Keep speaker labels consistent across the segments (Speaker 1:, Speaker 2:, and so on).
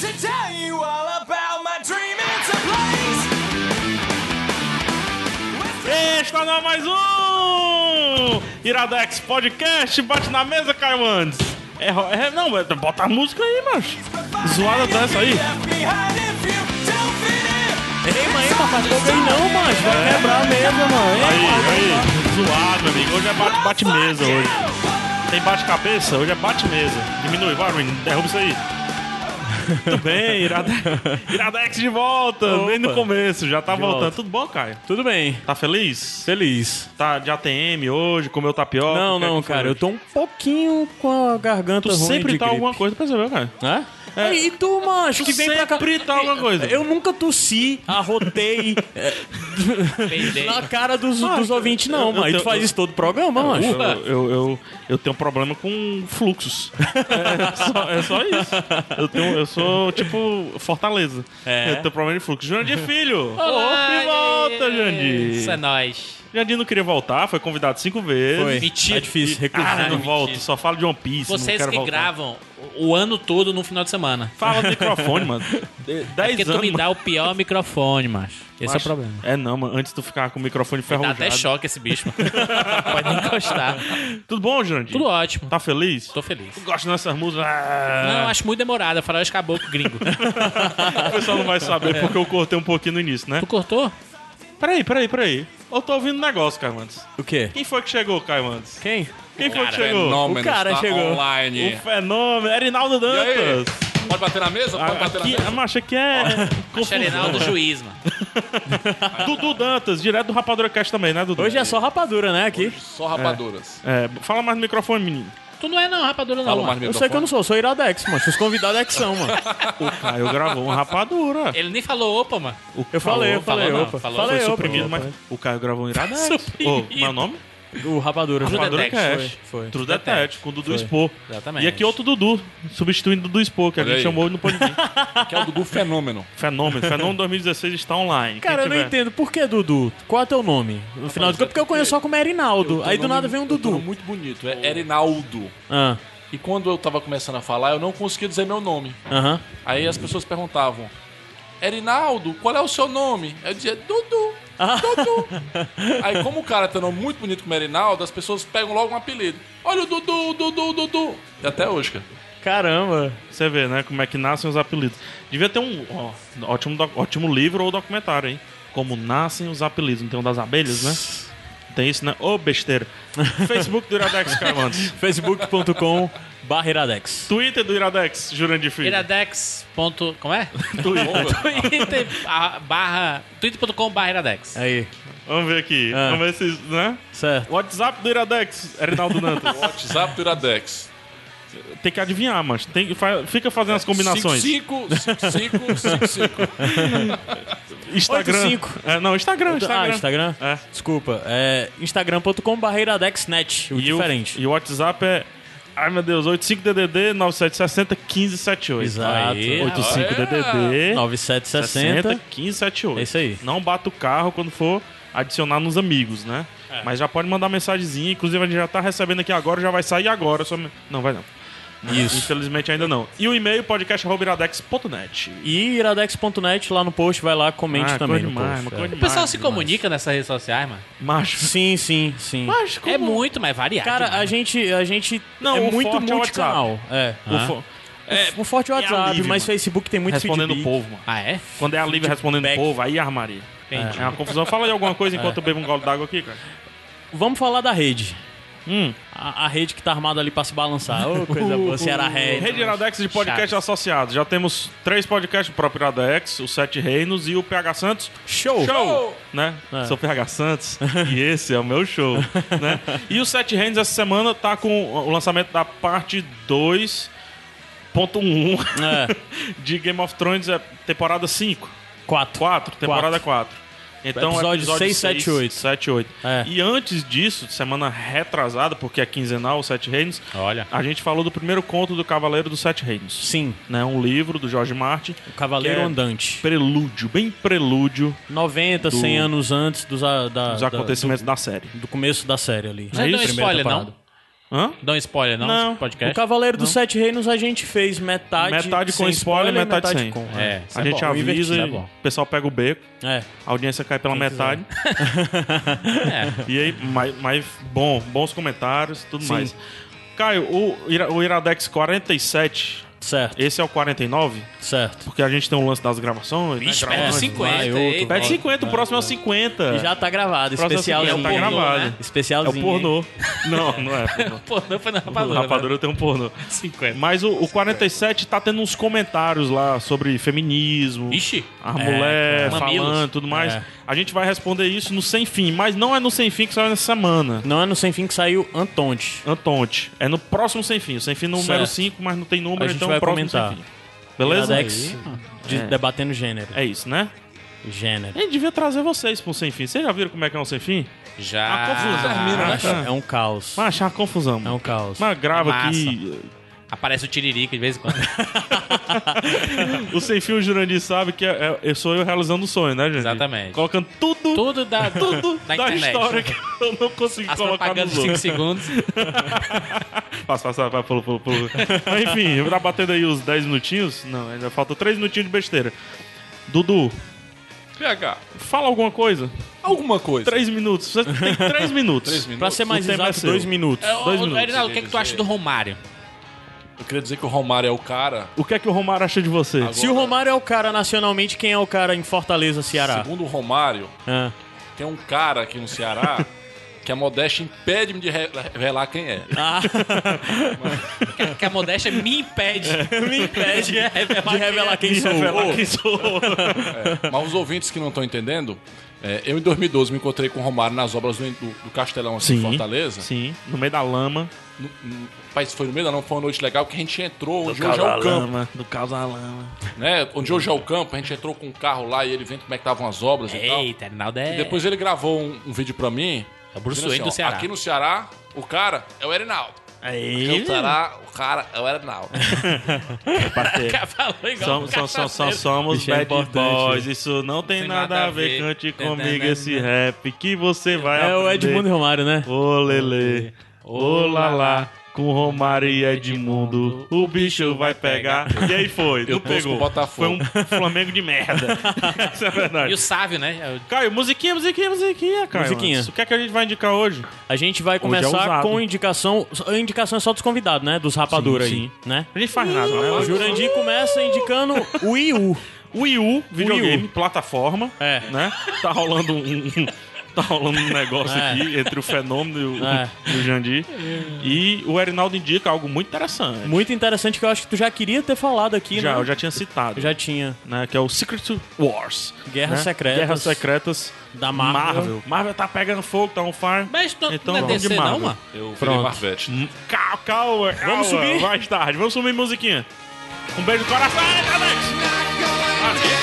Speaker 1: to tell you all about my dream. It's a place.
Speaker 2: Está no ar mais um Iradex Podcast, bate na mesa, Caio Andes. É, ro- é- não, é- bota a música aí, macho. Zoada dessa aí.
Speaker 1: Ei, mãe, papai, tô bem não, mano. Vai quebrar a mesa, mano.
Speaker 2: Aí, aí. Zoado, amigo. Hoje é bate- bate-mesa hoje. Tem bate-cabeça, hoje é bate-mesa. Diminui, vai, menino. Derruba isso aí. Tudo bem, Iradex, Iradex de volta, bem no
Speaker 3: Opa.
Speaker 2: começo, já tá
Speaker 3: De
Speaker 2: voltando.
Speaker 3: volta.
Speaker 2: Tudo bom, Caio?
Speaker 3: Tudo bem,
Speaker 2: Tá feliz?
Speaker 3: feliz.
Speaker 2: Tá de ATM hoje, comeu tapioca?
Speaker 3: não,
Speaker 2: O que é
Speaker 3: não,
Speaker 2: que foi
Speaker 3: cara,
Speaker 2: hoje?
Speaker 3: eu tô um pouquinho com a garganta
Speaker 2: Tu
Speaker 3: ruim
Speaker 2: sempre
Speaker 3: de
Speaker 2: tá
Speaker 3: gripe.
Speaker 2: alguma coisa, percebeu, cara?
Speaker 3: Hã?
Speaker 2: É.
Speaker 3: E tu, macho,
Speaker 2: Tu
Speaker 3: que vem pra cá...
Speaker 2: sempre tá alguma coisa.
Speaker 3: Eu nunca tossi, arrotei é, na cara dos, dos ouvintes, não,
Speaker 2: eu-
Speaker 3: mano.
Speaker 2: eu
Speaker 3: E tu
Speaker 2: tenho-
Speaker 3: faz isso todo programa,
Speaker 4: Uh.
Speaker 3: macho.
Speaker 2: Eu, eu, eu, eu tenho um problema com fluxos. É só, é só isso. Eu, tenho, eu sou, tipo, Fortaleza.
Speaker 3: É.
Speaker 2: Eu tenho problema de fluxo. Jurandir Filho!
Speaker 4: Olá,
Speaker 2: Ô, que volta,
Speaker 4: Isso é
Speaker 2: Jurandir!
Speaker 4: nóis.
Speaker 2: Jurandir não queria voltar, foi Tá convidado cinco vezes.
Speaker 3: Foi.
Speaker 4: Mentira.
Speaker 3: É difícil, recusar.
Speaker 2: Cara, não
Speaker 4: Mentira.
Speaker 2: volto, só falo de One Piece. não
Speaker 4: Vocês
Speaker 2: quero
Speaker 4: que
Speaker 2: voltar.
Speaker 4: gravam o o ano todo no final de semana.
Speaker 2: Fala no microfone, mano. De-
Speaker 4: É
Speaker 2: Dez
Speaker 4: porque tu
Speaker 2: anos.
Speaker 4: me dá o pior microfone, macho. Esse é o
Speaker 2: macho.
Speaker 4: problema. é
Speaker 2: É não, mano. Antes tu ficar com o microfone
Speaker 4: Dá
Speaker 2: ferrujado.
Speaker 4: até choque esse bicho, mano. Pode nem encostar.
Speaker 2: Tudo bom, Jurandir?
Speaker 4: Tudo ótimo.
Speaker 2: Tá feliz?
Speaker 4: Tô feliz.
Speaker 2: Gosto dessas músicas. Ah.
Speaker 4: Não, acho muito demorado. Falar de caboclo gringo.
Speaker 2: O pessoal não vai saber porque eu cortei um pouquinho no início, né?
Speaker 4: Tu cortou?
Speaker 2: Peraí, peraí, peraí. Eu tô ouvindo um negócio, Caio Mandes.
Speaker 3: O quê?
Speaker 2: Quem foi que chegou, Caio Mandes?
Speaker 3: Quem?
Speaker 2: Quem foi que
Speaker 5: Cara,
Speaker 2: chegou?
Speaker 5: fenômeno,
Speaker 3: O cara
Speaker 5: está
Speaker 3: chegou.
Speaker 5: online.
Speaker 2: O fenômeno, Erinaldo
Speaker 5: E aí?
Speaker 2: Dantas. Ah,
Speaker 5: Pode bater na mesa? Pode bater
Speaker 2: Aqui,
Speaker 5: na mesa?
Speaker 2: a macha aqui é confusão.
Speaker 4: Xerinaldo Juiz, mano.
Speaker 2: Dudu Dantas, direto do Rapadura Cast também, né, Dudu?
Speaker 3: Hoje é só rapadura, né, aqui.
Speaker 5: Só rapaduras.
Speaker 2: É, fala mais no microfone, menino.
Speaker 4: Tu não é não, rapadura não,
Speaker 5: Fala
Speaker 4: mano.
Speaker 3: Eu
Speaker 5: mais
Speaker 3: sei que eu não
Speaker 5: microfone.
Speaker 3: sou, eu sou iradex, mano. Os convidados é que são, mano.
Speaker 2: O Caio gravou um Rapadura.
Speaker 4: Ele nem falou opa, mano.
Speaker 3: Eu falei, eu falei,
Speaker 4: falou não,
Speaker 3: opa.
Speaker 4: falou.
Speaker 3: falei,
Speaker 2: Foi
Speaker 3: opa,
Speaker 2: suprimido,
Speaker 3: opa.
Speaker 2: mas o Caio gravou um Iradex. Ô,
Speaker 4: Suprimido.
Speaker 2: meu nome?
Speaker 3: O rapadura.
Speaker 2: Rapadura
Speaker 4: Rapadura Detect,
Speaker 2: Cast.
Speaker 3: foi, foi.
Speaker 2: True Detect, com o Dudu
Speaker 3: Foi.
Speaker 2: Expor.
Speaker 4: Exatamente.
Speaker 2: E aqui é outro Dudu, substituindo o Dudu Expor, que a
Speaker 5: Olha
Speaker 2: gente
Speaker 5: aí.
Speaker 2: chamou e não pôde vir.
Speaker 5: Que é o Dudu Fenômeno.
Speaker 2: Fenômeno, Fenômeno 2016 está online.
Speaker 3: Cara,
Speaker 2: Quem
Speaker 3: eu não
Speaker 2: tiver-
Speaker 3: entendo. Por que Dudu? Qual é teu nome? No final de contas, porque eu conheço só como Erinaldo. Aí do nada vem um
Speaker 5: Dudu
Speaker 3: Dudu.
Speaker 5: muito bonito. É Erinaldo.
Speaker 3: Ah,
Speaker 5: E quando eu tava começando a falar, eu não conseguia dizer meu nome.
Speaker 3: aham.
Speaker 5: Aí as pessoas perguntavam, Erinaldo, qual é o seu nome? Eu dizia, Dudu. Dudu. Aí como o cara tem um nome muito bonito como Erinaldo, as pessoas pegam logo um apelido. Olha o Dudu, Dudu, Dudu. E até hoje, cara.
Speaker 3: Caramba.
Speaker 2: Você vê, né, como é que nascem os apelidos. Devia ter um ó, ótimo, doc- ótimo livro ou documentário, hein? Como nascem os apelidos. Não tem um das abelhas, né? Tem isso, né? Ô, besteira. Facebook do Iradex, Carmantes.
Speaker 3: facebook.com barra iradex.
Speaker 2: Twitter do Iradex, Jurandir Filho.
Speaker 4: Iradex. Ponto, como é? Twitter. a- barra. Twitter.com barra
Speaker 2: É
Speaker 4: Iradex.
Speaker 3: Aí,
Speaker 2: Vamos ver aqui.
Speaker 3: Ah.
Speaker 2: Vamos ver se... isso, Né?
Speaker 3: certo.
Speaker 2: WhatsApp do Iradex, Erinaldo Nantas.
Speaker 5: WhatsApp do Iradex.
Speaker 2: tem que adivinhar, mas tem, que fa- fica fazendo as combinações.
Speaker 5: 555555.
Speaker 2: Instagram.
Speaker 3: 85.
Speaker 2: É, não, Instagram, Instagram.
Speaker 3: Ah, Instagram?
Speaker 2: É.
Speaker 3: Desculpa. É instagram.com barra iradexnet. O
Speaker 2: E o-
Speaker 3: diferente.
Speaker 2: e o WhatsApp é. Ai meu Deus, 85DDD 9760 1578.
Speaker 3: Exato.
Speaker 2: Aí, 85DDD
Speaker 3: 9760.
Speaker 2: 60 1578.
Speaker 3: É isso aí.
Speaker 2: Não bata o carro quando for adicionar nos amigos, né?
Speaker 3: É.
Speaker 2: Mas já pode mandar mensagenzinha. Inclusive a gente já tá recebendo aqui agora, já vai sair agora. só me- Não, vai não.
Speaker 3: Isso.
Speaker 2: Infelizmente ainda não. E o e-mail podcast.iradex.net.
Speaker 3: E iradex.net lá no post, vai lá, comente
Speaker 2: Ah,
Speaker 3: também
Speaker 2: coisa
Speaker 3: no
Speaker 2: demais,
Speaker 3: post.
Speaker 2: mas coisa
Speaker 3: é.
Speaker 4: O pessoal
Speaker 2: demais,
Speaker 4: se
Speaker 2: demais.
Speaker 4: comunica nessas redes sociais, mano.
Speaker 2: Macho.
Speaker 3: Sim, sim, sim.
Speaker 2: Macho, como...
Speaker 4: É muito mais variado.
Speaker 3: Cara, a gente, a gente
Speaker 2: Não,
Speaker 3: é
Speaker 2: o
Speaker 3: muito
Speaker 2: forte é o
Speaker 3: multicanal. É.
Speaker 2: O fo-
Speaker 3: É, um forte WhatsApp,
Speaker 2: alívio,
Speaker 3: mas
Speaker 2: mano.
Speaker 3: Facebook tem muito
Speaker 2: Respondendo o
Speaker 3: feedback.
Speaker 2: povo, mano.
Speaker 4: Ah, é?
Speaker 2: Quando é a Lívia respondendo o
Speaker 3: Feedback.
Speaker 2: povo, aí armaria.
Speaker 4: Entendi.
Speaker 2: É uma confusão. Fala aí alguma coisa enquanto eu bebo um gole d'água aqui, cara.
Speaker 3: Vamos falar da rede.
Speaker 2: Hum.
Speaker 3: A, a rede que tá armada ali pra se balançar. Ô, coisa boa, Ceará Rede.
Speaker 2: Rede Iradex de podcast
Speaker 3: Chaves.
Speaker 2: associados. Já temos três podcasts, o próprio Iradex, o Sete Reinos e o PH Santos.
Speaker 3: Show!
Speaker 2: Show! Né? Sou PH Santos e esse é o meu show. né? E o Sete Reinos essa semana tá com o lançamento da parte 2.1
Speaker 3: É,
Speaker 2: de Game of Thrones, é temporada 5.
Speaker 3: quatro.
Speaker 2: 4, temporada 4. Então,
Speaker 3: Episódio seis,
Speaker 2: seis,
Speaker 3: sete, oito.
Speaker 2: sete, oito.
Speaker 3: É.
Speaker 2: E antes disso, semana retrasada, porque é quinzenal, os Sete Reinos,
Speaker 4: Olha.
Speaker 2: a gente falou do primeiro conto do Cavaleiro dos Sete Reinos.
Speaker 3: Sim,
Speaker 2: Né? Um livro do Jorge Martin.
Speaker 3: o Cavaleiro
Speaker 2: Que é-
Speaker 3: Andante.
Speaker 2: Prelúdio, bem prelúdio
Speaker 3: 90, 100 anos antes dos, a- da,
Speaker 2: dos
Speaker 3: da-
Speaker 2: acontecimentos da série.
Speaker 3: do começo da série ali.
Speaker 4: Não dá um
Speaker 3: Primeira
Speaker 4: spoiler,
Speaker 3: temporada.
Speaker 4: não.
Speaker 2: Hã?
Speaker 4: Dá um spoiler, não,
Speaker 2: Não.
Speaker 4: nesse podcast.
Speaker 3: O Cavaleiro dos Sete Reinos a gente fez metade
Speaker 2: Metade com
Speaker 3: sem
Speaker 2: spoiler, metade sem.
Speaker 3: com.
Speaker 4: É,
Speaker 3: É.
Speaker 4: isso
Speaker 2: A
Speaker 4: é
Speaker 2: gente
Speaker 4: bom.
Speaker 2: avisa,
Speaker 4: Isso é
Speaker 2: e
Speaker 4: bom.
Speaker 2: o pessoal pega o beco,
Speaker 3: É.
Speaker 2: a audiência cai pela metade.
Speaker 4: É.
Speaker 2: E aí, mas, mas bom, bons comentários, tudo mais. Caio, o, Ira- o Iradex 47,
Speaker 3: certo,
Speaker 2: esse é o 49,
Speaker 3: certo.
Speaker 2: porque a gente tem um lance das gravações, né?
Speaker 4: Vixe,
Speaker 2: Gravando.
Speaker 4: perde 50.
Speaker 3: vai,
Speaker 4: eita.
Speaker 3: outro,
Speaker 2: Pede 50, o próximo é o 50.
Speaker 3: E já tá gravado,
Speaker 2: O próximo é o
Speaker 3: especial
Speaker 2: 50, tá gravado. É o
Speaker 3: Especialzinho. hein?
Speaker 2: pornô. Não, não é pornô.
Speaker 4: Pô, não foi na rapadura.
Speaker 2: Rapadura tem um pornô.
Speaker 4: 50.
Speaker 2: Mas o, o 47 tá tendo uns comentários lá sobre feminismo.
Speaker 4: Ixi.
Speaker 2: A mulher
Speaker 4: cara.
Speaker 2: falando
Speaker 4: Mamilos.
Speaker 2: tudo mais.
Speaker 3: É.
Speaker 2: A gente vai responder isso no Sem Fim, mas não é no Sem Fim que saiu nessa semana.
Speaker 3: Não é no Sem Fim que saiu Antonte.
Speaker 2: Antonte. É no próximo Sem Fim. O Sem Fim é o número
Speaker 3: Certo.
Speaker 2: 5, mas não tem
Speaker 3: A
Speaker 2: número,
Speaker 3: gente
Speaker 2: então
Speaker 3: vai
Speaker 2: o próximo
Speaker 3: comentar.
Speaker 2: Sem Fim. Beleza?
Speaker 3: Iradex de-
Speaker 2: É.
Speaker 3: debatendo gênero.
Speaker 2: É isso, né?
Speaker 3: Gênero.
Speaker 2: A gente devia trazer vocês pro Sem Fim. Vocês já viram como é que é um Sem Fim?
Speaker 4: Já.
Speaker 2: A confusão termina, né?
Speaker 3: Acho- É um caos.
Speaker 2: Vai achar uma confusão.
Speaker 3: É
Speaker 2: mano.
Speaker 3: um caos.
Speaker 2: Mas grava
Speaker 4: Massa.
Speaker 2: aqui.
Speaker 4: Aparece o Tiririca de vez em quando.
Speaker 2: O Sem Fim, o Jurandir sabe que é, é, eu sou eu realizando o sonho, né, gente?
Speaker 4: Exatamente.
Speaker 2: Colocando tudo,
Speaker 4: Tudo da,
Speaker 2: tudo da,
Speaker 4: da internet.
Speaker 2: história que eu não consegui
Speaker 4: As
Speaker 2: colocar
Speaker 4: propagandas
Speaker 2: nos
Speaker 4: de 5
Speaker 2: outros.
Speaker 4: segundos.
Speaker 2: Passa, passa, vai, pulo, pulo, pulo. Mas enfim, tá batendo aí os 10 minutinhos. Não, ainda falta 3 minutinhos de besteira. Dudu,
Speaker 5: PH,
Speaker 2: fala alguma coisa.
Speaker 5: alguma coisa.
Speaker 2: 3 minutos. Você tem 3 minutos.
Speaker 5: Três minutos.
Speaker 3: Pra ser mais
Speaker 2: O tema é
Speaker 3: exato,
Speaker 2: seu.
Speaker 3: dois minutos.
Speaker 4: Ô,
Speaker 2: Dois
Speaker 4: ô,
Speaker 2: minutos,
Speaker 4: Erinaldo, o que, é que tu acha do Romário?
Speaker 5: Eu queria dizer que o Romário é o cara.
Speaker 2: O que é que o Romário acha de você?
Speaker 5: Agora-
Speaker 3: Se o Romário é o cara nacionalmente, quem é o cara em Fortaleza, Ceará?
Speaker 5: Segundo o Romário,
Speaker 3: Ah,
Speaker 5: tem um cara aqui no Ceará que a modéstia impede-me de re- revelar quem é.
Speaker 4: Que a modéstia me impede. me impede de revelar,
Speaker 3: de revelar quem
Speaker 2: Me
Speaker 3: sou.
Speaker 2: revelar
Speaker 3: Ô,
Speaker 2: quem sou.
Speaker 4: Ah.
Speaker 5: Mas os ouvintes que não estão entendendo, é, eu em 2012 me encontrei com o Romário nas obras do, do- do Castelão aqui em Fortaleza.
Speaker 2: Sim, no meio da lama.
Speaker 5: No- no- Rapaz, foi no meio da não, foi uma noite legal porque a gente entrou onde
Speaker 2: do
Speaker 5: hoje é o campo.
Speaker 2: lama. Do caos da lama.
Speaker 5: né? Onde hoje é o campo, a gente entrou com um carro lá e ele vendo como é que estavam as obras e tal.
Speaker 4: Eita, Erinaldo é...
Speaker 5: E depois ele gravou um, um vídeo pra mim.
Speaker 4: É o Bruce
Speaker 5: dizendo assim,
Speaker 4: Wayne do
Speaker 5: ó,
Speaker 4: Ceará.
Speaker 5: Aqui no Ceará, o cara é o Erinaldo. Aqui no Ceará, o cara é o Erinaldo.
Speaker 4: Cara, falou igual
Speaker 2: Somos,
Speaker 4: um
Speaker 2: somos, somos, somos, somos
Speaker 3: Isso é
Speaker 2: bad
Speaker 3: importante.
Speaker 2: boys. Isso não tem, nada, a ver. Cante comigo esse rap que você vai
Speaker 3: É o
Speaker 2: aprender.
Speaker 3: Edmundo e Romário, né?
Speaker 2: Ô Lele, ô Lalá, com Romário e Edmundo, o bicho vai pegar. E aí foi,
Speaker 5: Eu
Speaker 2: não
Speaker 5: torço
Speaker 2: pegou.
Speaker 5: pro Botafogo.
Speaker 2: Foi um Flamengo de merda. Essa é a
Speaker 4: E o
Speaker 2: verdade.
Speaker 4: Sávio, né? É o-
Speaker 2: Caio, musiquinha, musiquinha, musiquinha, Caio.
Speaker 3: Musiquinha.
Speaker 2: O que é que a gente vai indicar hoje? é
Speaker 3: A gente vai começar
Speaker 2: ousado.
Speaker 3: com indicação. A indicação é só dos convidados, né? Dos rapadura
Speaker 2: Sim,
Speaker 3: aí, né?
Speaker 2: A gente faz nada,
Speaker 3: O
Speaker 2: né?
Speaker 3: Jurandir começa indicando o Wii U.
Speaker 2: Wii U, videogame,
Speaker 3: Wii
Speaker 2: plataforma,
Speaker 3: É.
Speaker 2: né? Tá rolando um... um- Tá rolando um negócio
Speaker 3: É.
Speaker 2: aqui entre o fenômeno e o,
Speaker 3: É.
Speaker 2: e o Jandir. E o Erinaldo indica algo muito interessante.
Speaker 3: Muito interessante que eu acho que tu já queria ter falado aqui,
Speaker 2: já,
Speaker 3: né?
Speaker 2: eu já tinha citado.
Speaker 3: Já tinha.
Speaker 2: né, Que é o Secret Wars.
Speaker 3: Guerras
Speaker 2: né?
Speaker 3: Secretas.
Speaker 2: Guerras Secretas
Speaker 3: Da Marvel.
Speaker 2: Marvel. Marvel tá pegando fogo, tá on fire.
Speaker 4: Mas não,
Speaker 2: Então
Speaker 4: não é
Speaker 2: vamos de
Speaker 4: DC, não,
Speaker 2: Marvel.
Speaker 4: mano?
Speaker 5: Eu virei
Speaker 3: Pronto.
Speaker 5: é Marvete.
Speaker 2: Hum, Calma, calma. calma,
Speaker 3: subir?
Speaker 2: Mais tarde. Vamos subir musiquinha. Um beijo no coração. Ai, Alex!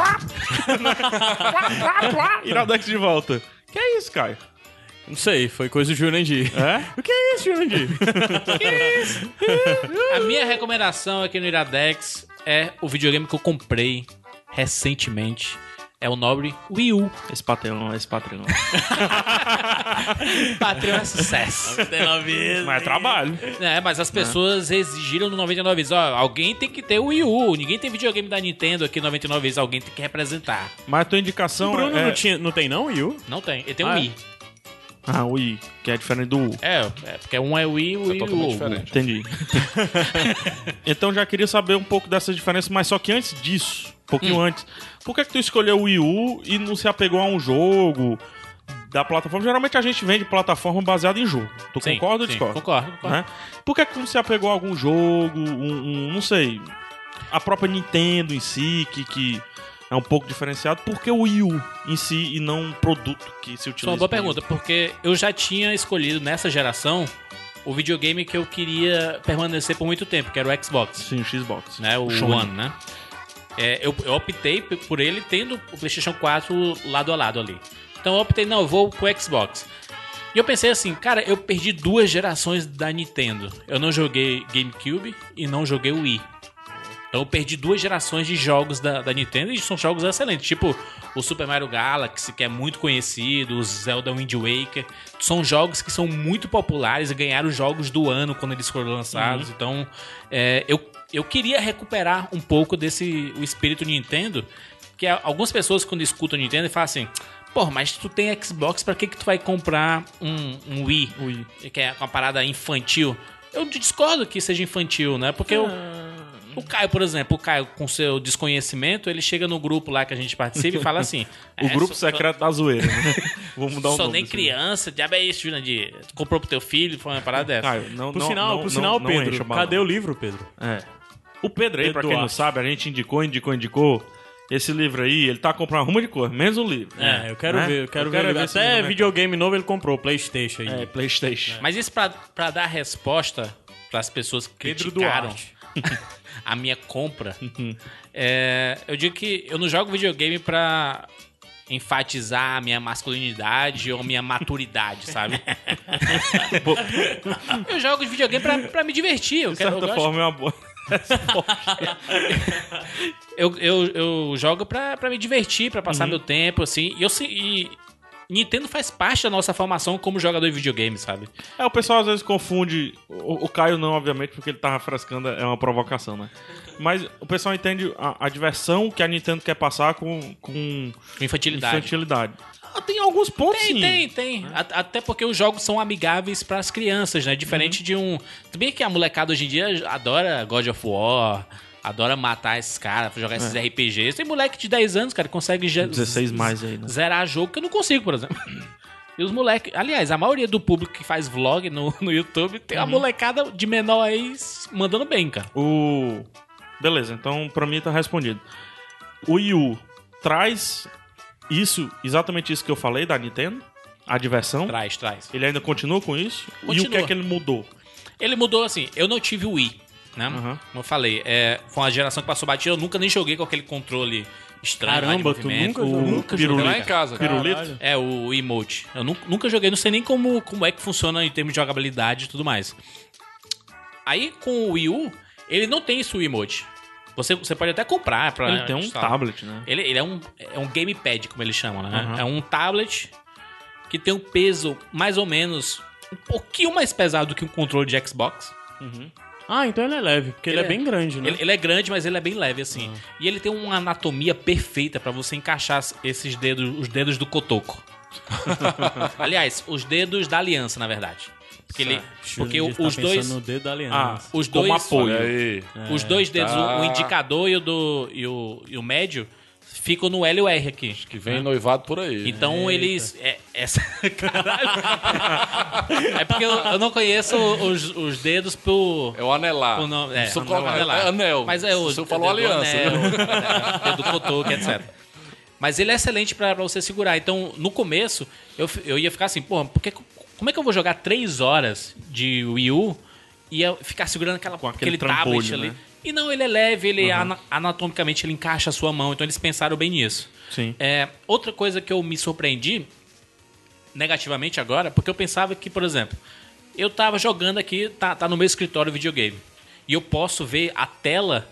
Speaker 2: Ah, Iradex de volta. Que é isso, Caio?
Speaker 3: Não sei, foi coisa do Jurandir.
Speaker 2: É?
Speaker 3: O que é isso, Jurandir?
Speaker 4: A minha recomendação aqui no Iradex é o videogame que eu comprei recentemente. É o nobre Will.
Speaker 2: Esse patrão, esse patrão.
Speaker 4: Patreon é sucesso. 99 vezes.
Speaker 2: Mas é trabalho.
Speaker 4: É, mas as pessoas exigiram no 99 vezes. Ó, alguém tem que ter o Wii U. Ninguém tem videogame da Nintendo aqui 99 vezes. Alguém tem que representar.
Speaker 2: Mas a tua indicação
Speaker 3: O Bruno
Speaker 2: é...
Speaker 3: não, tinha, não tem, não, Yu?
Speaker 4: Não tem. Ele tem o
Speaker 3: Ah, é?
Speaker 4: Wii.
Speaker 2: Ah, o I, que é diferente do U.
Speaker 4: É, é, porque um é o Wii, o Wii
Speaker 5: totalmente
Speaker 4: U.
Speaker 5: diferente.
Speaker 2: Entendi. então já queria saber um pouco dessas diferenças, mas só que antes disso, um pouquinho antes, por que, que tu escolheu o Wii U e não se apegou a um jogo da plataforma? Geralmente a gente vende plataforma baseada em jogo. Tu
Speaker 4: Sim,
Speaker 2: concorda ou
Speaker 4: sim,
Speaker 2: discorda?
Speaker 4: Concordo, concordo.
Speaker 2: Né? Por que, que tu não se apegou a algum jogo, um, um- não sei, a própria Nintendo em si, que, que é um pouco diferenciado? Por que o Wii U em si e não um produto que se utiliza?
Speaker 4: Só é uma boa
Speaker 2: pra
Speaker 4: pergunta, porque eu já tinha escolhido nessa geração o videogame que eu queria permanecer por muito tempo, que era o
Speaker 2: isso?
Speaker 4: Xbox,
Speaker 2: Sim, o Xbox.
Speaker 4: né? O
Speaker 2: Sony.
Speaker 4: One, né? É, eu, eu optei p- por ele tendo o PlayStation 4 lado a lado ali. Então eu optei, não, eu vou com o Xbox. E eu pensei assim, cara, eu perdi duas gerações da Nintendo. Eu não joguei GameCube e não joguei Wii. Então eu perdi duas gerações de jogos da, da Nintendo e são jogos excelentes. Tipo o Super Mario Galaxy, que é muito conhecido, o Zelda Wind Waker. São jogos que são muito populares e ganharam jogos do ano quando eles foram lançados. Então é, eu, eu queria recuperar um pouco desse o espírito Nintendo. Que a- algumas pessoas quando escutam Nintendo falam assim... Pô, mas tu tem Xbox, pra que que tu vai comprar um, um Wii?
Speaker 2: Wii.
Speaker 4: Que é uma parada infantil. Eu discordo que seja infantil, né? Porque eu, o Caio, por exemplo, o Caio, com seu desconhecimento, ele chega no grupo lá que a gente participa e fala assim:
Speaker 2: O
Speaker 4: "É,
Speaker 2: grupo
Speaker 4: sou-
Speaker 2: secreto da zoeira. Né? Vou mudar o
Speaker 4: Sou,
Speaker 2: nome. assim."
Speaker 4: sou nem
Speaker 2: desse
Speaker 4: criança, diabo é isso, Jurandir. Tu Comprou pro teu filho, foi uma parada dessa.
Speaker 2: Caio, não,
Speaker 3: Por
Speaker 2: não,
Speaker 3: sinal,
Speaker 2: não,
Speaker 3: por sinal
Speaker 2: não, não enche
Speaker 3: Pedro,
Speaker 2: a bala.
Speaker 3: cadê o livro, Pedro?
Speaker 2: É. O Pedro aí, pra
Speaker 3: Pedro
Speaker 2: quem não
Speaker 3: Duarte.
Speaker 2: sabe, a gente indicou, indicou, indicou. Esse livro aí, ele tá comprando uma ruma de cor, menos o livro.
Speaker 3: É, eu quero
Speaker 2: Né?
Speaker 3: ver, eu quero ver.
Speaker 2: esse
Speaker 3: Até
Speaker 2: livro, né,
Speaker 3: videogame novo ele comprou, Playstation aí.
Speaker 2: cara? É, Playstation.
Speaker 4: Mas isso pra, pra dar resposta pras pessoas que
Speaker 3: Pedro
Speaker 4: criticaram
Speaker 3: Duarte.
Speaker 4: a minha compra,
Speaker 2: Uhum.
Speaker 4: é, eu digo que eu não jogo videogame pra enfatizar a minha masculinidade ou minha maturidade, sabe? eu jogo de videogame pra, pra me divertir. Eu
Speaker 2: De
Speaker 4: quero, eu
Speaker 2: certa
Speaker 4: gosto-
Speaker 2: forma, é uma boa.
Speaker 4: eu, eu, eu jogo pra, pra me divertir, pra passar meu tempo, assim. E eu se- e Nintendo faz parte da nossa formação como jogador de videogame, sabe?
Speaker 2: É, o pessoal às vezes confunde. O, o Caio não, obviamente, porque ele tava frescando, é uma provocação, né? Mas o pessoal entende a, a diversão que a Nintendo quer passar com, com
Speaker 4: Com infantilidade.
Speaker 2: infantilidade. Ah, tem alguns pontos,
Speaker 4: Tem,
Speaker 2: sim. Ah.
Speaker 4: tem, tem. A- Até porque os jogos são amigáveis pras crianças, né? Diferente de um. Tudo bem que a molecada hoje em dia adora God of War, adora matar esses caras, jogar
Speaker 2: É.
Speaker 4: esses RPGs. Tem moleque de 10 anos, cara, que consegue ge-
Speaker 2: 16 mais aí, né?
Speaker 4: zerar jogo que eu não consigo, por exemplo. E os moleques. Aliás, a maioria do público que faz vlog no, no YouTube tem a
Speaker 2: Uhum.
Speaker 4: molecada de menor aí s- mandando bem, cara.
Speaker 2: O. Beleza, então pra mim tá respondido. O Wii U traz isso, exatamente isso que eu falei da Nintendo, a diversão.
Speaker 4: Traz, traz.
Speaker 2: Ele ainda continua com isso? E o que
Speaker 4: Continua.
Speaker 2: é que ele mudou?
Speaker 4: Ele mudou assim, eu não tive o Wii, né?
Speaker 2: Aham.
Speaker 4: Como eu falei, é, foi uma geração que passou batida, eu nunca nem joguei com aquele controle estranho lá de
Speaker 3: Caramba, tu
Speaker 4: movimento.
Speaker 3: nunca jogou?
Speaker 4: nunca
Speaker 5: Tem
Speaker 4: joguei.
Speaker 5: lá em casa, cara.
Speaker 2: Pirulito?
Speaker 4: É, o emote. Eu nu- nunca joguei, não sei nem como, como é que funciona em termos de jogabilidade e tudo mais. Aí, com o Wii U, ele não tem isso, o emote. Você, você pode até comprar pra...
Speaker 2: Ele tem um
Speaker 4: instalar.
Speaker 2: tablet, né?
Speaker 4: Ele, ele é, um, é um gamepad, como eles chamam, né?
Speaker 2: Aham.
Speaker 4: É um tablet que tem um peso mais ou menos um pouquinho mais pesado que um controle de Xbox.
Speaker 3: Ah, então ele é leve, porque ele,
Speaker 4: Ele
Speaker 3: é
Speaker 4: é.
Speaker 3: bem grande, né?
Speaker 4: Ele, ele é grande, mas ele é bem leve, assim. E ele tem uma anatomia perfeita pra você encaixar esses dedos, os dedos do cotoco. Aliás, os dedos da aliança, na verdade. Porque, ele,
Speaker 3: Deixa eu
Speaker 4: porque
Speaker 3: ver
Speaker 4: o-
Speaker 3: se tá
Speaker 4: os
Speaker 3: pensando É,
Speaker 4: dois.
Speaker 3: no dedo da aliança.
Speaker 4: Ah, Os
Speaker 2: Como
Speaker 4: dois,
Speaker 2: apoio.
Speaker 5: Olha aí.
Speaker 4: os dois dedos,
Speaker 5: tá.
Speaker 4: o indicador e o, do, e o, e o médio, ficam no L e o R aqui.
Speaker 5: Que vem noivado por aí.
Speaker 4: Então eles. É, essa,
Speaker 5: Então.
Speaker 4: caralho. é porque eu, eu não conheço os, os dedos por.
Speaker 5: É o anelar.
Speaker 4: O nome, é,
Speaker 5: Isso eu
Speaker 4: anel,
Speaker 5: coloco-
Speaker 4: anel.
Speaker 5: é anel.
Speaker 4: Mas é o
Speaker 5: Isso eu falo
Speaker 4: é do
Speaker 5: aliança,
Speaker 4: anel, é do cotoco, etc. Mas ele é excelente pra pra você segurar. Então, no começo, eu, fi- eu ia ficar assim, porra, porque, como é que eu vou jogar três horas de Wii U e eu ficar segurando aquela,
Speaker 2: aquele
Speaker 4: aquele,
Speaker 2: trambolho,
Speaker 4: tablet ali?
Speaker 2: né? Uhum.
Speaker 4: E não, ele é leve, ele ana- anatomicamente ele encaixa a sua mão. Então, eles pensaram bem nisso.
Speaker 2: Sim.
Speaker 4: É, outra coisa que eu me surpreendi negativamente agora, porque eu pensava que, por exemplo, eu tava jogando aqui, tá, tá no meu escritório videogame, e eu posso ver a tela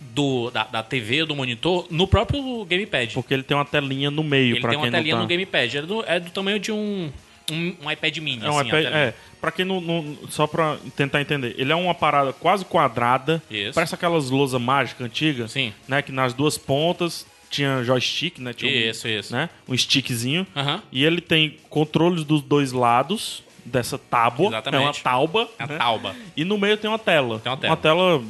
Speaker 4: do, da, da TV ou do monitor no próprio gamepad.
Speaker 2: Porque ele tem uma telinha no meio,
Speaker 4: Ele
Speaker 2: pra
Speaker 4: tem uma
Speaker 2: quem não
Speaker 4: telinha
Speaker 2: tá.
Speaker 4: no gamepad. É do, é do tamanho de um, um, um iPad mini.
Speaker 2: É um
Speaker 4: assim, a
Speaker 2: iPad-
Speaker 4: telinha.
Speaker 2: é, pra quem não, não- Só pra tentar entender, ele é uma parada quase quadrada.
Speaker 4: Isso.
Speaker 2: Parece aquelas lousas mágicas antigas.
Speaker 4: Sim.
Speaker 2: Né? Que nas duas pontas tinha joystick, né? Tinha um-
Speaker 4: Isso, isso.
Speaker 2: Né, um stickzinho.
Speaker 4: Aham.
Speaker 2: E ele tem controles dos dois lados dessa tábua.
Speaker 4: Exatamente.
Speaker 2: É uma tauba.
Speaker 4: A
Speaker 2: né?
Speaker 4: tauba.
Speaker 2: E no meio tem uma tela.
Speaker 4: Tem uma tela.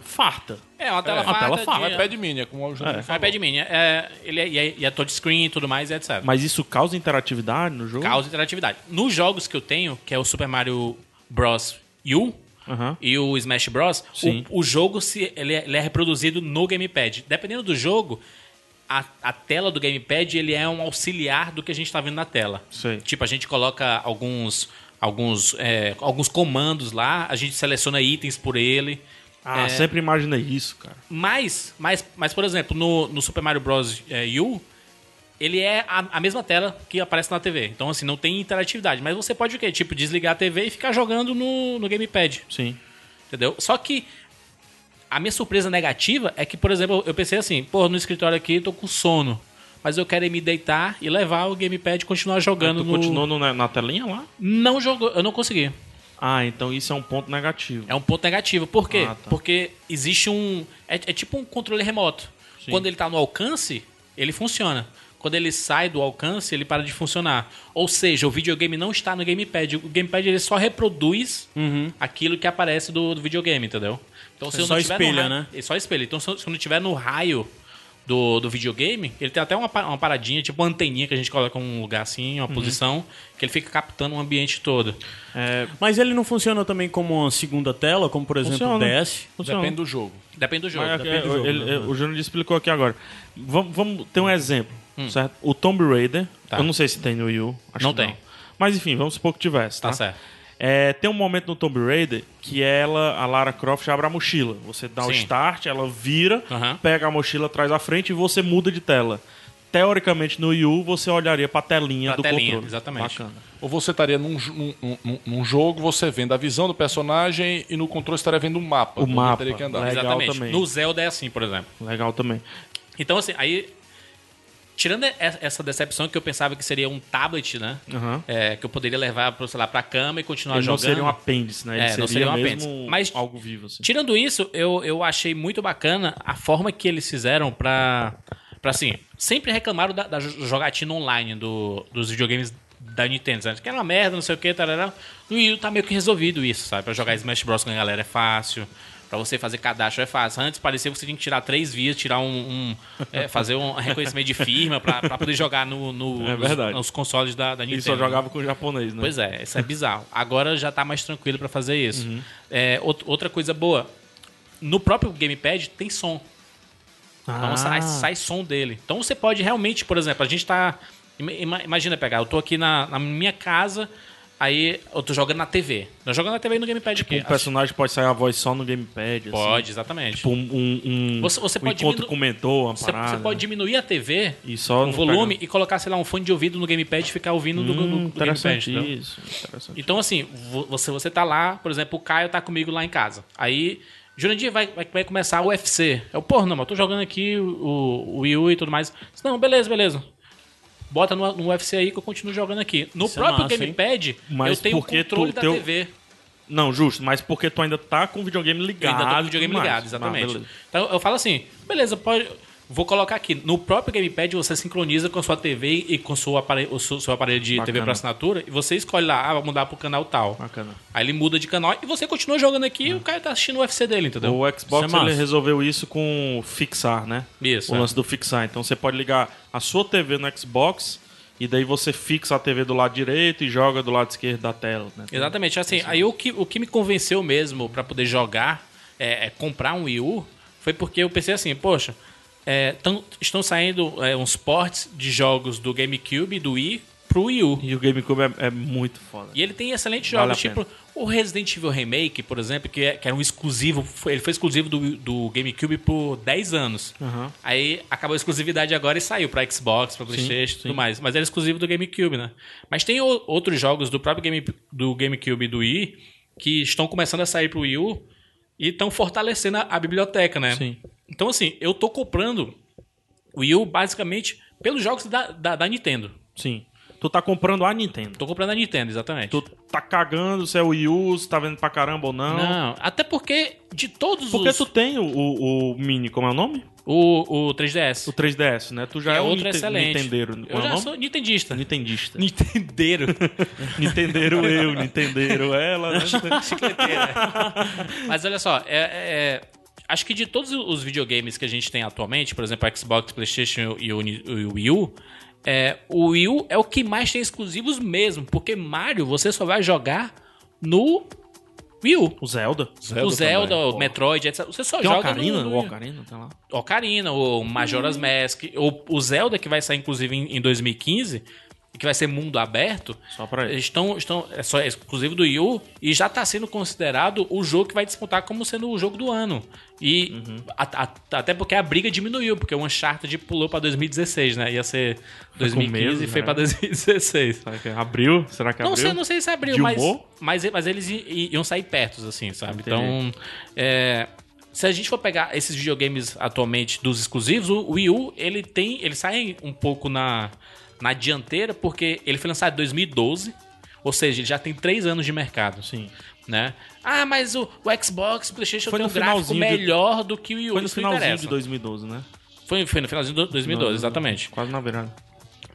Speaker 2: farta.
Speaker 4: É, uma tela
Speaker 2: É, uma
Speaker 4: farta
Speaker 2: tela
Speaker 4: de-
Speaker 2: farta.
Speaker 5: Um iPad mini, é como o Júnior
Speaker 4: Um
Speaker 5: falou.
Speaker 4: iPad mini. É, ele é, e é, e é touchscreen e tudo mais, etc.
Speaker 2: Mas isso causa interatividade no jogo?
Speaker 4: Causa interatividade. Nos jogos que eu tenho, que é o Super Mario Bros. U
Speaker 2: Aham.
Speaker 4: e o Smash Bros.,
Speaker 2: Sim.
Speaker 4: o, o jogo se, ele, é, ele é reproduzido no gamepad. Dependendo do jogo, a, a tela do gamepad ele é um auxiliar do que a gente está vendo na tela.
Speaker 2: Sei.
Speaker 4: Tipo, a gente coloca alguns, alguns, é, alguns comandos lá, a gente seleciona itens por ele.
Speaker 2: Ah,
Speaker 4: É.
Speaker 2: sempre imaginei isso, cara.
Speaker 4: Mas, mas, mas por exemplo, no, no Super Mario Bros. é, U, ele é a, a mesma tela que aparece na TV. Então, assim, não tem interatividade. Mas você pode o quê? Tipo, desligar a TV e ficar jogando no, no gamepad.
Speaker 2: Sim.
Speaker 4: Entendeu? Só que a minha surpresa negativa é que, por exemplo, eu pensei assim, pô, no escritório aqui eu tô com sono. Mas eu quero é me deitar e levar o gamepad e continuar jogando
Speaker 2: Ah, tu
Speaker 4: no...
Speaker 2: continuou no- né, na, na telinha lá?
Speaker 4: Não jogou, eu não consegui.
Speaker 2: Ah, então isso é um ponto negativo.
Speaker 4: É um ponto negativo. Por quê?
Speaker 2: Ah, tá.
Speaker 4: Porque existe um. É, é tipo um controle remoto.
Speaker 2: Sim.
Speaker 4: Quando ele tá no alcance, ele funciona. Quando ele sai do alcance, ele para de funcionar. Ou seja, o videogame não está no gamepad. O gamepad ele só reproduz
Speaker 2: Uhum.
Speaker 4: aquilo que aparece do, do videogame, entendeu? Então
Speaker 2: É
Speaker 3: Só
Speaker 4: tiver no
Speaker 3: espelha,
Speaker 4: raio-
Speaker 3: né?
Speaker 4: Ele só espelha. Então se eu se eu não tiver no raio do, do videogame, ele tem até uma, pa- uma paradinha, tipo uma anteninha que a gente coloca em um lugar assim, uma
Speaker 2: Uhum.
Speaker 4: posição, que ele fica captando o ambiente todo.
Speaker 2: É, Ah.
Speaker 3: Mas ele não funciona também como uma segunda tela, como por exemplo o
Speaker 2: Funciona.
Speaker 3: DS?
Speaker 2: Funciona.
Speaker 5: Depende do jogo.
Speaker 4: Depende do jogo.
Speaker 2: Mas é que
Speaker 3: depende do jogo,
Speaker 2: ele-
Speaker 3: né?
Speaker 2: ele- o Júnior explicou aqui agora. Vamos, vamos ter um exemplo, certo? O Tomb Raider,
Speaker 4: Hum. Tá.
Speaker 2: eu não sei se tem no Wii U. acho
Speaker 4: Não
Speaker 2: que
Speaker 4: tem.
Speaker 2: Mas enfim, vamos supor que tivesse, tá?
Speaker 4: Tá certo.
Speaker 2: É, tem um momento no Tomb Raider que ela, a Lara Croft, abre a mochila. Você dá o
Speaker 4: Sim.
Speaker 2: start, ela vira,
Speaker 4: Aham.
Speaker 2: pega a mochila atrás da frente e você muda de tela. Teoricamente, no Wii U, você olharia pra telinha
Speaker 4: Pra
Speaker 2: do
Speaker 4: telinha,
Speaker 2: controle.
Speaker 4: exatamente.
Speaker 2: Bacana.
Speaker 5: Ou você estaria num, jo- num- num- num jogo, você vendo a visão do personagem e no controle você estaria vendo o mapa.
Speaker 2: O
Speaker 5: onde
Speaker 2: mapa,
Speaker 5: Teria que andar.
Speaker 2: né? Legal
Speaker 4: Exatamente.
Speaker 2: também.
Speaker 4: No Zelda é assim, por exemplo.
Speaker 2: Legal também.
Speaker 4: Então, assim, aí. Tirando e- essa decepção que eu pensava que seria um tablet, né?
Speaker 2: Aham.
Speaker 4: É, que eu poderia levar, pro, sei lá, pra cama e continuar
Speaker 2: Ele não
Speaker 4: Ah, jogando.
Speaker 2: seria um apêndice, né? Ele
Speaker 4: É,
Speaker 2: seria,
Speaker 4: não seria um
Speaker 2: mesmo
Speaker 4: apêndice. Mas-
Speaker 2: algo vivo, assim.
Speaker 4: Tirando isso, eu, eu achei muito bacana a forma que eles fizeram pra. pra assim, sempre reclamaram da, da jo- jogatina online do, dos videogames da Nintendo, sabe? Que era uma merda, não sei o que, tarará. No Wii U tá meio que resolvido isso, sabe? Pra jogar Smash Bros com a galera é fácil. Pra você fazer cadastro é fácil. Antes parecia que você tinha que tirar três vias, tirar um. um, é, fazer um reconhecimento de firma pra, pra poder jogar no, no-
Speaker 2: É verdade.
Speaker 4: nos, nos consoles da, da Nintendo.
Speaker 2: Ele só jogava com o japonês, né?
Speaker 4: Pois é, isso é bizarro. Agora já tá mais tranquilo pra fazer isso.
Speaker 2: Uhum.
Speaker 4: É, out- outra coisa boa, no próprio gamepad tem som. Então
Speaker 2: Ah.
Speaker 4: sai, sai som dele. Então você pode realmente, por exemplo, a gente tá. ima- ima- Imagina pegar, eu tô aqui na, na minha casa, aí eu tô jogando na TV. Nós jogando na TV e no gamepad aqui.
Speaker 2: Um personagem pode sair a voz só no gamepad, assim.
Speaker 4: Pode, exatamente.
Speaker 2: Tipo, um, um, um-
Speaker 4: Você- você
Speaker 2: um
Speaker 4: pode
Speaker 2: encontro
Speaker 4: diminu-
Speaker 2: com o mentor, uma
Speaker 4: Você,
Speaker 2: parada.
Speaker 4: você pode diminuir a TV,
Speaker 2: E só
Speaker 4: o
Speaker 2: não
Speaker 4: volume,
Speaker 2: pega-
Speaker 4: e colocar, sei lá, um fone de ouvido no gamepad e ficar ouvindo do, do,
Speaker 2: Hum,
Speaker 4: do gamepad.
Speaker 2: interessante
Speaker 4: entendeu?
Speaker 2: isso. Interessante.
Speaker 4: Então, assim, vo- você, você tá lá, por exemplo, o Caio tá comigo lá em casa. Aí, Jurandir, vai, vai, vai começar o UFC. Eu, porra, não, mas eu tô jogando aqui o, o Wii U e tudo mais. Disse, Não, beleza, beleza. Bota no, no UFC aí que eu continuo jogando aqui. No
Speaker 3: Isso é
Speaker 4: próprio
Speaker 3: massa, hein?
Speaker 4: Gamepad,
Speaker 2: Mas
Speaker 4: eu tenho o
Speaker 2: porque tu-
Speaker 4: controle da
Speaker 2: teu-
Speaker 4: TV.
Speaker 2: Não, justo, mas porque tu ainda tá com o videogame
Speaker 4: Eu
Speaker 2: ligado.
Speaker 4: ainda tô com o
Speaker 2: e
Speaker 4: videogame
Speaker 2: tudo mais.
Speaker 4: ligado,
Speaker 2: Ah,
Speaker 4: exatamente.
Speaker 2: beleza.
Speaker 4: então eu falo assim, beleza, pode. Vou colocar aqui. No próprio Gamepad você sincroniza com a sua TV e com seu aparelho, o seu, seu aparelho de TV
Speaker 2: Bacana.
Speaker 4: para assinatura e você escolhe lá, ah, vou mudar pro canal tal.
Speaker 2: Bacana.
Speaker 4: Aí ele muda de canal e você continua jogando aqui e o cara tá assistindo o UFC dele, entendeu?
Speaker 2: O Xbox
Speaker 3: Isso é massa.
Speaker 2: ele resolveu isso com fixar, né?
Speaker 4: Isso,
Speaker 2: O
Speaker 4: é.
Speaker 2: lance do fixar. Então você pode ligar a sua TV no Xbox e daí você fixa a TV do lado direito e joga do lado esquerdo da tela, né?
Speaker 4: Exatamente, assim, aí o que, o que me convenceu mesmo pra poder jogar, é, é comprar um Wii U, foi porque eu pensei assim, poxa, é, tão- estão saindo é, uns ports de jogos do GameCube e do Wii pro Wii U.
Speaker 2: E o GameCube é, é muito foda.
Speaker 4: E ele tem excelentes
Speaker 2: Vale
Speaker 4: jogos,
Speaker 2: a pena.
Speaker 4: tipo o Resident Evil Remake, por exemplo, que, é- que era um exclusivo, foi- ele foi exclusivo do, do GameCube por 10 anos.
Speaker 2: Aham.
Speaker 4: Aí acabou a exclusividade agora e saiu pra Xbox, pra PlayStation e
Speaker 2: sim.
Speaker 4: tudo mais. Mas era exclusivo do GameCube, né? Mas tem o- outros jogos do próprio Game, do GameCube e do Wii que estão começando a sair pro Wii U E estão fortalecendo a, a biblioteca, né?
Speaker 2: Sim.
Speaker 4: Então, assim, eu tô comprando o Wii U basicamente pelos jogos da, da, da Nintendo.
Speaker 2: Sim. Tu tá comprando a Nintendo.
Speaker 4: Tô comprando a Nintendo, exatamente.
Speaker 2: Tu tá cagando se é o Wii U, se tá vendo pra caramba ou não.
Speaker 4: Não, até porque de todos
Speaker 2: Porque
Speaker 4: os...
Speaker 2: tu tem o, o, o Mini, como é o nome?
Speaker 4: O, o
Speaker 2: O
Speaker 4: 3DS.
Speaker 2: 3DS, né? Tu já
Speaker 4: é,
Speaker 2: é, um
Speaker 4: outro
Speaker 2: ninte-
Speaker 4: excelente.
Speaker 2: Nintendeiro. Como
Speaker 4: Eu
Speaker 2: é o
Speaker 4: já
Speaker 2: nome?
Speaker 4: sou nintendista.
Speaker 2: Nintendista.
Speaker 4: Nintendeiro.
Speaker 2: Nintendeiro eu, Nintendeiro ela. né?
Speaker 4: Mas olha só, é- é- acho que de todos os videogames que a gente tem atualmente, por exemplo, Xbox, PlayStation e o, Ni- e o Wii U, é, o Wii U é o que mais tem exclusivos mesmo, porque Mario você só vai jogar no Wii U.
Speaker 2: O Zelda.
Speaker 4: o Zelda, o Metroid, etc. Você só
Speaker 2: Tem o
Speaker 4: joga
Speaker 2: Ocarina?
Speaker 4: no,
Speaker 2: O
Speaker 4: no Wii U.
Speaker 2: Ocarina, tá lá.
Speaker 4: Ocarina, o
Speaker 2: Uhum.
Speaker 4: Majora's Mask, o, o Zelda que vai sair inclusive em, em 2015, que vai ser mundo aberto,
Speaker 2: Só pra ele.
Speaker 4: estão, estão é só é exclusivo do Yu e já está sendo considerado o jogo que vai disputar como sendo o jogo do ano. E
Speaker 2: Uhum.
Speaker 4: a- a- até porque a briga diminuiu, porque o Uncharted pulou para 2016, né? Ia ser
Speaker 2: Tá com
Speaker 4: 2015 e
Speaker 2: medo,
Speaker 4: foi
Speaker 2: né?
Speaker 4: para 2016.
Speaker 2: Será que abriu? Será que abriu?
Speaker 4: Não sei, não sei se abriu, mas,
Speaker 2: Dilmou?
Speaker 4: mas, mas eles i- i- iam sair perto, assim, sabe?
Speaker 2: Entendi.
Speaker 4: Então, é, se a gente for pegar esses videogames atualmente dos exclusivos, o Wii U, ele tem, ele sai um pouco na, na dianteira, porque ele foi lançado em 2012, ou seja, ele já tem três anos de mercado,
Speaker 2: Sim.
Speaker 4: né? Ah, mas o, o Xbox, o Playstation
Speaker 2: Foi
Speaker 4: tem um
Speaker 2: no
Speaker 4: gráfico
Speaker 2: finalzinho de-
Speaker 4: melhor do que o Wii U,
Speaker 2: Foi no
Speaker 4: isso não
Speaker 2: finalzinho
Speaker 4: interessa.
Speaker 2: de 2012, né?
Speaker 4: Foi, foi no finalzinho de 2012,
Speaker 2: Não,
Speaker 4: exatamente.
Speaker 2: Quase na virada.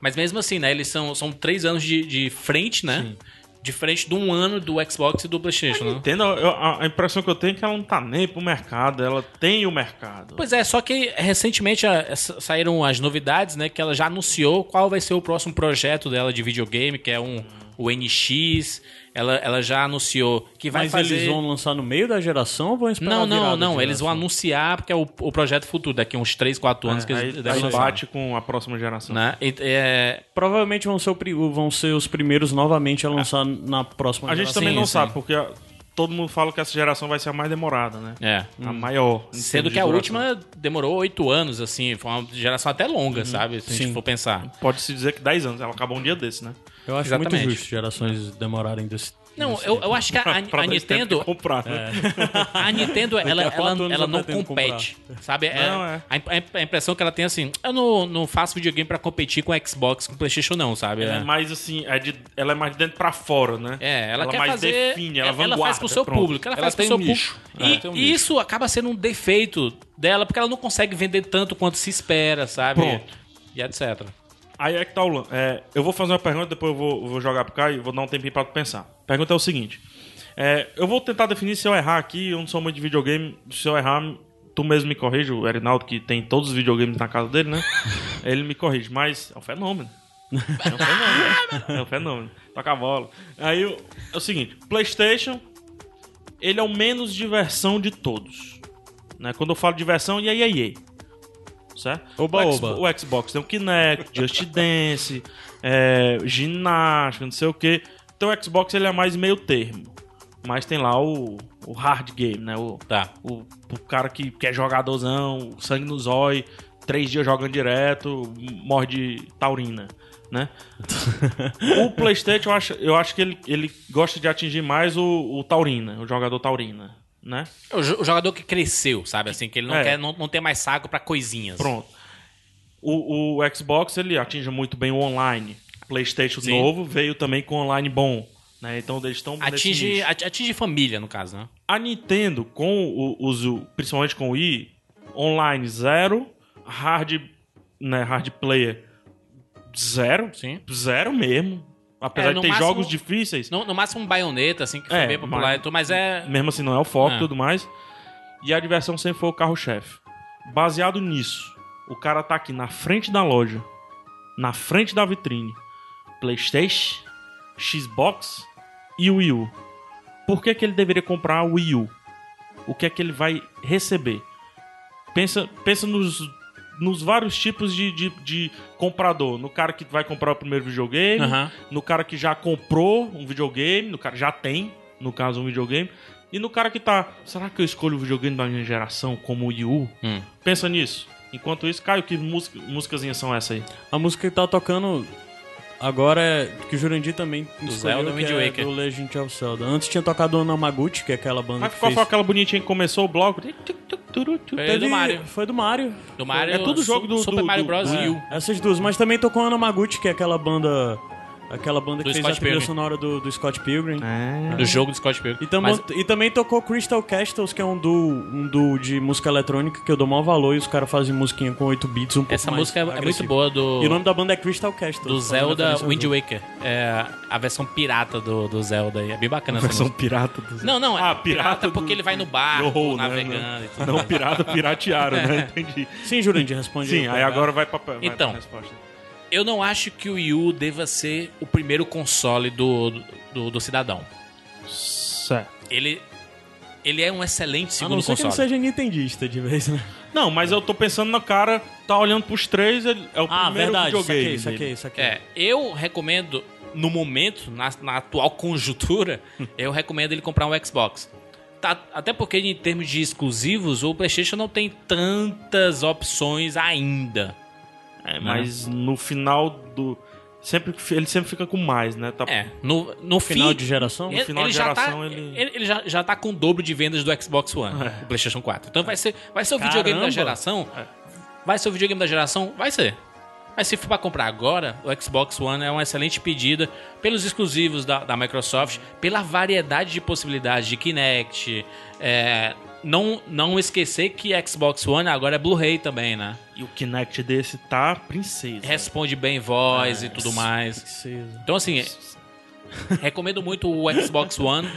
Speaker 4: Mas mesmo assim, né? Eles são, são três anos de, de frente, né? De frente de um ano do Xbox e do PlayStation, né?
Speaker 2: Entenda, eu- a, a impressão que eu tenho é que ela não tá nem pro mercado, ela tem o mercado.
Speaker 4: Pois é, só que recentemente a- essa- saíram as novidades, né? Que ela já anunciou qual vai ser o próximo projeto dela de videogame, que é um o NX. Ela, ela já anunciou que vai
Speaker 3: Mas
Speaker 4: fazer.
Speaker 3: eles vão lançar no meio da geração ou vão esperar
Speaker 4: Não,
Speaker 3: a virada
Speaker 4: não, não.
Speaker 3: de
Speaker 4: Eles vão
Speaker 3: geração? É,
Speaker 4: anunciar porque é o, o projeto futuro, daqui uns 3, 4 anos que
Speaker 2: aí,
Speaker 4: eles
Speaker 2: aí
Speaker 4: devem lançar.
Speaker 2: bate com a próxima geração.
Speaker 4: Né? E- é,
Speaker 3: Provavelmente vão ser, o pri- vão ser os primeiros novamente a lançar na
Speaker 2: A
Speaker 3: próxima
Speaker 2: gente
Speaker 3: geração.
Speaker 2: também não
Speaker 4: sim.
Speaker 2: sabe, porque a- todo mundo fala que essa geração vai ser a mais demorada, né?
Speaker 4: é.
Speaker 2: A maior. em
Speaker 4: Sendo
Speaker 2: termos
Speaker 4: que
Speaker 2: de
Speaker 4: a
Speaker 2: duração.
Speaker 4: última demorou oito anos, assim, foi uma geração até longa,
Speaker 2: Uhum.
Speaker 4: sabe? Se a gente for pensar.
Speaker 2: Pode-se dizer que 10 anos, ela acabou um dia desse, né?
Speaker 3: Eu acho
Speaker 4: Exatamente.
Speaker 3: muito justo gerações demorarem desse.
Speaker 4: Não, eu, eu acho que a, a-
Speaker 2: Pra
Speaker 4: a
Speaker 2: dar esse tempo
Speaker 4: Nintendo,
Speaker 2: de comprar, né?
Speaker 4: a Nintendo ela,
Speaker 3: Daqui a quatro
Speaker 4: ela,
Speaker 3: anos
Speaker 4: ela
Speaker 3: eu
Speaker 4: não
Speaker 3: pretendo
Speaker 4: compete, sabe? É-
Speaker 2: Não, é.
Speaker 4: A, imp- a imp- a impressão que ela tem é assim, eu não, não faço videogame pra competir com Xbox, com PlayStation não, sabe?
Speaker 2: Ela é
Speaker 4: É,
Speaker 2: mais assim, é de- ela é mais de dentro pra fora, né?
Speaker 4: É, ela, quer
Speaker 2: mais
Speaker 4: fazer, é,
Speaker 2: define, ela, é
Speaker 4: ela faz pro seu
Speaker 2: pronto.
Speaker 4: público, ela,
Speaker 5: Ela
Speaker 4: faz pro
Speaker 5: tem
Speaker 4: seu
Speaker 5: um nicho.
Speaker 4: público. E,
Speaker 5: Ela tem um
Speaker 4: e
Speaker 5: nicho.
Speaker 4: isso acaba sendo um defeito dela, porque ela não consegue vender tanto quanto se espera, sabe?
Speaker 2: Pronto.
Speaker 4: E etc.
Speaker 2: Aí é que tá o lan- é, Eu vou fazer uma pergunta, depois eu vou, vou jogar pro Caio e vou dar um tempinho pra tu pensar. A pergunta é o seguinte: é, eu vou tentar definir se eu errar aqui, eu não sou muito de videogame, se eu errar, tu mesmo me corrige, o Erinaldo, que tem todos os videogames na casa dele, né? Ele me corrige, mas é um fenômeno. É um fenômeno. é um fenômeno. Toca a bola. Aí o- é o seguinte: PlayStation, ele é o menos diversão de todos. Né? Quando eu falo diversão, e aí, aí, Certo?
Speaker 3: Oba,
Speaker 2: o, Xbox,
Speaker 3: oba.
Speaker 2: o Xbox tem o Kinect, Just Dance, é, ginástica, não sei o que. Então o Xbox ele é mais meio termo. Mas tem lá o, o hard game, né? O,
Speaker 4: Tá.
Speaker 2: o, o cara que, que é jogadorzão, sangue no zóio, três dias jogando direto, morre de taurina, né? o Playstation, eu acho, eu acho que ele, ele gosta de atingir mais o, o taurina, o jogador taurina, né?
Speaker 4: O jo- o jogador que cresceu, sabe? Assim, que ele não
Speaker 2: É.
Speaker 4: quer não, não ter mais saco pra coisinhas.
Speaker 2: Pronto. O, o Xbox, ele atinge muito bem o online. Playstation
Speaker 4: Sim.
Speaker 2: novo veio também com online bom, né? Então eles estão nesse
Speaker 4: Atinge,
Speaker 2: nicho.
Speaker 4: at- atinge família, no caso, né?
Speaker 2: A Nintendo, com o uso, principalmente com o i, online zero, hard, né, hard player zero,
Speaker 4: Sim.
Speaker 2: zero mesmo. Apesar
Speaker 4: É,
Speaker 2: de
Speaker 4: no
Speaker 2: ter
Speaker 4: máximo-
Speaker 2: jogos difíceis,
Speaker 4: No, no máximo um baioneta, assim, que foi
Speaker 2: É,
Speaker 4: bem popular
Speaker 2: mas-
Speaker 4: e tudo, mas é.
Speaker 2: mesmo assim não é o foco e
Speaker 4: É.
Speaker 2: tudo mais. E a diversão sempre foi o carro-chefe. Baseado nisso, o cara tá aqui na frente da loja, na frente da vitrine, Playstation, Xbox e Wii U. Por que, que ele deveria comprar a Wii U? O que é que ele vai receber? Pensa, pensa nos, nos vários tipos de, de, de comprador. No cara que vai comprar o primeiro videogame,
Speaker 4: Aham.
Speaker 2: no cara que já comprou um videogame, no cara que já tem, no caso, um videogame, e no cara que tá, será que eu escolho o videogame da minha geração como o Wii U?
Speaker 4: Hum.
Speaker 2: Pensa
Speaker 4: É
Speaker 2: nisso. Enquanto isso, Caio, que música, músicazinha são essa aí?
Speaker 3: A música que tá tocando Agora é que o Jurandir também escolheu,
Speaker 4: Zelda
Speaker 3: que
Speaker 4: Wind
Speaker 3: é
Speaker 4: Waker.
Speaker 3: do Legend of Zelda. Antes tinha tocado o Namaguchi, que é aquela banda
Speaker 2: Mas
Speaker 3: que
Speaker 2: qual
Speaker 3: fez...
Speaker 2: foi aquela bonitinha que começou o bloco?
Speaker 4: É do Mario.
Speaker 3: Foi do Mario.
Speaker 4: Do Mario,
Speaker 2: É tudo jogo do-
Speaker 4: Super
Speaker 2: do-
Speaker 4: Mario
Speaker 2: do-
Speaker 4: Bros.
Speaker 2: do-
Speaker 4: e o
Speaker 3: Essas duas, mas também tocou a Namaguchi, que é aquela banda... Aquela banda
Speaker 4: Do
Speaker 3: que fez
Speaker 4: Scott
Speaker 3: a trilha
Speaker 4: Pilgrim.
Speaker 3: sonora do, do Scott Pilgrim.
Speaker 2: É.
Speaker 4: do jogo do Scott Pilgrim.
Speaker 3: E,
Speaker 2: Então,
Speaker 3: tamo-
Speaker 4: Mas
Speaker 3: e também tocou Crystal Castles, que é um duo, um duo de música eletrônica que eu dou maior valor e os caras fazem musiquinha com 8 bits, um pouco
Speaker 4: essa
Speaker 3: mais
Speaker 4: música é- é muito
Speaker 3: agressivo.
Speaker 4: boa
Speaker 3: E o nome
Speaker 4: do,
Speaker 3: da banda é Crystal Castles. fazendo
Speaker 4: do Zelda
Speaker 3: referência ao
Speaker 4: Wind
Speaker 3: jogo.
Speaker 4: Waker. É a versão pirata do, do Zelda. aí. É bem bacana essa
Speaker 2: Versão
Speaker 4: música.
Speaker 2: pirata dos.
Speaker 4: Não, não, é
Speaker 2: Ah,
Speaker 4: pirata,
Speaker 2: pirata do-
Speaker 4: porque ele vai no barco,
Speaker 2: Yoho, né?
Speaker 4: navegando e tudo.
Speaker 2: Não, pirata, piratearam, né? Entendi.
Speaker 3: Sim, Jurandir, responde.
Speaker 2: Sim, aí agora vai pra, vai
Speaker 4: Então.
Speaker 2: pra resposta.
Speaker 4: Eu não acho que o Wii U deva ser o primeiro console do, do, do cidadão.
Speaker 2: Certo.
Speaker 4: Ele, ele é um excelente
Speaker 3: A
Speaker 4: segundo
Speaker 3: não ser que ele
Speaker 4: console.
Speaker 3: seja nintendista de vez, né?
Speaker 2: Não, mas eu tô pensando no cara, tá olhando pros três, ele é o
Speaker 3: Ah,
Speaker 2: primeiro
Speaker 3: verdade.
Speaker 2: videogame.
Speaker 3: Saquei, saquei, saquei.
Speaker 4: É, eu recomendo, no momento, na, na atual conjuntura, eu recomendo ele comprar um Xbox. Tá, até porque, em termos de exclusivos, o PlayStation não tem tantas opções ainda. Né?
Speaker 2: É, mas no final do. Sempre, ele sempre fica com mais, né? Tá
Speaker 4: É, no, no
Speaker 3: Final
Speaker 4: fim,
Speaker 3: de geração?
Speaker 4: ele,
Speaker 2: final
Speaker 4: ele
Speaker 2: de
Speaker 4: já
Speaker 2: geração,
Speaker 4: tá,
Speaker 2: ele-
Speaker 4: ele... ele já, já tá com o dobro de vendas do Xbox One, do PlayStation 4. Então vai ser, vai ser o videogame
Speaker 3: Caramba!
Speaker 4: da geração. Vai ser o videogame da geração? Vai ser. Mas se for pra comprar agora, o Xbox One é uma excelente pedida pelos exclusivos da, da Microsoft, pela variedade de possibilidades de Kinect. é, não, não esquecer que Xbox One agora é Blu-ray também, né?
Speaker 2: E o Kinect desse tá princesa.
Speaker 4: Responde bem voz e tudo mais. Então, assim, é- recomendo muito o Xbox One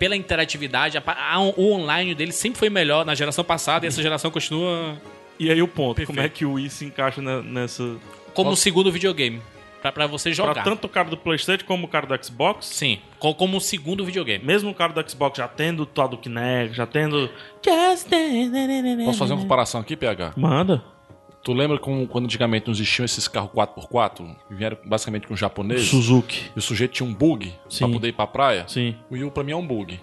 Speaker 4: pela interatividade. a pa- a- o online dele sempre foi melhor na geração passada e essa geração continua
Speaker 2: E aí o ponto, como é que o Wii se encaixa na- nessa...
Speaker 4: como um segundo videogame Pra- pra você
Speaker 2: Pra
Speaker 4: jogar.
Speaker 2: tanto o cara do Playstation como o cara do Xbox,
Speaker 4: Sim, co- como um segundo videogame.
Speaker 2: mesmo o cara do Xbox já tendo o tal do Kinect, já tendo...
Speaker 5: Posso fazer uma comparação aqui, PH?
Speaker 2: Manda.
Speaker 5: Tu lembra com- quando antigamente não existiam esses carros 4x4? Que vieram basicamente com um japonês?
Speaker 2: Suzuki.
Speaker 5: E o sujeito tinha um bug pra
Speaker 2: Sim.
Speaker 5: poder ir pra praia?
Speaker 2: Sim.
Speaker 5: O Wii U pra mim é um bug.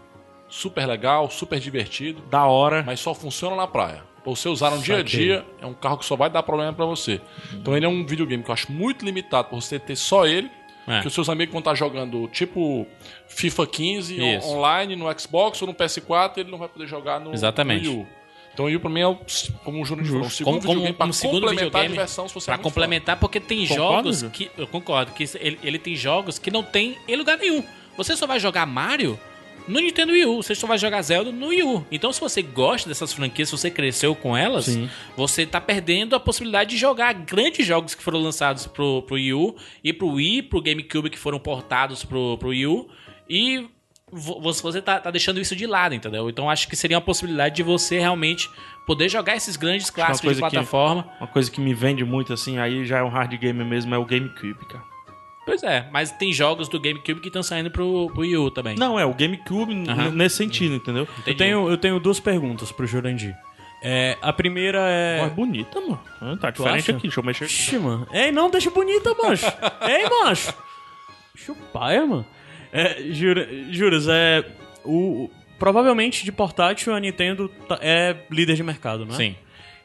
Speaker 5: Super legal, super divertido,
Speaker 2: Da hora.
Speaker 5: mas só funciona na praia. Pra você usar no dia a dia, é um carro que só vai dar problema pra você. Então ele é um videogame que eu acho muito limitado pra você ter só ele.
Speaker 4: É.
Speaker 5: Que os seus amigos vão estar jogando tipo FIFA 15 on-
Speaker 4: Isso.
Speaker 5: online no Xbox ou no PS4, ele não vai poder jogar no,
Speaker 4: Exatamente.
Speaker 5: no Wii U. Então o Wii U pra mim é, o- como o Júnior falou, um segundo
Speaker 4: Como, como
Speaker 5: videogame pra
Speaker 4: um segundo
Speaker 5: complementar a
Speaker 4: videogame
Speaker 5: diversão se você é
Speaker 4: pra
Speaker 5: muito fã.
Speaker 4: complementar, porque tem
Speaker 2: Concorda,
Speaker 4: jogos
Speaker 2: Ju?
Speaker 4: que. Eu concordo, que ele, ele tem jogos que não tem em lugar nenhum. Você só vai jogar Mario no Nintendo Wii U, você só vai jogar Zelda no Wii U. Então, se você gosta dessas franquias, se você cresceu com elas, você tá perdendo a possibilidade de jogar grandes jogos que foram lançados pro, pro Wii U e pro Wii, pro GameCube que foram portados pro, pro Wii U. E vo- vo- você tá, tá deixando isso de lado, entendeu? Então acho que seria uma possibilidade de você realmente poder jogar esses grandes clássicos de
Speaker 2: coisa que-
Speaker 4: plataforma.
Speaker 2: Uma coisa que me vende muito, assim, aí já é um hard game mesmo, é o GameCube, cara.
Speaker 4: Pois é, mas tem jogos do GameCube que estão saindo pro, pro Wii U também.
Speaker 2: Não, é o GameCube n-
Speaker 4: Aham.
Speaker 2: nesse sentido, entendeu?
Speaker 3: Eu tenho, eu tenho duas perguntas pro Jurandir. É, a primeira
Speaker 2: É
Speaker 3: é...
Speaker 2: bonita, mano. Ah, Tá
Speaker 3: Tu
Speaker 2: diferente
Speaker 3: acha?
Speaker 2: aqui, deixa eu mexer aqui.
Speaker 3: Ixi, mano. Ei, não, deixa bonita, macho. Ei, macho. Chupaia, mano. É, jura, juras, é... O, o- provavelmente de portátil a Nintendo tá- é líder de mercado, né?
Speaker 4: Sim.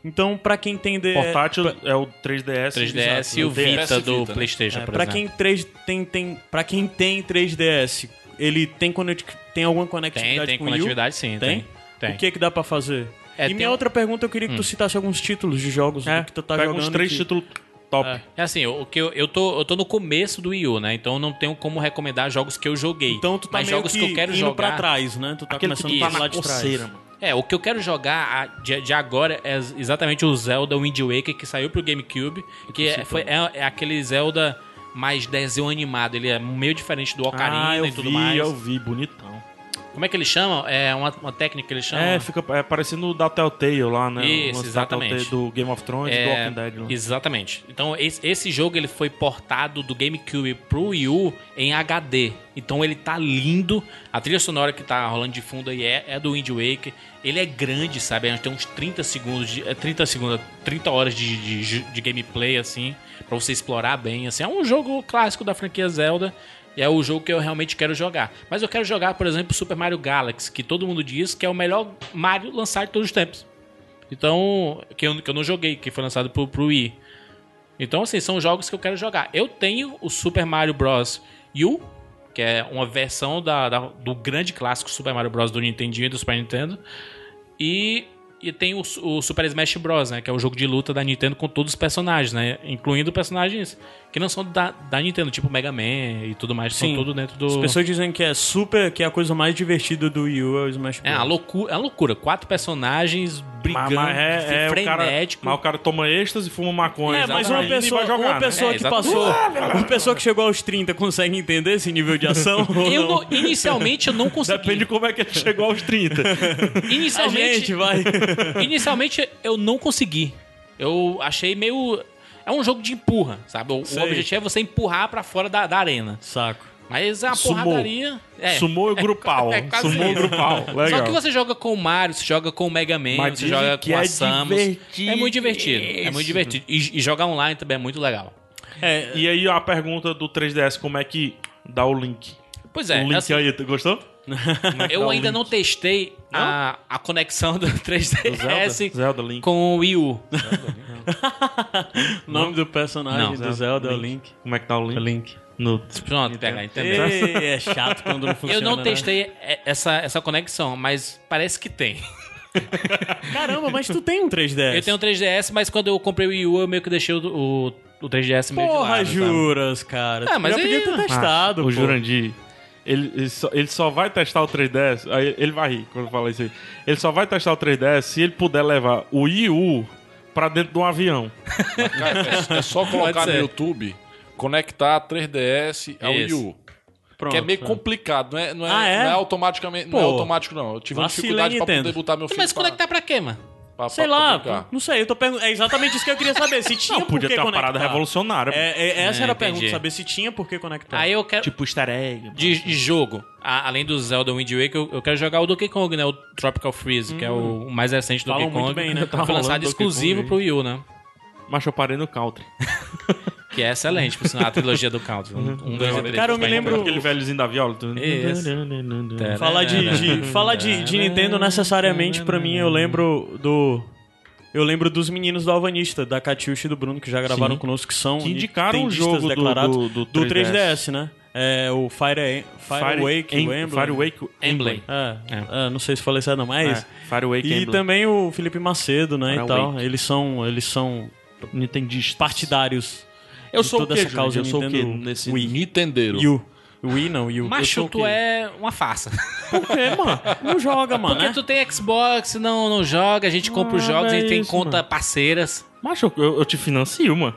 Speaker 3: Então, pra quem entender...
Speaker 2: Portátil é o 3DS.
Speaker 4: 3DS e
Speaker 2: exato,
Speaker 4: o
Speaker 2: né?
Speaker 4: Vita
Speaker 5: PS
Speaker 4: do
Speaker 5: Vita, né?
Speaker 4: PlayStation,
Speaker 3: É,
Speaker 4: por
Speaker 3: pra
Speaker 4: exemplo.
Speaker 3: quem, 3, tem, tem, pra quem tem 3DS, ele tem, conex- tem alguma
Speaker 4: Tem,
Speaker 3: conectividade
Speaker 4: tem
Speaker 3: com o Wii U?
Speaker 4: conectividade, sim. Tem?
Speaker 3: O que é que dá pra fazer? e
Speaker 4: É, tem
Speaker 3: minha
Speaker 4: um-
Speaker 3: outra pergunta, eu queria que tu citasse alguns títulos de jogos
Speaker 2: É,
Speaker 3: do que tu tá
Speaker 2: pega
Speaker 3: jogando.
Speaker 2: uns três
Speaker 3: que-
Speaker 2: títulos top. Tá
Speaker 4: É assim, o que eu, eu, tô, eu tô no começo do Wii U, né? Então eu não tenho como recomendar jogos que eu joguei.
Speaker 3: Então tu tá
Speaker 4: mas
Speaker 3: meio
Speaker 4: jogos que,
Speaker 3: que,
Speaker 4: eu quero
Speaker 3: indo
Speaker 4: jogar.
Speaker 3: pra trás, né? Tu tá
Speaker 2: Aquele
Speaker 3: começando
Speaker 2: que
Speaker 3: pra
Speaker 2: tá
Speaker 3: lá
Speaker 2: na
Speaker 3: de trás.
Speaker 2: coceira, mano.
Speaker 4: É, o que eu quero jogar a- de, de agora é ex- exatamente o Zelda Wind Waker que saiu pro GameCube, que é, foi, é, é aquele Zelda mais desenho animado, ele é meio diferente do Ocarina
Speaker 2: ah, eu
Speaker 4: e tudo
Speaker 2: vi,
Speaker 4: mais.
Speaker 2: eu vi, bonitão.
Speaker 4: Como é que eles chamam? É uma, uma técnica que eles chamam?
Speaker 2: É, fica é, parecendo o da Telltale lá, né?
Speaker 4: Isso,
Speaker 2: O lance da
Speaker 4: exatamente.
Speaker 2: Telltale do Game of Thrones e do
Speaker 4: É,
Speaker 2: Walking Dead né? lá.
Speaker 4: Exatamente. Então, esse, esse jogo ele foi portado do GameCube pro Wii U em HD. Então, ele tá lindo. A trilha sonora que tá rolando de fundo aí é, é do Wind Waker. Ele é grande, sabe? A gente tem uns 30 segundos, de, é, 30 segundos, 30 horas de, de, ju- de gameplay, assim, pra você explorar bem. Assim. É um jogo clássico da franquia Zelda. E é o jogo que eu realmente quero jogar. Mas eu quero jogar, por exemplo, Super Mario Galaxy, que todo mundo diz que é o melhor Mario lançado de todos os tempos. Então, que eu, que eu não joguei, que foi lançado pro, pro Wii. Então, assim, são jogos que eu quero jogar. Eu tenho o Super Mario Bros. U, que é uma versão da, da- do grande clássico Super Mario Bros. do Nintendinho e do Super Nintendo. E, e tem o, Su- o Super Smash Bros., né? Que é o jogo de luta da Nintendo com todos os personagens, né? Incluindo personagens que não são da, da Nintendo, tipo Mega Man e tudo mais.
Speaker 3: Sim.
Speaker 4: São tudo dentro do...
Speaker 3: As pessoas dizem que é super, que é a coisa mais divertida do Wii U é o Smash
Speaker 4: É
Speaker 3: Bros.
Speaker 4: uma loucura, é uma loucura. Quatro personagens
Speaker 2: Mas,
Speaker 4: brigando,
Speaker 2: mas é, é o cara,
Speaker 4: frenético.
Speaker 2: mas o cara toma êxtase, fuma maconha.
Speaker 3: É, mas uma
Speaker 2: cocaína e
Speaker 3: pessoa,
Speaker 2: vai jogar,
Speaker 3: uma
Speaker 2: né?
Speaker 3: pessoa
Speaker 4: É,
Speaker 3: que
Speaker 4: exatamente.
Speaker 3: passou, uma pessoa que chegou aos 30 consegue entender esse nível de ação? ou não?
Speaker 4: Eu não- inicialmente eu não consegui.
Speaker 2: Depende de como é que ele chegou aos 30.
Speaker 3: A
Speaker 4: Inicialmente,
Speaker 3: gente vai.
Speaker 4: Inicialmente eu não consegui. Eu achei meio. É um jogo de empurra, sabe? O, o
Speaker 3: Sei.
Speaker 4: objetivo é você empurrar pra fora da, da arena.
Speaker 3: Saco.
Speaker 4: Mas é uma
Speaker 2: Sumou.
Speaker 4: porradaria. É.
Speaker 2: Sumou o grupal.
Speaker 4: é quase
Speaker 2: Sumou o
Speaker 4: isso.
Speaker 2: grupal.
Speaker 4: Só
Speaker 2: Legal.
Speaker 4: que você joga com o Mario, você joga com o Mega Man,
Speaker 2: Mas
Speaker 4: você
Speaker 2: dizem
Speaker 4: joga
Speaker 2: que
Speaker 4: com a
Speaker 2: é
Speaker 4: Samus. É muito divertido. É
Speaker 2: divertidíssimo.
Speaker 4: muito divertido. E, e jogar online também é muito legal.
Speaker 3: É,
Speaker 2: E aí a pergunta do 3DS, como é que dá o link?
Speaker 4: Pois é,
Speaker 2: o link é
Speaker 4: assim,
Speaker 2: aí, tu gostou?
Speaker 4: eu ainda não testei a, a conexão do 3DS
Speaker 2: Zelda? Zelda Link.
Speaker 4: com o Wii U.
Speaker 3: o nome do personagem
Speaker 4: Não.
Speaker 3: do Zelda é o Link.
Speaker 2: Como é que tá o link?
Speaker 3: Link.
Speaker 2: No...
Speaker 4: Pronto, pega, entendeu?
Speaker 3: Ei, é chato quando não funciona.
Speaker 4: Eu não
Speaker 3: né?
Speaker 4: testei e- essa, essa conexão, mas parece que tem.
Speaker 3: Caramba, mas tu tem um 3DS.
Speaker 4: Eu tenho um 3DS, mas quando eu comprei o Wii U, eu meio que deixei o, o, o 3DS meio de
Speaker 3: Porra,
Speaker 4: lado, sabe?
Speaker 3: juras, cara.
Speaker 4: É,
Speaker 3: Tu
Speaker 4: mas
Speaker 3: já
Speaker 4: aí-
Speaker 3: podia ter testado.
Speaker 2: Ah, o
Speaker 3: pô.
Speaker 2: Jurandir, ele, ele, só, ele só vai testar o 3DS... Aí ele vai rir quando eu falar isso aí. Ele só vai testar o 3DS se ele puder levar o Wii U pra dentro de um avião.
Speaker 5: Cara, é, é só colocar
Speaker 4: Pode
Speaker 5: no
Speaker 4: ser.
Speaker 5: YouTube, conectar 3DS ao é Wii
Speaker 4: Isso.
Speaker 5: U.
Speaker 3: Pronto,
Speaker 5: que é meio
Speaker 3: pronto.
Speaker 5: complicado, não é, não é,
Speaker 3: Ah, é?
Speaker 5: não é automaticamente. não é
Speaker 3: Pô,
Speaker 5: automático, não. Eu tive uma
Speaker 3: vacila,
Speaker 5: dificuldade
Speaker 3: hein,
Speaker 5: pra
Speaker 3: Nintendo?
Speaker 5: poder botar meu filho.
Speaker 4: Mas
Speaker 5: pra-
Speaker 4: conectar pra quê, mano?
Speaker 5: pra-
Speaker 3: é tá- Sei
Speaker 5: pra
Speaker 3: lá,
Speaker 5: brincar.
Speaker 3: não sei, eu tô perguntando. É exatamente isso que eu queria saber. Se tinha
Speaker 2: Não, podia
Speaker 3: por que
Speaker 2: ter uma
Speaker 3: conectar.
Speaker 2: parada revolucionária.
Speaker 3: É, é- essa
Speaker 4: É,
Speaker 3: era a
Speaker 4: entendi.
Speaker 3: pergunta, saber se tinha por que conectar.
Speaker 4: Aí eu quero.
Speaker 2: Tipo easter egg.
Speaker 4: de, de jogo, a- além do Zelda Wind Waker, eu, eu quero jogar o Donkey Kong, né? O Tropical Freeze, que é o, o mais recente do
Speaker 3: Hum. Falam
Speaker 4: Donkey Kong.
Speaker 3: muito bem, né? Tá
Speaker 4: Foi
Speaker 2: rolando
Speaker 4: lançado
Speaker 2: Donkey
Speaker 4: exclusivo
Speaker 2: Kong
Speaker 4: pro Wii U, né?
Speaker 2: Mas eu parei no country.
Speaker 4: Que é excelente, por sinal, a trilogia do Country. Um, um dois e três.
Speaker 3: Uhum. Cara, eu me
Speaker 4: Vai
Speaker 3: lembro-
Speaker 4: embora.
Speaker 2: Aquele velhozinho da viola. tu- É.
Speaker 4: Isso. É.
Speaker 3: Falar
Speaker 4: Né,
Speaker 3: de, de- falar de, de
Speaker 2: né,
Speaker 3: Nintendo necessariamente pra mim eu lembro do eu lembro dos meninos do Alvanista, da Catiuxa e do Bruno que já gravaram
Speaker 2: Sim.
Speaker 3: conosco que são
Speaker 2: Que indicaram um
Speaker 3: nintendistas
Speaker 2: jogo do-
Speaker 3: declarados
Speaker 2: do- do
Speaker 3: 3DS, né? É o Fire Em- Fire Wake,
Speaker 2: Em-
Speaker 3: o Emblem.
Speaker 2: Fire Wake
Speaker 4: Emblem.
Speaker 3: É, é, não sei se falei certo não, mas
Speaker 2: É, Fire Wake
Speaker 3: E
Speaker 2: Emblem.
Speaker 3: também o Felipe Macedo, né,
Speaker 2: Fire
Speaker 3: e tal.
Speaker 2: Wake.
Speaker 3: Eles são eles são
Speaker 2: Nintendista.
Speaker 3: partidários
Speaker 2: Eu
Speaker 3: de
Speaker 2: sou
Speaker 3: toda
Speaker 2: o quê,
Speaker 3: essa causa
Speaker 2: Jurandir? Eu sou o
Speaker 3: Nintendo
Speaker 2: quê nesse-
Speaker 3: Wii.
Speaker 5: Nintendeiro.
Speaker 3: Yu. Wii não, Yu. Eu sou
Speaker 4: Macho,
Speaker 3: o
Speaker 4: tu
Speaker 3: quê?
Speaker 4: é uma farsa.
Speaker 3: Por quê, mano? Não joga, mano,
Speaker 4: Porque
Speaker 3: né?
Speaker 4: tu tem Xbox, não, não joga, a gente compra os
Speaker 2: Ah,
Speaker 4: jogos, a gente
Speaker 2: é
Speaker 4: tem
Speaker 2: isso,
Speaker 4: conta
Speaker 2: mano.
Speaker 4: parceiras.
Speaker 2: Macho, eu, eu te financio, mano.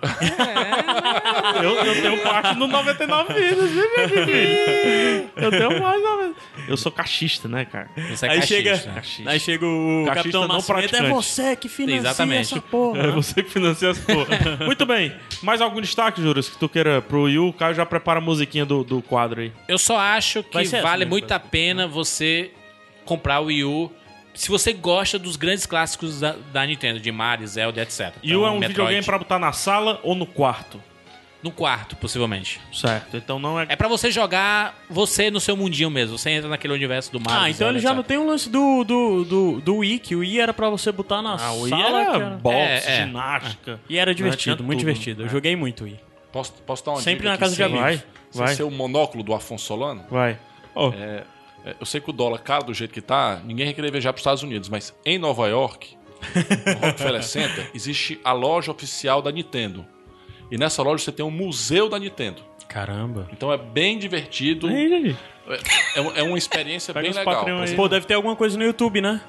Speaker 3: É.
Speaker 2: eu, eu tenho parte no 99 vidas, viu, meu filho? Eu tenho mais ou menos. Eu sou cachista, né, cara?
Speaker 4: Você é
Speaker 3: aí,
Speaker 4: cachista.
Speaker 3: chega, aí chega o
Speaker 2: Cachista
Speaker 3: Capitão
Speaker 2: não
Speaker 3: Nascimento, é
Speaker 2: praticante.
Speaker 3: você que financia
Speaker 4: Exatamente.
Speaker 3: essa
Speaker 2: É
Speaker 3: porra.
Speaker 2: você que financia as porra. Muito bem. Mais algum destaque, Juras, que tu queira pro Yu? O Caio já prepara a musiquinha do, do quadro aí.
Speaker 4: Eu só acho que
Speaker 3: Vai ser essa
Speaker 4: vale
Speaker 3: mesmo,
Speaker 4: muito
Speaker 3: vai
Speaker 4: a pena você comprar o Wii U se você gosta dos grandes clássicos da, da Nintendo, de Mario, Zelda, etc.
Speaker 2: Yu é um
Speaker 4: Metroid.
Speaker 2: videogame pra botar na sala ou no quarto?
Speaker 4: No quarto, possivelmente.
Speaker 2: Certo. Então não é.
Speaker 4: É pra você jogar você no seu mundinho mesmo. Você entra naquele universo do Mario.
Speaker 3: Ah, então
Speaker 4: Zelda,
Speaker 3: ele já não
Speaker 4: etc.
Speaker 3: tem um lance do, do, do, do Wii, que o Wii era pra você botar na
Speaker 2: Ah,
Speaker 3: sala.
Speaker 2: o Wii era
Speaker 3: cara.
Speaker 2: boxe,
Speaker 4: É, é.
Speaker 2: ginástica.
Speaker 3: E era
Speaker 2: Tinha
Speaker 3: divertido, muito
Speaker 2: tudo. né?
Speaker 3: divertido. Eu joguei muito Wii.
Speaker 5: Posso, posso dar uma
Speaker 3: Sempre
Speaker 5: dica
Speaker 3: na
Speaker 5: aqui
Speaker 3: casa de
Speaker 5: sem-
Speaker 3: amigos.
Speaker 2: Vai,
Speaker 5: Sem
Speaker 2: vai,
Speaker 3: é
Speaker 5: ser é o monóculo do Afonso Solano?
Speaker 2: vai. Ó,
Speaker 5: É, Eu sei que o dólar caro do jeito que tá, ninguém vai querer viajar para os Estados Unidos, mas em Nova York, no Rockefeller Center, existe a loja oficial da Nintendo. E nessa loja você tem um museu da Nintendo.
Speaker 3: Caramba.
Speaker 5: Então é bem divertido, é,
Speaker 2: Aí, aí.
Speaker 5: é um- é uma experiência
Speaker 2: Pega
Speaker 5: bem
Speaker 2: os
Speaker 5: legal.
Speaker 2: Patreon aí.
Speaker 3: Pô, deve ter alguma coisa no YouTube, né?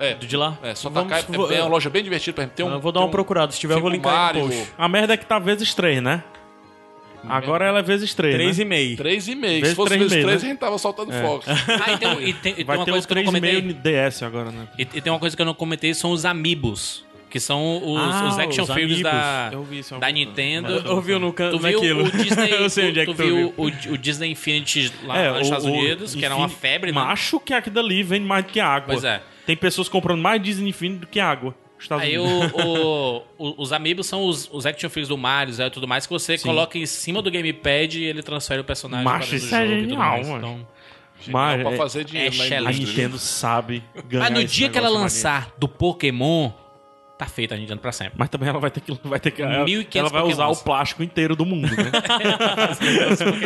Speaker 5: É,
Speaker 3: De lá.
Speaker 5: é, só
Speaker 3: Vamos-
Speaker 5: tacar, é,
Speaker 3: vou-
Speaker 5: bem- é uma loja bem divertida. Por exemplo, tem um,
Speaker 3: eu vou dar
Speaker 5: tem
Speaker 3: uma procurada. Se tiver,
Speaker 5: tem
Speaker 3: eu vou
Speaker 5: um
Speaker 3: linkar aí no
Speaker 5: Mario
Speaker 3: post.
Speaker 2: A merda é que tá vezes 3, né? Agora ela é vezes 3.
Speaker 3: Três
Speaker 2: né?
Speaker 3: e meio.
Speaker 5: 3,5.
Speaker 2: Vezes
Speaker 5: Se fosse
Speaker 2: três e
Speaker 5: vezes
Speaker 2: meio,
Speaker 5: 3,
Speaker 2: né?
Speaker 5: a gente tava soltando fogo.
Speaker 4: Ah, e tem, e tem- e tem
Speaker 2: Vai
Speaker 4: uma
Speaker 2: ter
Speaker 4: coisa
Speaker 2: o
Speaker 4: que eu não comentei.
Speaker 2: 3,5 DS agora, né?
Speaker 4: E, e tem uma coisa que eu não comentei, são os amiibos. Que são os,
Speaker 3: Ah,
Speaker 4: os action
Speaker 3: os
Speaker 4: filmes da,
Speaker 2: Eu vi isso em
Speaker 4: da
Speaker 2: algum-
Speaker 4: Nintendo.
Speaker 3: Eu vi no
Speaker 4: Tu
Speaker 3: canto
Speaker 4: viu
Speaker 3: naquilo.
Speaker 4: o Disney,
Speaker 3: eu sei onde é que
Speaker 4: tu,
Speaker 3: tu
Speaker 4: viu o, o Disney Infinity lá
Speaker 2: É,
Speaker 4: nos
Speaker 2: o-
Speaker 4: Estados
Speaker 2: o
Speaker 4: Unidos, que era uma
Speaker 2: Infin-
Speaker 4: febre, né?
Speaker 2: Macho que aqui dali vende mais do que água.
Speaker 4: Pois é.
Speaker 2: Tem pessoas comprando mais Disney Infinity do que água. Estados
Speaker 4: Aí o,
Speaker 2: Unidos.
Speaker 4: o- o- os amigos são os, os action figures do Mario Zelda e tudo mais que você coloca em cima do gamepad e ele transfere o personagem
Speaker 2: Macho,
Speaker 4: para dentro do
Speaker 2: isso é
Speaker 4: jogo e tudo
Speaker 2: genial,
Speaker 4: mais.
Speaker 2: mano.
Speaker 4: Então,
Speaker 2: Mas
Speaker 5: Não, pra
Speaker 2: é-
Speaker 5: fazer dinheiro na
Speaker 4: excelente.
Speaker 2: A
Speaker 5: indústria.
Speaker 4: Ah,
Speaker 2: Nintendo sabe ganhar
Speaker 4: mas no
Speaker 2: esse é
Speaker 4: dia que ela
Speaker 2: negócio
Speaker 4: lançar do Pokémon, tá feita a Nintendo pra sempre.
Speaker 2: Mas também ela vai ter que. Vai ter que ela,
Speaker 4: 1.500
Speaker 2: ela vai usar o
Speaker 4: Pokémons.
Speaker 2: plástico inteiro do mundo, né?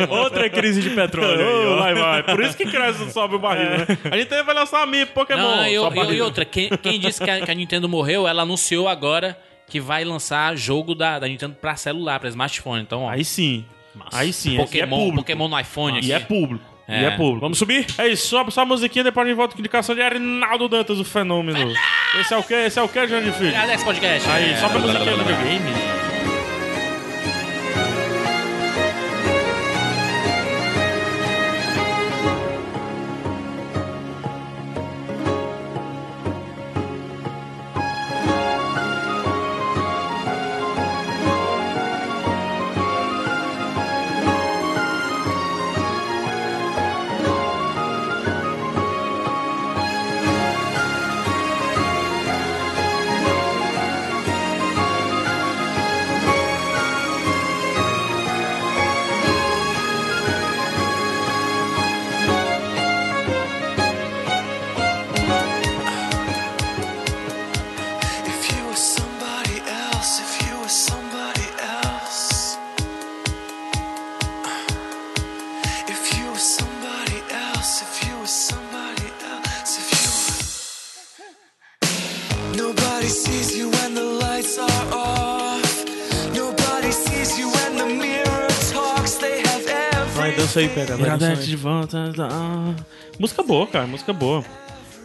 Speaker 3: Outra crise de petróleo. aí,
Speaker 2: Ô,
Speaker 3: ó.
Speaker 2: lá vai. Por isso que cresce sobe o barril, né? A gente vai lançar a Mi Pokémon.
Speaker 4: É. Não, eu-
Speaker 2: só
Speaker 4: eu-
Speaker 2: barril.
Speaker 4: e outra, quem, quem disse que a, que a Nintendo morreu, ela anunciou agora que vai lançar jogo da, da Nintendo pra celular, pra smartphone. Então, ó,
Speaker 2: Aí sim. Aí sim. esse é
Speaker 4: Pokémon,
Speaker 2: público.
Speaker 4: Pokémon no iPhone aqui.
Speaker 2: E é público.
Speaker 4: É.
Speaker 2: E é público.
Speaker 3: Vamos subir?
Speaker 2: É isso, sobe só a musiquinha, depois a gente volta com indicação de Arnaldo Dantas, o fenômeno. Esse é o quê? Esse é o quê, Jânio Filho?
Speaker 4: Alex Podcast.
Speaker 2: Aí,
Speaker 4: É.
Speaker 2: só pra musiquinha do videogame.
Speaker 1: If you were somebody else, if you were somebody else. If you were somebody else, if you were somebody else, if you were. Nobody sees you when the lights are off. Nobody sees you when the mirror talks. They have
Speaker 3: Vai,
Speaker 1: everything.
Speaker 3: dança aí, pega. Vai, dança
Speaker 2: Iradete
Speaker 3: aí.
Speaker 2: de volta. ah. Música boa, cara, música boa.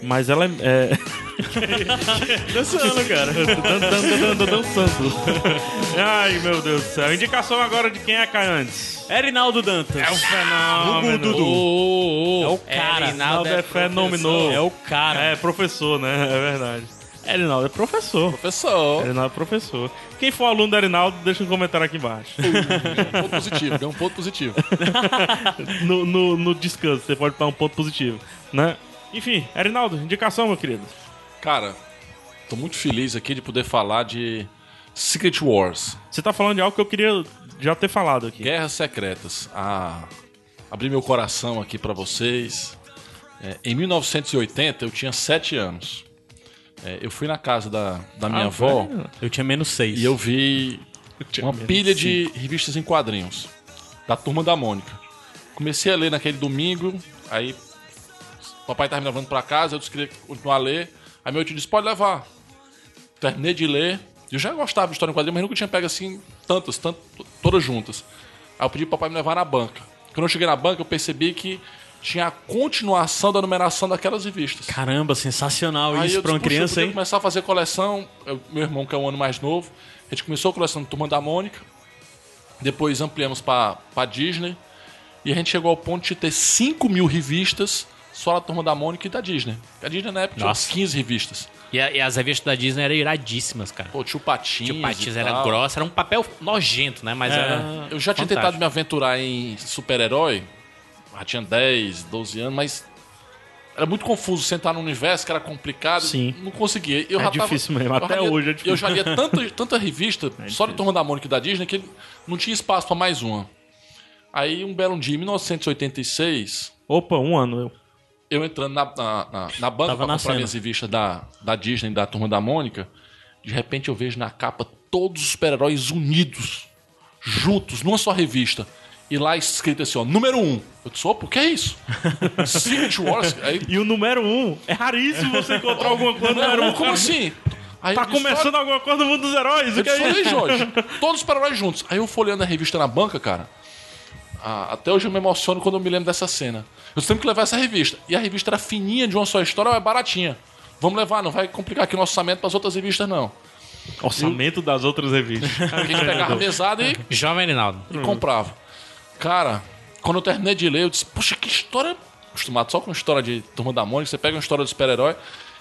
Speaker 2: Mas ela é. é...
Speaker 3: Dançando, cara.
Speaker 2: Dan- dan- dan- dan- dançando. Ai, meu Deus do céu. Indicação agora de quem é cai antes.
Speaker 3: Erinaldo Dantas.
Speaker 2: É o fenômeno.
Speaker 3: Gugu Dudu.
Speaker 4: Ô, ô, ô.
Speaker 3: É o cara.
Speaker 4: Reinaldo
Speaker 2: Ronaldo é fenômeno.
Speaker 3: É o cara.
Speaker 2: É, professor, né? É verdade. Erinaldo é professor.
Speaker 5: Pessoal,
Speaker 2: Erinaldo é professor. Quem for aluno do Erinaldo, deixa um comentário aqui embaixo. É.
Speaker 5: ponto positivo, deu um ponto positivo.
Speaker 2: No, no, no descanso, você pode dar um ponto positivo, né? Enfim, Erinaldo, indicação, meu querido.
Speaker 5: Cara, tô muito feliz aqui de poder falar de Secret Wars,
Speaker 2: Você tá falando de algo que eu queria já ter falado aqui.
Speaker 5: Guerras Secretas. Ah, abri meu coração aqui pra vocês. É, em 1980, eu tinha 7 anos. É, eu fui na casa da, da
Speaker 2: Ah,
Speaker 5: minha avó
Speaker 3: Eu tinha menos seis.
Speaker 5: e eu vi uma pilha de revistas em quadrinhos da Turma da Mônica. Comecei a ler naquele domingo, aí o papai tava me levando pra casa, eu disse que queria continuar a ler. Aí meu tio disse, pode levar. Terminei de ler. Eu já gostava de história em quadrinhos, mas nunca tinha pego assim tantas, tant- todas juntas. Aí eu pedi pro papai me levar na banca. Quando eu cheguei na banca, eu percebi que tinha a continuação da numeração daquelas revistas.
Speaker 3: Caramba, sensacional
Speaker 5: Aí
Speaker 3: isso
Speaker 5: eu
Speaker 3: pra uma
Speaker 5: disse, "Puxa, eu
Speaker 3: criança,
Speaker 5: podia
Speaker 3: hein?
Speaker 5: começar a fazer coleção. Eu- meu irmão, que é um ano mais novo, a gente começou a coleção do Turma da Mônica. Depois ampliamos pra pra Disney. E a gente chegou ao ponto de ter 5 mil revistas só da Turma da Mônica e da Disney. A Disney na época tinha
Speaker 4: Nossa.
Speaker 5: 15 revistas.
Speaker 4: E, a- e as revistas da Disney eram iradíssimas, cara.
Speaker 5: Pô, tio Patinhas.
Speaker 4: Tio Patins
Speaker 5: e
Speaker 4: era
Speaker 5: tal.
Speaker 4: grossa, era um papel nojento, né?
Speaker 2: É.
Speaker 4: Mas era.
Speaker 5: Eu já
Speaker 4: fantástico.
Speaker 5: tinha tentado me aventurar em super-herói. Já tinha 10, 12 anos, mas era muito confuso sentar num universo que era complicado.
Speaker 2: Sim.
Speaker 5: Não conseguia. Eu
Speaker 2: É
Speaker 5: já tava-
Speaker 2: difícil mesmo,
Speaker 5: eu
Speaker 2: até
Speaker 5: já lia-
Speaker 2: hoje é difícil. É
Speaker 5: Eu já lia tanta, tanta revista, só de Turma da Mônica e da Disney, que não tinha espaço pra mais uma. Aí, um belo dia, em 1986,
Speaker 2: Opa, um ano. eu.
Speaker 5: eu entrando na, na, na, na
Speaker 3: Tava
Speaker 5: banca pra comprar
Speaker 3: nascendo.
Speaker 5: minhas revistas da, da Disney e da Turma da Mônica, de repente eu vejo na capa todos os super-heróis unidos, juntos, numa só revista. E lá escrito assim, ó, número um. Eu disse, opa, o que é isso? Secret Wars? Aí,
Speaker 2: E o número um, é raríssimo você encontrar alguma coisa no número um.
Speaker 5: como assim? Aí
Speaker 2: Tá
Speaker 5: eu disse,
Speaker 2: começando
Speaker 5: olha,
Speaker 2: alguma coisa no mundo dos heróis, o
Speaker 5: eu
Speaker 2: que é
Speaker 5: disse,
Speaker 2: isso?
Speaker 5: olha aí, Jorge, todos os super-heróis juntos. Aí eu folheando a revista na banca, cara. ah, até hoje eu me emociono quando eu me lembro dessa cena. Eu tenho que levar essa revista. E a revista era fininha de uma só história, mas baratinha. Vamos levar, não vai complicar aqui o nosso orçamento para as outras revistas, não.
Speaker 2: Orçamento das outras revistas.
Speaker 5: A gente pegava a mesada e,
Speaker 4: Jovem Reinaldo.
Speaker 2: Hum.
Speaker 5: e comprava. Cara, quando eu terminei de ler, eu disse, poxa, que história. Acostumado só com história de Turma da Mônica, você pega uma história de super-herói.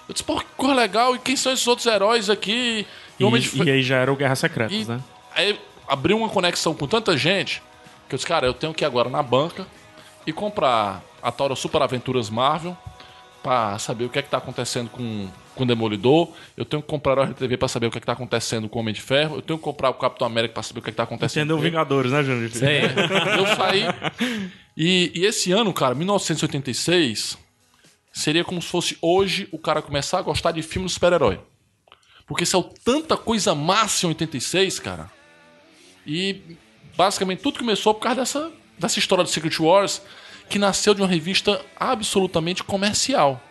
Speaker 5: Eu disse, pô, que coisa legal, e quem são esses outros heróis aqui?
Speaker 2: E,
Speaker 5: Homem de Fe-
Speaker 2: e aí já era o Guerra Secreta,
Speaker 5: E
Speaker 2: né?
Speaker 5: aí abriu uma conexão com tanta gente que eu disse, cara, eu tenho que ir agora na banca e comprar a tal da Super Aventuras Marvel pra saber o que é que tá acontecendo com, com o Demolidor. Eu tenho que comprar o RTV pra saber o que é que tá acontecendo com o Homem de Ferro. Eu tenho que comprar o Capitão América pra saber o que é que tá acontecendo
Speaker 2: Entendeu
Speaker 5: com ele.
Speaker 2: Vingadores, né, Júnior?
Speaker 5: É, eu saí. E, e esse ano, cara, 1986, seria como se fosse hoje o cara começar a gostar de filme do super-herói. Porque saiu tanta coisa massa em 86, cara. E basicamente tudo começou por causa dessa, dessa história do Secret Wars, que nasceu de uma revista absolutamente comercial.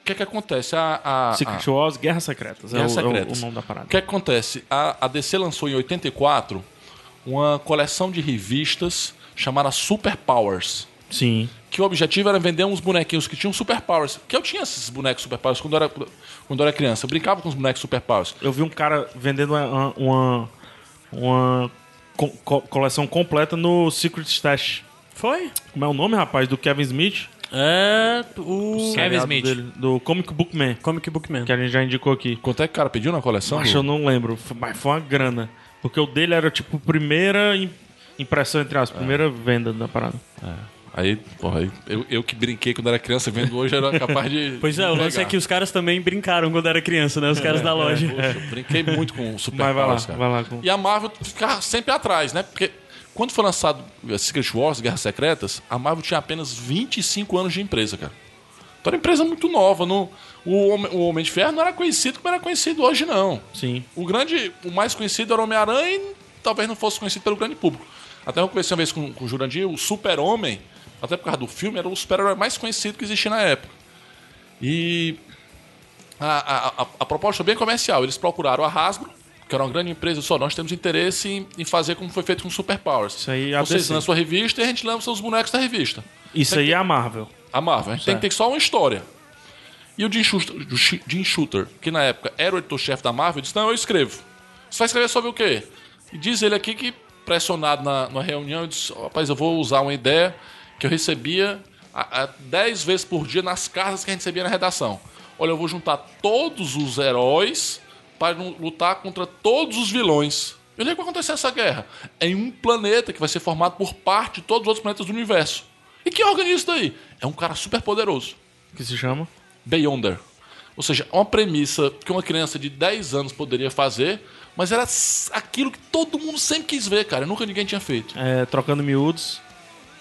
Speaker 5: O que é que acontece? A, a- a-
Speaker 2: Ah, Secret Wars, Guerras Secretas.
Speaker 5: Guerras
Speaker 2: é, o, é o-
Speaker 5: Ah. Secretas.
Speaker 2: o nome da parada.
Speaker 5: o que é que acontece? A, a DC lançou em 84 uma coleção de revistas chamada Super Powers.
Speaker 2: Sim.
Speaker 5: Que o objetivo era vender uns bonequinhos que tinham superpowers. Que eu tinha esses bonecos superpowers quando eu era, quando eu era criança. Eu brincava com os bonecos superpowers.
Speaker 2: Eu vi um cara vendendo uma, uma, uma co- co- coleção completa no Secret Stash.
Speaker 3: Foi?
Speaker 2: Como é o nome, rapaz, do Kevin Smith?
Speaker 3: É. O.
Speaker 4: Kevin
Speaker 2: Seriado
Speaker 4: Smith.
Speaker 2: dele, do Comic Book Man,
Speaker 3: Comic Book Man.
Speaker 2: que a gente já indicou aqui.
Speaker 5: Quanto é que o cara pediu na coleção?
Speaker 2: Acho eu não lembro, f- mas foi uma grana. Porque o dele era tipo primeira im- impressão, entre
Speaker 5: É.
Speaker 2: as primeira venda da parada.
Speaker 5: Aí, porra, aí eu, eu que brinquei quando era criança, vendo hoje, era capaz de.
Speaker 3: Pois é, o lance é que os caras também brincaram quando era criança, né? Os caras da loja.
Speaker 5: Poxa, eu brinquei muito com o Super
Speaker 2: Mas vai lá,
Speaker 5: Powers, cara.
Speaker 2: vai lá com-
Speaker 5: E a Marvel ficava sempre atrás, né? Porque quando foi lançado Secret Wars, Guerras Secretas, a Marvel tinha apenas 25 anos de empresa, cara. Então era uma empresa muito nova. Não... O, Homem, o Homem de Ferro não era conhecido como era conhecido hoje, não.
Speaker 2: Sim.
Speaker 5: O grande, o mais conhecido era o Homem-Aranha e talvez não fosse conhecido pelo grande público. Até eu conheci uma vez com, com o Jurandir, o Super-Homem, até por causa do filme, era o super-herói mais conhecido que existia na época. E a, a- a- a proposta foi bem comercial. Eles procuraram a Hasbro, que era uma grande empresa, só nós temos interesse em, em fazer como foi feito com Superpowers.
Speaker 2: Isso aí é a
Speaker 5: Vocês
Speaker 2: DC.
Speaker 5: lançam a revista e a gente lança os bonecos da revista.
Speaker 2: Isso aí é a Marvel.
Speaker 5: A Marvel. A gente tem que ter só uma história. E o Jim Shooter, o Shi- Jim Shooter, que na época era o editor-chefe da Marvel, disse: Não, eu escrevo. Você vai escrever sobre o quê? E diz ele aqui que, pressionado na, na reunião, eu disse: "Ó, Rapaz, eu vou usar uma ideia que eu recebia a- a- dez vezes por dia nas cartas que a gente recebia na redação. Olha, eu vou juntar todos os heróis para nu- lutar contra todos os vilões. E onde é que vai acontecer essa guerra? É em um planeta que vai ser formado por parte de todos os outros planetas do universo. E quem organiza isso daí? É um cara super poderoso.
Speaker 2: Que se chama?
Speaker 5: Beyonder. Ou seja, é uma premissa que uma criança de 10 anos poderia fazer, mas era s- aquilo que todo mundo sempre quis ver, cara. Nunca ninguém tinha feito.
Speaker 2: É, trocando miúdos.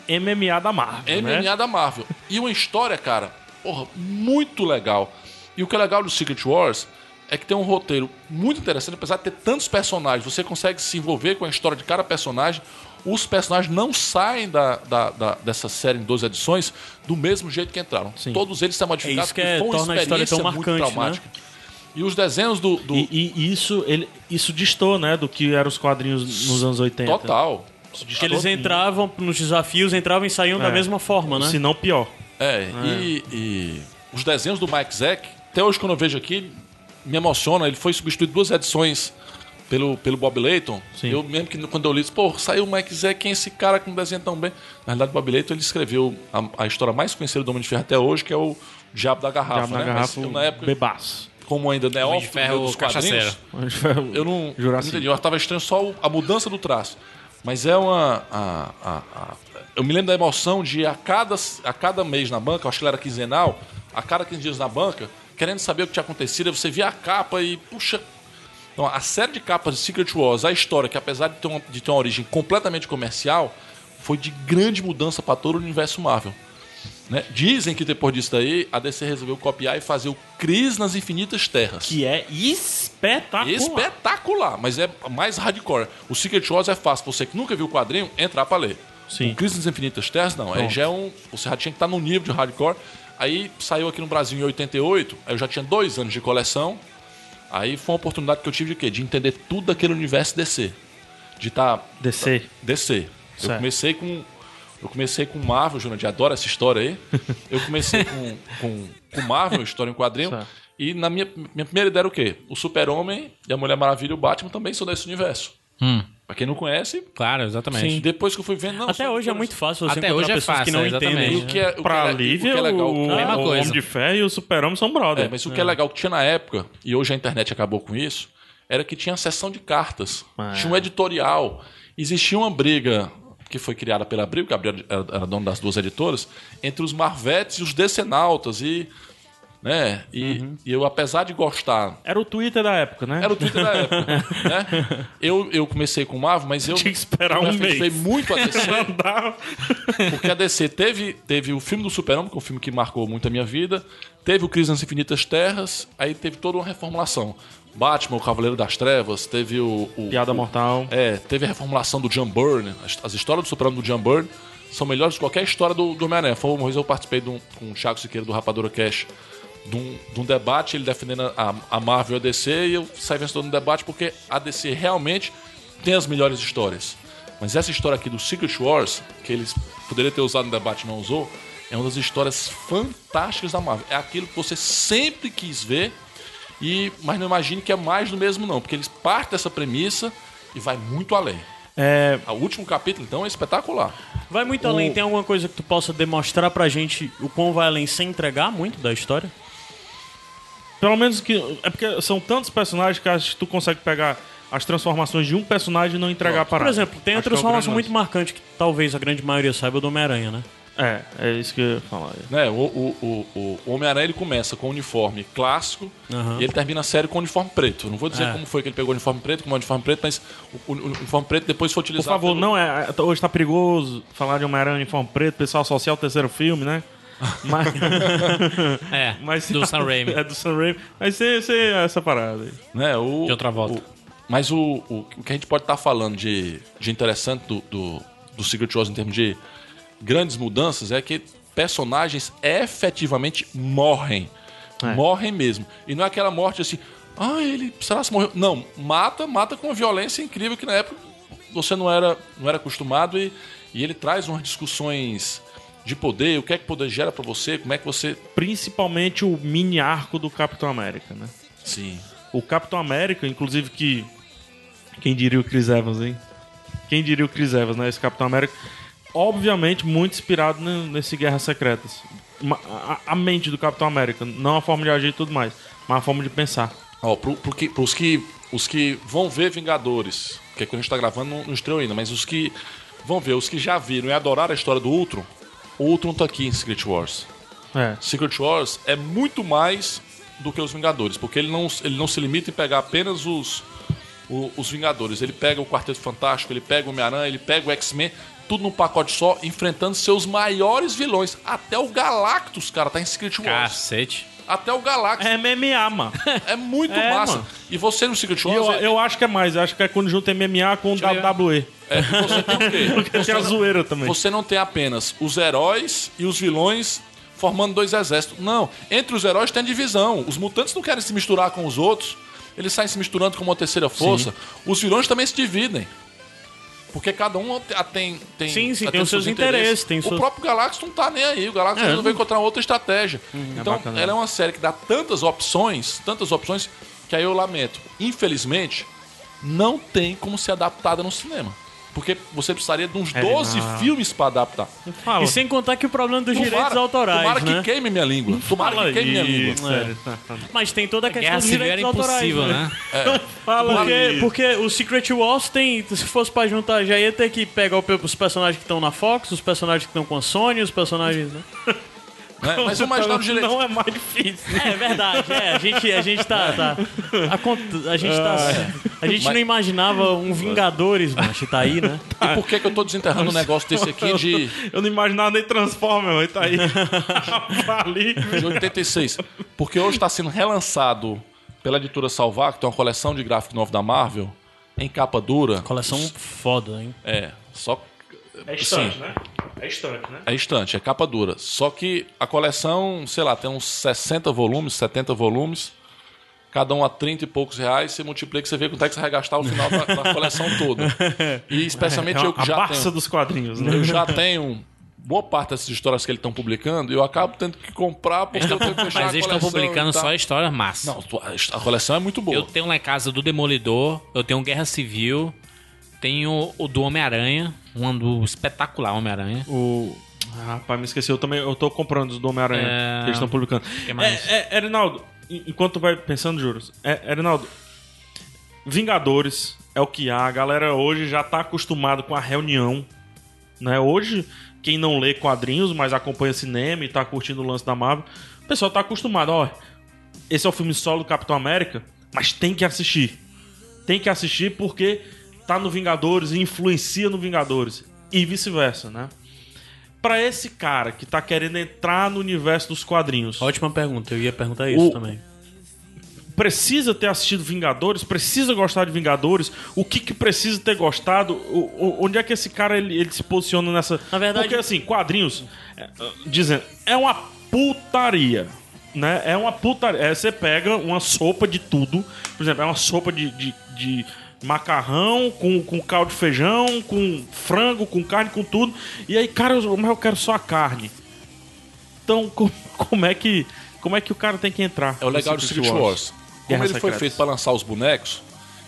Speaker 2: MMA da Marvel.
Speaker 3: é?
Speaker 5: MMA
Speaker 2: Né?
Speaker 5: da Marvel. E uma história, cara, porra, muito legal. E o que é legal do Secret Wars é que tem um roteiro muito interessante, apesar de ter tantos personagens, você consegue se envolver com a história de cada personagem. Os personagens não saem da, da- da- dessa série em 12 edições do mesmo jeito que entraram.
Speaker 2: Sim.
Speaker 5: Todos eles estão modificados,
Speaker 3: É isso que
Speaker 5: porque
Speaker 3: é-
Speaker 5: foi uma
Speaker 3: torna a história
Speaker 5: experiência
Speaker 3: tão
Speaker 5: muito
Speaker 3: marcante, né?
Speaker 5: traumática. E os desenhos do, do-
Speaker 2: E, e isso, ele, isso distou, né, do que eram os quadrinhos nos anos 80.
Speaker 5: Total. Tá
Speaker 3: Que eles entravam nos desafios, entravam e saíam da mesma forma, né?
Speaker 2: Se não pior.
Speaker 5: É, E, e os desenhos do Mike Zack, até hoje quando eu vejo aqui, me emociona. Ele foi substituído duas edições pelo, pelo Bob Layton.
Speaker 2: Sim.
Speaker 5: Eu mesmo que quando eu li, disse, pô, saiu o Mike Zack, quem é esse cara que não desenha tão bem? Na realidade, o Bob Layton ele escreveu a, a história mais conhecida do Homem de Ferro até hoje, que é o Diabo da Garrafa.
Speaker 2: Diabo na
Speaker 5: né? Mas
Speaker 2: garrafa,
Speaker 5: eu, na época,
Speaker 2: bebaço.
Speaker 5: como ainda né,
Speaker 4: Homem de
Speaker 5: óbvio,
Speaker 4: Ferro
Speaker 5: dos
Speaker 4: cachaceiro.
Speaker 5: quadrinhos, eu não, eu não
Speaker 2: Jurassic.
Speaker 5: entendi. Eu tava estranho só o- a mudança do traço. Mas é uma. a- a- a- eu me lembro da emoção de a cada, a cada mês na banca, eu acho que ela era quinzenal, a cada 15 dias na banca, querendo saber o que tinha acontecido, aí você via a capa e, puxa. Então, a série de capas de Secret Wars, a história, que apesar de ter uma, de ter uma origem completamente comercial, foi de grande mudança para todo o universo Marvel. né? Dizem que depois disso daí, a DC resolveu copiar e fazer o Cris nas Infinitas Terras.
Speaker 2: Que é espetacular.
Speaker 5: Espetacular, mas é mais hardcore. O Secret Wars é fácil, você que nunca viu o quadrinho, entrar pra ler.
Speaker 2: Sim.
Speaker 5: O Crise nas Infinitas Terras, não. Aí já é um. Você já tinha que estar num nível de hardcore. Aí saiu aqui no Brasil em 88, aí eu já tinha dois anos de coleção. Aí foi uma oportunidade que eu tive de quê? De entender tudo daquele universo DC. De tá estar.
Speaker 2: DC.
Speaker 5: DC. Eu
Speaker 2: Certo.
Speaker 5: comecei com. Eu comecei com Marvel, Jurandir, adoro essa história aí. Eu comecei com, com, com Marvel, história em quadrinho.
Speaker 2: Certo.
Speaker 5: E na minha, minha primeira ideia era o quê? O Super-Homem e a Mulher Maravilha e o Batman também são desse universo.
Speaker 4: Hum,
Speaker 5: Pra quem não conhece,
Speaker 4: claro, exatamente.
Speaker 5: depois que eu fui vendo... Não,
Speaker 3: Até
Speaker 5: são
Speaker 3: hoje é
Speaker 5: todas-
Speaker 3: muito fácil você
Speaker 4: Até
Speaker 3: encontrar
Speaker 4: hoje é
Speaker 3: pessoas que
Speaker 4: fácil,
Speaker 3: não
Speaker 4: exatamente.
Speaker 5: E
Speaker 3: entendem.
Speaker 5: o que é, o que
Speaker 2: né? Pra
Speaker 5: é- o que
Speaker 2: Lívia,
Speaker 5: é legal,
Speaker 2: o,
Speaker 4: Mesma
Speaker 2: o
Speaker 4: coisa.
Speaker 2: Homem de Ferro e o Super-Homem são brother.
Speaker 5: É, mas o que é legal que tinha na época, e hoje a internet acabou com isso, era que tinha a sessão de cartas.
Speaker 2: Ah.
Speaker 5: Tinha um editorial. Existia uma briga que foi criada pela Abril, que a Abril era, era dona das duas editoras, entre os Marvetes e os Decenautas. E, né, e,
Speaker 2: Uhum.
Speaker 5: e eu, apesar de gostar...
Speaker 2: Era o Twitter da época, né?
Speaker 5: Era o Twitter da época, né? Eu, eu comecei com o Marvel, mas eu...
Speaker 2: Tinha que esperar
Speaker 5: eu me
Speaker 2: um mês.
Speaker 5: afeiçoei muito a DC.
Speaker 2: Andava-
Speaker 5: Porque a DC teve, teve o filme do Super-Homem, que é um filme que marcou muito a minha vida, teve o Crise nas Infinitas Terras, aí teve toda uma reformulação. Batman, o Cavaleiro das Trevas, teve o. o-
Speaker 2: Piada
Speaker 5: o-
Speaker 2: Mortal.
Speaker 5: É, teve a reformulação do John Byrne. As, as histórias do Superman do John Byrne são melhores que qualquer história do, do Homem-Aranha. Foi uma vez eu participei de um, com o Thiago Siqueira do Rapadura Cash de um, de um debate, ele defendendo a, a Marvel e a DC, e eu saí vencedor no debate porque a DC realmente tem as melhores histórias. Mas essa história aqui do Secret Wars, que eles poderiam ter usado no debate e não usou, é uma das histórias fantásticas da Marvel. É aquilo que você sempre quis ver e, mas não imagine que é mais do mesmo, não, porque eles partem dessa premissa e vai muito além.
Speaker 2: É,
Speaker 5: O último capítulo, então, é espetacular.
Speaker 3: Vai muito além. Tem alguma coisa que tu possa demonstrar pra gente o quão vai além sem entregar muito da história?
Speaker 2: Pelo menos que. É porque são tantos personagens que acho que tu consegue pegar as transformações de um personagem e não entregar a parada.
Speaker 3: Por exemplo, tem a
Speaker 2: Acho que é o
Speaker 3: transformação
Speaker 2: grande
Speaker 3: muito marcante que talvez a grande maioria saiba do Homem-Aranha, né?
Speaker 2: lance. É, é isso que eu ia falar.
Speaker 5: Né? O, o, o- o- o Homem-Aranha ele começa com o uniforme clássico
Speaker 3: Aham.
Speaker 5: e ele termina a série com o uniforme preto. Eu Não vou dizer
Speaker 3: É.
Speaker 5: como foi que ele pegou o uniforme preto, como é o uniforme preto, mas o, o- o uniforme preto depois foi
Speaker 2: Por
Speaker 5: utilizado.
Speaker 2: favor,
Speaker 5: pelo-
Speaker 2: não é. é, Hoje tá perigoso falar de Homem-Aranha em uniforme preto, pessoal social, terceiro filme, né? Mas.
Speaker 4: É,
Speaker 2: mas
Speaker 4: do Sam Raimi.
Speaker 2: É do Sam Raimi. Mas sei, sei essa parada aí.
Speaker 5: né? O,
Speaker 4: De outra volta.
Speaker 5: o- mas o, o, o que a gente pode estar falando de, de interessante do, do, do Secret Wars em termos de grandes mudanças é que personagens efetivamente morrem. Morrem mesmo. E não é aquela morte assim, ah, ele, será se morreu? Não, mata, mata com uma violência incrível que na época você não era, não era acostumado e, e ele traz umas discussões de poder, o que é que poder gera pra você, como é que você...
Speaker 2: Principalmente o mini arco do Capitão América, né?
Speaker 5: Sim.
Speaker 2: O Capitão América, inclusive que. Quem diria o Chris Evans, hein? Quem diria o Chris Evans, né? Esse Capitão América. Obviamente, muito inspirado ne- nesse Guerras Secretas. Ma- a- A, a mente do Capitão América. Não a forma de agir e tudo mais, mas a forma de pensar.
Speaker 5: Ó, pro, pro que, pros que, os que vão ver Vingadores, que é quando a gente tá gravando não, não estreou ainda, mas os que vão ver, os que já viram e adoraram a história do Ultron, o Ultron tá aqui em Secret Wars.
Speaker 2: É.
Speaker 5: Secret Wars é muito mais do que os Vingadores, porque ele não, ele não se limita em pegar apenas os, o- os Vingadores. Ele pega o Quarteto Fantástico, ele pega o Homem-Aranha, ele pega o X-Men, tudo num pacote só, enfrentando seus maiores vilões. Até o Galactus, cara, tá em Secret Wars.
Speaker 4: Cacete.
Speaker 5: Até o Galactus.
Speaker 2: É MMA, mano.
Speaker 5: É, muito
Speaker 2: É,
Speaker 5: massa.
Speaker 2: mano.
Speaker 5: E você no Secret
Speaker 2: E
Speaker 5: Wars.
Speaker 2: eu,
Speaker 5: é-
Speaker 2: eu acho que é mais. Eu acho que é quando junta MMA com WWE.
Speaker 5: É, você tem o quê?
Speaker 2: Porque tem a zoeira também.
Speaker 5: Você não tem apenas os heróis e os vilões formando dois exércitos. Não. Entre os heróis tem divisão. Os mutantes não querem se misturar com os outros. Eles saem se misturando como uma terceira força. Os vilões também se dividem. Porque cada um te- a- tem, tem,
Speaker 3: Sim, sim,
Speaker 5: a-
Speaker 3: tem os seus interesses, tem
Speaker 5: o
Speaker 3: suas-
Speaker 5: próprio Galactus não tá nem aí. O Galactus
Speaker 3: É, Hum,
Speaker 5: resolveu encontrar outra estratégia. então,
Speaker 3: né?
Speaker 2: bacana.
Speaker 5: ela é uma série que dá tantas opções, tantas opções, que aí eu lamento. Infelizmente, não tem como ser adaptada no cinema. Porque você precisaria de uns 12 filmes pra adaptar.
Speaker 2: Fala.
Speaker 3: E sem contar que o problema dos direitos autorais,
Speaker 5: tomara
Speaker 3: né?
Speaker 5: que queime minha língua. Tomara
Speaker 2: Fala
Speaker 5: que queime minha língua.
Speaker 2: isso, é.
Speaker 3: Mas tem toda a questão
Speaker 4: Guerra
Speaker 3: dos
Speaker 4: Civil era
Speaker 3: direitos autorais,
Speaker 4: impossível, né?
Speaker 5: É,
Speaker 2: Fala
Speaker 3: Porque,
Speaker 2: aí.
Speaker 3: É, porque o Secret Wars tem, se fosse pra juntar, já ia ter que pegar o pe- os personagens que estão na Fox, os personagens que estão com a Sony, os personagens. Né?
Speaker 5: Né? Mas imaginar direito.
Speaker 2: Não é mais difícil.
Speaker 3: É verdade, é. A gente, a gente tá. tá- a, cont- a gente tá. A gente
Speaker 5: Ah. Mas-
Speaker 3: não imaginava um Vingadores, macho, tá aí, né?
Speaker 5: E é por que, que eu tô desenterrando um negócio desse aqui de,
Speaker 2: Eu não imaginava nem Transformer, mas tá aí. Ali.
Speaker 5: de 86? Porque hoje tá sendo relançado pela editora Salvar, que tem uma coleção de gráfico novo da Marvel, em capa dura.
Speaker 3: Coleção foda, hein?
Speaker 5: É, só.
Speaker 2: É
Speaker 5: estante,
Speaker 2: né? É estante, né?
Speaker 5: É estante, é capa dura. Só que a coleção, sei lá, tem uns 60 volumes, 70 volumes, cada um a 30 e poucos reais, você multiplica, você vê quanto é que você vai gastar o final da, da coleção toda. E especialmente eu que
Speaker 2: a
Speaker 5: já
Speaker 2: Barça
Speaker 5: tenho.
Speaker 2: É dos quadrinhos, né?
Speaker 5: Eu já tenho boa parte dessas histórias que eles estão publicando e eu acabo tendo que comprar porque eu tenho que fechar
Speaker 4: Mas
Speaker 5: a
Speaker 4: eles estão
Speaker 5: coleção
Speaker 4: publicando
Speaker 5: e
Speaker 2: tá?
Speaker 5: tal.
Speaker 4: só história massa.
Speaker 5: Não, tu- a coleção é muito boa.
Speaker 4: Eu tenho lá em casa do Demolidor, eu tenho um Guerra Civil, tenho o do Homem-Aranha, um do espetacular Homem-Aranha.
Speaker 2: O... Ah, rapaz, me esqueci. Eu também eu tô comprando os do Homem-Aranha
Speaker 4: É.
Speaker 2: que eles estão publicando.
Speaker 4: Que mais?
Speaker 2: É, é, é, Rinaldo, en- enquanto tu vai pensando, juros. É, é, Rinaldo, Vingadores é o que há. A galera hoje já tá acostumado com a reunião. Né? Hoje, quem não lê quadrinhos, mas acompanha cinema e tá curtindo o lance da Marvel, o pessoal tá acostumado. Ó, esse é o filme solo do Capitão América, mas tem que assistir. Tem que assistir porque tá no Vingadores e influencia no Vingadores. E vice-versa, né? Pra esse cara que tá querendo entrar no universo dos quadrinhos,
Speaker 3: Ótima pergunta, eu ia perguntar isso
Speaker 2: O-
Speaker 3: também.
Speaker 2: precisa ter assistido Vingadores, precisa gostar de Vingadores, o que que precisa ter gostado, o- o- onde é que esse cara ele, ele se posiciona nessa.
Speaker 3: Na verdade-
Speaker 2: Porque assim, quadrinhos, é, é, dizendo, é uma putaria. Né? É uma putaria. É, você pega uma sopa de tudo, por exemplo, é uma sopa de. de- de Macarrão com, com caldo de feijão, com frango, com carne, com tudo. E aí, cara, eu- mas eu quero só a carne. Então, co- como é que como é que o cara tem que entrar?
Speaker 5: É o legal
Speaker 2: no
Speaker 5: do Secret Wars. Como
Speaker 2: Guerras
Speaker 5: ele foi
Speaker 2: Secretas.
Speaker 5: feito para lançar os bonecos,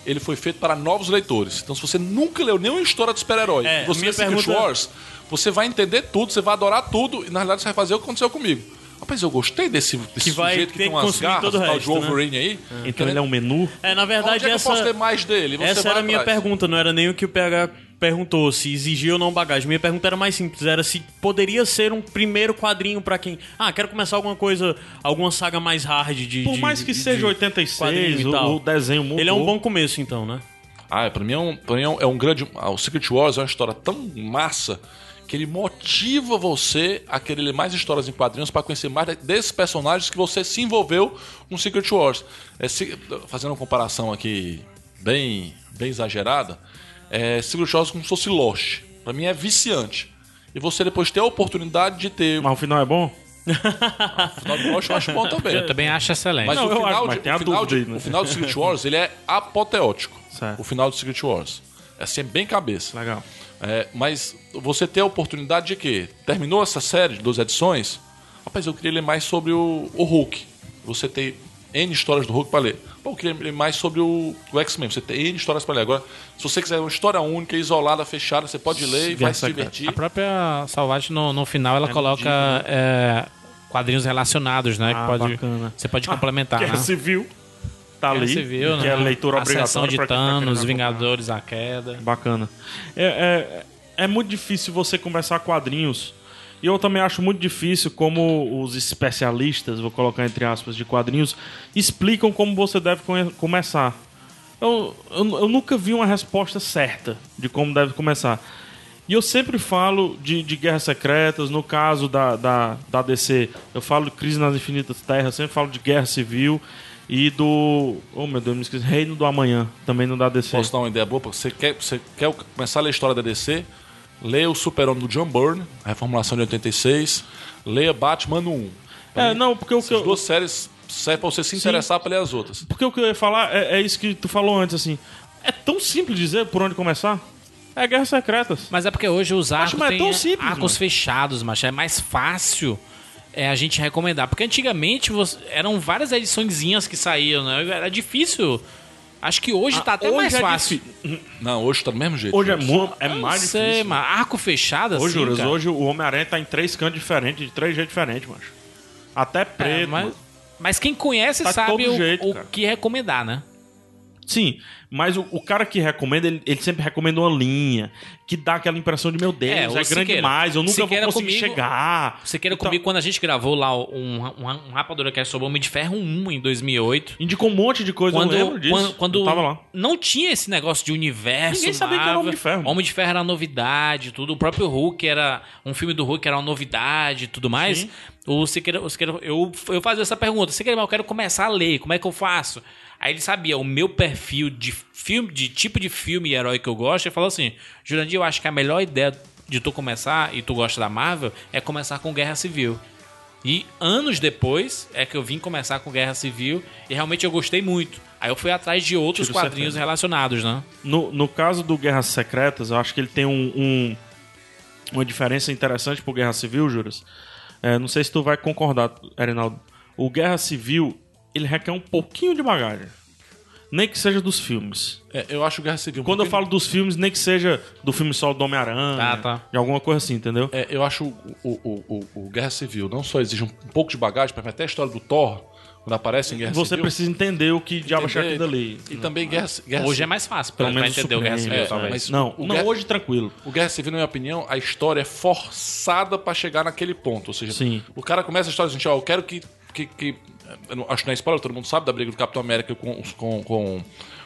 Speaker 5: ele foi feito para novos leitores. Então, se você nunca leu nenhuma história de super-herói,
Speaker 3: É,
Speaker 5: e você
Speaker 3: minha
Speaker 5: lê Secret
Speaker 3: pergunta-
Speaker 5: Wars, você vai entender tudo, você vai adorar tudo, e na realidade você vai fazer o que aconteceu comigo. Rapaz, eu gostei desse, desse
Speaker 3: Que vai
Speaker 5: sujeito que
Speaker 3: ter
Speaker 5: tem
Speaker 3: que
Speaker 5: umas
Speaker 3: consumir
Speaker 5: garras,
Speaker 3: todo o
Speaker 5: o tal
Speaker 3: resto,
Speaker 5: de Wolverine aí.
Speaker 2: Então ele é um menu.
Speaker 3: É, na
Speaker 5: Onde
Speaker 3: verdade,
Speaker 5: é que eu posso ter
Speaker 3: essa,
Speaker 5: mais dele? Você
Speaker 3: essa
Speaker 5: vai
Speaker 3: era a minha
Speaker 5: atrás.
Speaker 3: pergunta, não era nem o que o PH perguntou, se exigia ou não bagagem. Minha pergunta era mais simples, era se poderia ser um primeiro quadrinho pra quem... Ah, quero começar alguma coisa, alguma saga mais hard de...
Speaker 2: Por
Speaker 3: de-
Speaker 2: mais que
Speaker 3: de-
Speaker 2: seja
Speaker 3: de quadrinho
Speaker 2: 86,
Speaker 3: e
Speaker 2: o,
Speaker 3: tal.
Speaker 2: o desenho mudou.
Speaker 3: Ele é um bom começo, então, né?
Speaker 5: Ah, pra mim, é um, pra mim é um- é um grande. ah, O Secret Wars é uma história tão massa que ele motiva você a querer ler mais histórias em quadrinhos pra conhecer mais de- desses personagens que você se envolveu com Secret Wars. É, se- fazendo uma comparação aqui bem, bem exagerada, é, Secret Wars é como se fosse Lost. Pra mim é viciante. E você depois ter a oportunidade de ter.
Speaker 2: Mas o final é bom?
Speaker 5: O final de Lost eu acho bom também.
Speaker 2: É.
Speaker 4: Eu também acho excelente.
Speaker 5: Mas
Speaker 2: Não,
Speaker 5: o
Speaker 2: eu
Speaker 5: final,
Speaker 2: acho,
Speaker 5: de,
Speaker 2: mas tem a
Speaker 5: o final
Speaker 2: dúvida
Speaker 5: de-
Speaker 2: aí, né?
Speaker 5: o final do Secret Wars ele é apoteótico.
Speaker 2: Certo.
Speaker 5: O final do Secret Wars. É assim, é bem cabeça.
Speaker 2: Legal.
Speaker 5: É, mas você ter a oportunidade de quê? Terminou essa série de duas edições? Rapaz, eu queria ler mais sobre o, o Hulk. Você tem N histórias do Hulk pra ler. Pô, eu queria ler mais sobre o, o X-Men. Você tem N histórias pra ler. Agora, se você quiser uma história única, isolada, fechada, você pode ler e vai se
Speaker 2: Essa, cara.
Speaker 5: divertir.
Speaker 4: A própria Salvage no, no final ela coloca é, quadrinhos relacionados, né?
Speaker 2: né? Ah,
Speaker 4: que pode,
Speaker 2: bacana.
Speaker 4: você pode complementar,
Speaker 2: Guerra
Speaker 4: né?
Speaker 2: Civil. Tá
Speaker 4: Guerra
Speaker 2: ali.
Speaker 4: Civil,
Speaker 2: que
Speaker 4: né?
Speaker 2: é leitura
Speaker 4: a Ascensão
Speaker 2: obrigatória.
Speaker 4: de
Speaker 2: pra quem tá querendo
Speaker 4: Thanos,
Speaker 2: acompanhar.
Speaker 4: Vingadores, a Queda.
Speaker 2: Bacana. É, é, é muito difícil você conversar quadrinhos. E eu também acho muito difícil como os especialistas, vou colocar entre aspas, de quadrinhos, explicam como você deve come- começar. Eu, eu, eu nunca vi uma resposta certa de como deve começar. E eu sempre falo de, de guerras secretas, no caso da, da, da DC, eu falo de Crise nas Infinitas Terras, sempre falo de guerra civil e do. Oh meu Deus, me esqueci. Reino do Amanhã, também não dá DC.
Speaker 5: Posso dar uma ideia boa? pra Você quer, você quer começar a ler a história da DC? Leia o Super-Homem do John Byrne, a reformulação de 86. Leia Batman 1.
Speaker 2: É, não, porque o que
Speaker 5: Essas
Speaker 2: eu,
Speaker 5: duas séries servem pra você se interessar pra ler as outras.
Speaker 2: Porque o que eu ia falar é, é isso que tu falou antes, assim. É tão simples dizer por onde começar. É Guerras Secretas.
Speaker 4: Mas é porque hoje os arcos
Speaker 2: mas é
Speaker 4: têm
Speaker 2: tão simples,
Speaker 4: arcos
Speaker 2: mano.
Speaker 4: fechados, macho. É mais fácil é, a gente recomendar. Porque antigamente você- eram várias ediçõezinhas que saíam, né? Era difícil. Acho que hoje tá até
Speaker 2: hoje
Speaker 4: mais
Speaker 2: é
Speaker 4: fácil.
Speaker 5: Não, hoje tá do mesmo jeito.
Speaker 2: Hoje é, mu- é
Speaker 4: Eu não
Speaker 2: mais
Speaker 4: sei,
Speaker 2: difícil.
Speaker 4: mano. Arco fechado, assim,
Speaker 2: Hoje, Juras,
Speaker 4: cara.
Speaker 2: hoje o Homem-Aranha tá em três cantos diferentes, de três jeitos diferentes, macho. Até preto.
Speaker 4: É, mas,
Speaker 2: mano.
Speaker 4: mas quem conhece
Speaker 2: Tá de
Speaker 4: sabe
Speaker 2: todo
Speaker 4: o,
Speaker 2: jeito,
Speaker 4: o
Speaker 2: cara.
Speaker 4: que recomendar, né?
Speaker 2: Sim, mas o, o cara que recomenda, ele, ele sempre recomenda uma linha que dá aquela impressão de, meu Deus,
Speaker 4: É,
Speaker 2: é,
Speaker 4: o
Speaker 2: grande
Speaker 4: Siqueira.
Speaker 2: demais, eu nunca
Speaker 4: Siqueira
Speaker 2: vou conseguir
Speaker 4: comigo-
Speaker 2: chegar.
Speaker 4: Você queira
Speaker 2: Então,
Speaker 4: comigo, quando a gente gravou lá um, um, um Rapadura que é sobre Homem de Ferro 1 em 2008.
Speaker 2: Indicou um monte de coisa, eu
Speaker 4: Quando,
Speaker 2: lembro disso.
Speaker 4: quando, quando
Speaker 2: eu tava lá.
Speaker 4: não tinha esse negócio de universo.
Speaker 2: Ninguém sabia que era
Speaker 4: Marvel.
Speaker 2: Homem de Ferro.
Speaker 4: Homem de Ferro era novidade, tudo. O próprio Hulk era. Um filme do Hulk era uma novidade e tudo mais.
Speaker 2: Sim.
Speaker 4: O Siqueira, o Siqueira- eu, eu fazia essa pergunta: Siqueira, mas eu quero começar a ler, como é que eu faço? Aí ele sabia o meu perfil de filme, de tipo de filme e herói que eu gosto, e falou assim: Jurandir, eu acho que a melhor ideia de tu começar, e tu gosta da Marvel, é começar com Guerra Civil. E anos depois é que eu vim começar com Guerra Civil e realmente eu gostei muito. Aí eu fui atrás de outros
Speaker 2: Tiro
Speaker 4: quadrinhos
Speaker 2: certeza.
Speaker 4: relacionados, né?
Speaker 2: No, no caso do Guerras Secretas, eu acho que ele tem um, um- uma diferença interessante pro Guerra Civil, Juras. É, não sei se tu vai concordar, Erinaldo. O Guerra Civil, ele requer um pouquinho de bagagem. Nem que seja dos filmes.
Speaker 5: É, eu acho Guerra Civil. um
Speaker 2: Quando eu
Speaker 5: pouquinho- Ah,
Speaker 2: falo dos filmes, nem que seja do filme solo do Homem-Aranha.
Speaker 4: Tá, tá.
Speaker 2: De alguma coisa assim, entendeu?
Speaker 5: É, eu acho o, o- o- o- o Guerra Civil não só exige um pouco de bagagem, mas até a história do Thor, quando aparece em Guerra
Speaker 2: Você
Speaker 5: Civil.
Speaker 2: precisa entender o que diabo achar aqui
Speaker 5: entender.
Speaker 2: dali.
Speaker 5: E também Guerra, Guerra
Speaker 4: Hoje é
Speaker 2: assim.
Speaker 5: Civil-
Speaker 4: mais fácil pra, pra entender o Guerra Civil,
Speaker 5: é,
Speaker 4: talvez.
Speaker 5: mas-
Speaker 2: Não,
Speaker 5: o
Speaker 2: não,
Speaker 5: Guerra-
Speaker 2: hoje tranquilo.
Speaker 5: O Guerra Civil, na minha opinião, a história é forçada pra chegar naquele ponto. Ou seja,
Speaker 2: Sim.
Speaker 5: o cara começa a história assim, ó, eu quero que. que, que- eu não- acho que não é spoiler, todo mundo sabe da briga do Capitão América com, com- com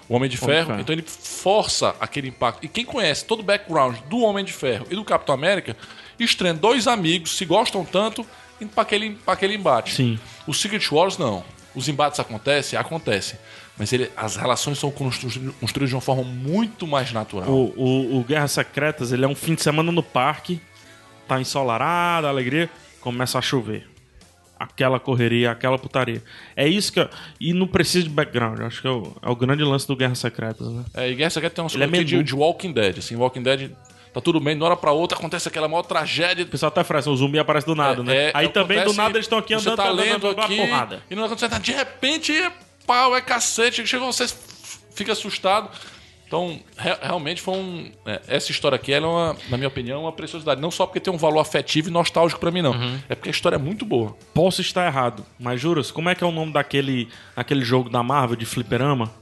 Speaker 5: o Homem de Ferro.
Speaker 2: Ferro.
Speaker 5: Então ele força aquele impacto. E quem conhece todo o background do Homem de Ferro e do Capitão América, estranha dois amigos, se gostam tanto, indo pra aquele, pra aquele embate.
Speaker 2: Sim.
Speaker 5: O Secret Wars, não. Os embates acontecem? Acontecem. Mas ele- as relações são constru- construídas de uma forma muito mais natural.
Speaker 2: O, o, o Guerras Secretas, ele é um fim de semana no parque, tá ensolarado, alegria, começa a chover. Aquela correria, aquela putaria. É isso que. Eu, e não precisa de background, eu acho que é o, é o grande lance do Guerras Secretas, né?
Speaker 5: É, e Guerra Secreta tem uma
Speaker 2: Ele é
Speaker 5: coisa de,
Speaker 2: meio
Speaker 5: de Walking Dead. Assim, Walking Dead tá tudo bem, de uma hora pra outra acontece aquela maior tragédia.
Speaker 2: O pessoal até frase, o zumbi aparece do nada, né?
Speaker 5: É, é,
Speaker 2: Aí também do
Speaker 5: acontece,
Speaker 2: nada eles estão aqui
Speaker 5: você
Speaker 2: andando,
Speaker 5: tá
Speaker 2: andando,
Speaker 5: lendo
Speaker 2: andando,
Speaker 5: aqui,
Speaker 2: uma porrada.
Speaker 5: E não acontece nada. De repente, pau, é cacete. Chega você fica assustado. Então, re- realmente foi um. é, essa história aqui ela é, uma, na minha opinião, uma preciosidade. Não só porque tem um valor afetivo e nostálgico pra mim, não. É porque a história é muito boa.
Speaker 2: Posso estar errado, mas juras, como é que é o nome daquele, daquele jogo da Marvel de fliperama?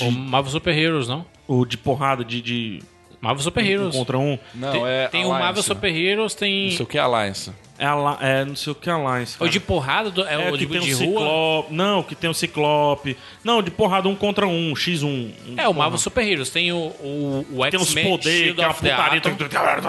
Speaker 4: O Marvel Super Heroes, não?
Speaker 2: O de porrada, de, de
Speaker 4: Marvel Super
Speaker 2: um
Speaker 4: Heroes.
Speaker 2: contra um?
Speaker 5: Não,
Speaker 4: tem tem o Marvel
Speaker 2: né?
Speaker 4: Super Heroes, tem.
Speaker 5: Não sei o que é Alliance.
Speaker 2: É, a, la- é não sei o que Alliance.
Speaker 4: O
Speaker 2: cara.
Speaker 4: de porrada, do- é,
Speaker 2: É,
Speaker 4: o
Speaker 2: que
Speaker 4: de,
Speaker 2: tem
Speaker 4: de
Speaker 2: um
Speaker 4: rua.
Speaker 2: ciclope. Não, que tem um ciclope. Não, de porrada um contra um, X1. um
Speaker 4: É, o
Speaker 2: porra.
Speaker 4: Marvel Super Heroes. Tem o, o, o
Speaker 2: Tem uns
Speaker 4: X-Men
Speaker 2: poderes,
Speaker 4: Shield
Speaker 2: que é uma
Speaker 4: of the
Speaker 2: putaria.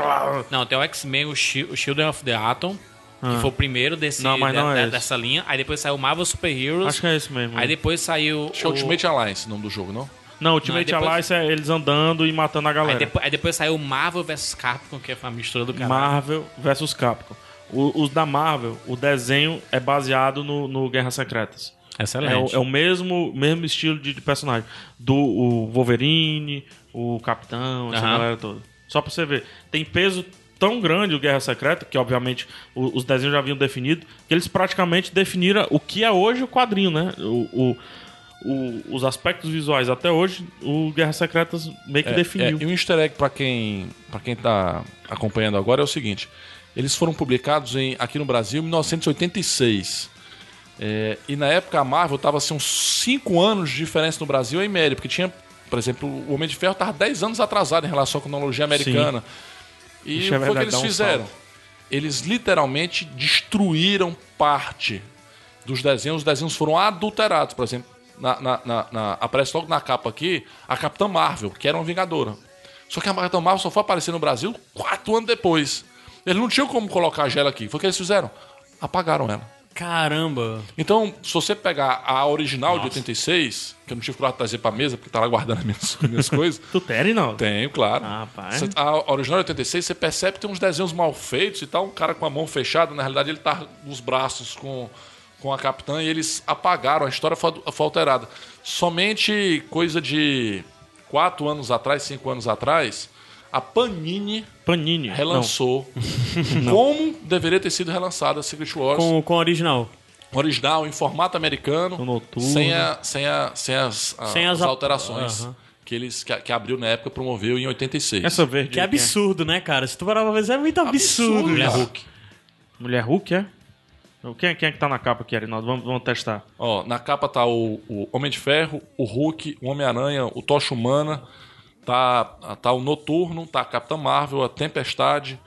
Speaker 2: um-
Speaker 4: Atom. Não, tem o X-Men, o, Shi- o Shield of the Atom. Que foi o primeiro desse,
Speaker 2: Ah. Não, mas
Speaker 4: da-
Speaker 2: não é
Speaker 4: da-
Speaker 2: esse.
Speaker 4: dessa linha. Aí depois saiu o Marvel Super Heroes.
Speaker 2: Acho que é esse mesmo.
Speaker 4: Aí depois saiu.
Speaker 5: Acho que é Ultimate Alliance o nome do jogo, não?
Speaker 2: Não, Ultimate
Speaker 4: Não, aí depois-
Speaker 2: Alliance é eles andando e matando a
Speaker 4: Aí,
Speaker 2: galera.
Speaker 4: depo- aí depois saiu o Marvel vs Capcom, que foi a mistura do cara.
Speaker 2: Marvel versus Capcom. O- os da Marvel, o desenho é baseado no, no Guerras Secretas. É o,
Speaker 4: Excelente.
Speaker 2: é o mesmo, mesmo estilo de, de personagem. Do o Wolverine, o Capitão, essa
Speaker 4: Aham.
Speaker 2: galera toda. Só pra você ver. Tem peso tão grande o Guerra Secreta, que obviamente o- os desenhos já haviam definido, que eles praticamente definiram o que é hoje o quadrinho, né? O, o- o- os aspectos visuais até hoje, o Guerra Secretas meio que
Speaker 5: É,
Speaker 2: definiu.
Speaker 5: é, e um easter egg pra quem, pra quem tá acompanhando agora é o seguinte: eles foram publicados em, aqui no Brasil em 1986. É, e na época a Marvel tava assim, uns 5 anos de diferença no Brasil em média, porque tinha, por exemplo, o Homem de Ferro tava 10 anos atrasado em relação à cronologia americana. E
Speaker 2: Isso é
Speaker 5: foi o que
Speaker 2: verdade,
Speaker 5: eles
Speaker 2: dá um
Speaker 5: fizeram?
Speaker 2: salto.
Speaker 5: Eles literalmente destruíram parte dos desenhos. Os desenhos foram adulterados, por exemplo. Na, na- na- na- aparece logo na capa aqui a Capitã Marvel, que era uma Vingadora. Só que a Capitã Marvel só foi aparecer no Brasil quatro anos depois. Eles não tinham como colocar a Gela aqui. Foi o que eles fizeram? Apagaram ela.
Speaker 4: Caramba.
Speaker 5: Então, se você pegar a original de 86, que eu não tive coragem de trazer pra mesa, porque tá lá guardando as minhas, minhas coisas,
Speaker 2: Tu tem, Rinaldo?
Speaker 5: tenho, claro.
Speaker 2: Ah, pá.
Speaker 5: Cê- A original é 86, você percebe que tem uns desenhos mal feitos e tal, um cara com a mão fechada, na realidade ele tá os braços com, com a capitã e eles apagaram, a história foi, foi alterada. Somente coisa de quatro anos atrás, cinco anos atrás, a Panini
Speaker 2: Panini.
Speaker 5: relançou como deveria ter sido relançada a Secret Wars
Speaker 3: Com, com o original.
Speaker 5: original em formato americano,
Speaker 2: No noturno.
Speaker 5: sem, a- sem a- sem as, a-
Speaker 3: Sem as
Speaker 5: as
Speaker 3: a-
Speaker 5: alterações
Speaker 3: Aham.
Speaker 5: que eles que, a- que abriu na época promoveu em 86.
Speaker 2: Não. Essa verde.
Speaker 3: Que
Speaker 2: aí, quem é?
Speaker 3: absurdo, né, cara? Se tu parar pra ver, é muito absurdo.
Speaker 5: Absurdo,
Speaker 3: cara.
Speaker 4: Mulher
Speaker 5: cara. Tá
Speaker 4: Hulk.
Speaker 2: Mulher Hulk, é? Quem, é- quem é que tá na capa aqui, Arinaldo? Vamos, vamos testar.
Speaker 5: Ó, na capa tá o, o Homem de Ferro, o Hulk, o Homem-Aranha, o Tocha Humana, tá, tá o Noturno, tá a Capitã Marvel, a Tempestade,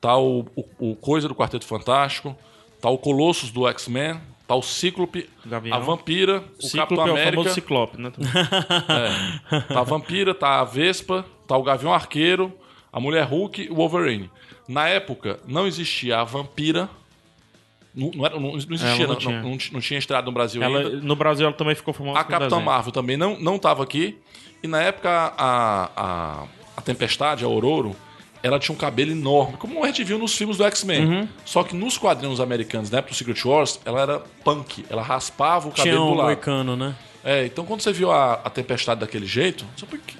Speaker 5: tá o, o, o Coisa do Quarteto Fantástico, tá o Colossus do X-Men, tá o Cíclope,
Speaker 2: Gavião.
Speaker 5: a Vampira, o
Speaker 2: Cíclope
Speaker 5: Capitão
Speaker 2: é o famoso
Speaker 5: América,
Speaker 2: Ciclope, né?
Speaker 5: É. Tá a Vampira, tá a Vespa, tá o Gavião Arqueiro, a Mulher Hulk e o Wolverine. Na época, não existia a Vampira. Não, não era- não- não existia,
Speaker 2: É, Ela não
Speaker 5: não,
Speaker 2: tinha.
Speaker 5: não, não ti- não tinha estreado no Brasil
Speaker 2: Ela,
Speaker 5: ainda.
Speaker 2: no Brasil ela também ficou famosa
Speaker 5: A
Speaker 2: com
Speaker 5: Capitã
Speaker 2: desenho.
Speaker 5: Marvel também não, não tava aqui. E na época, a, a, a Tempestade, a Ororo, ela tinha um cabelo enorme, como a gente viu nos filmes do X-Men.
Speaker 3: Uhum.
Speaker 5: Só que nos quadrinhos americanos, na época do Secret Wars, ela era punk. Ela raspava o
Speaker 3: Tinha
Speaker 5: cabelo
Speaker 3: um
Speaker 5: do lado.
Speaker 3: moicano, né?
Speaker 5: É, então quando você viu a, a tempestade daquele jeito, você, "Por que-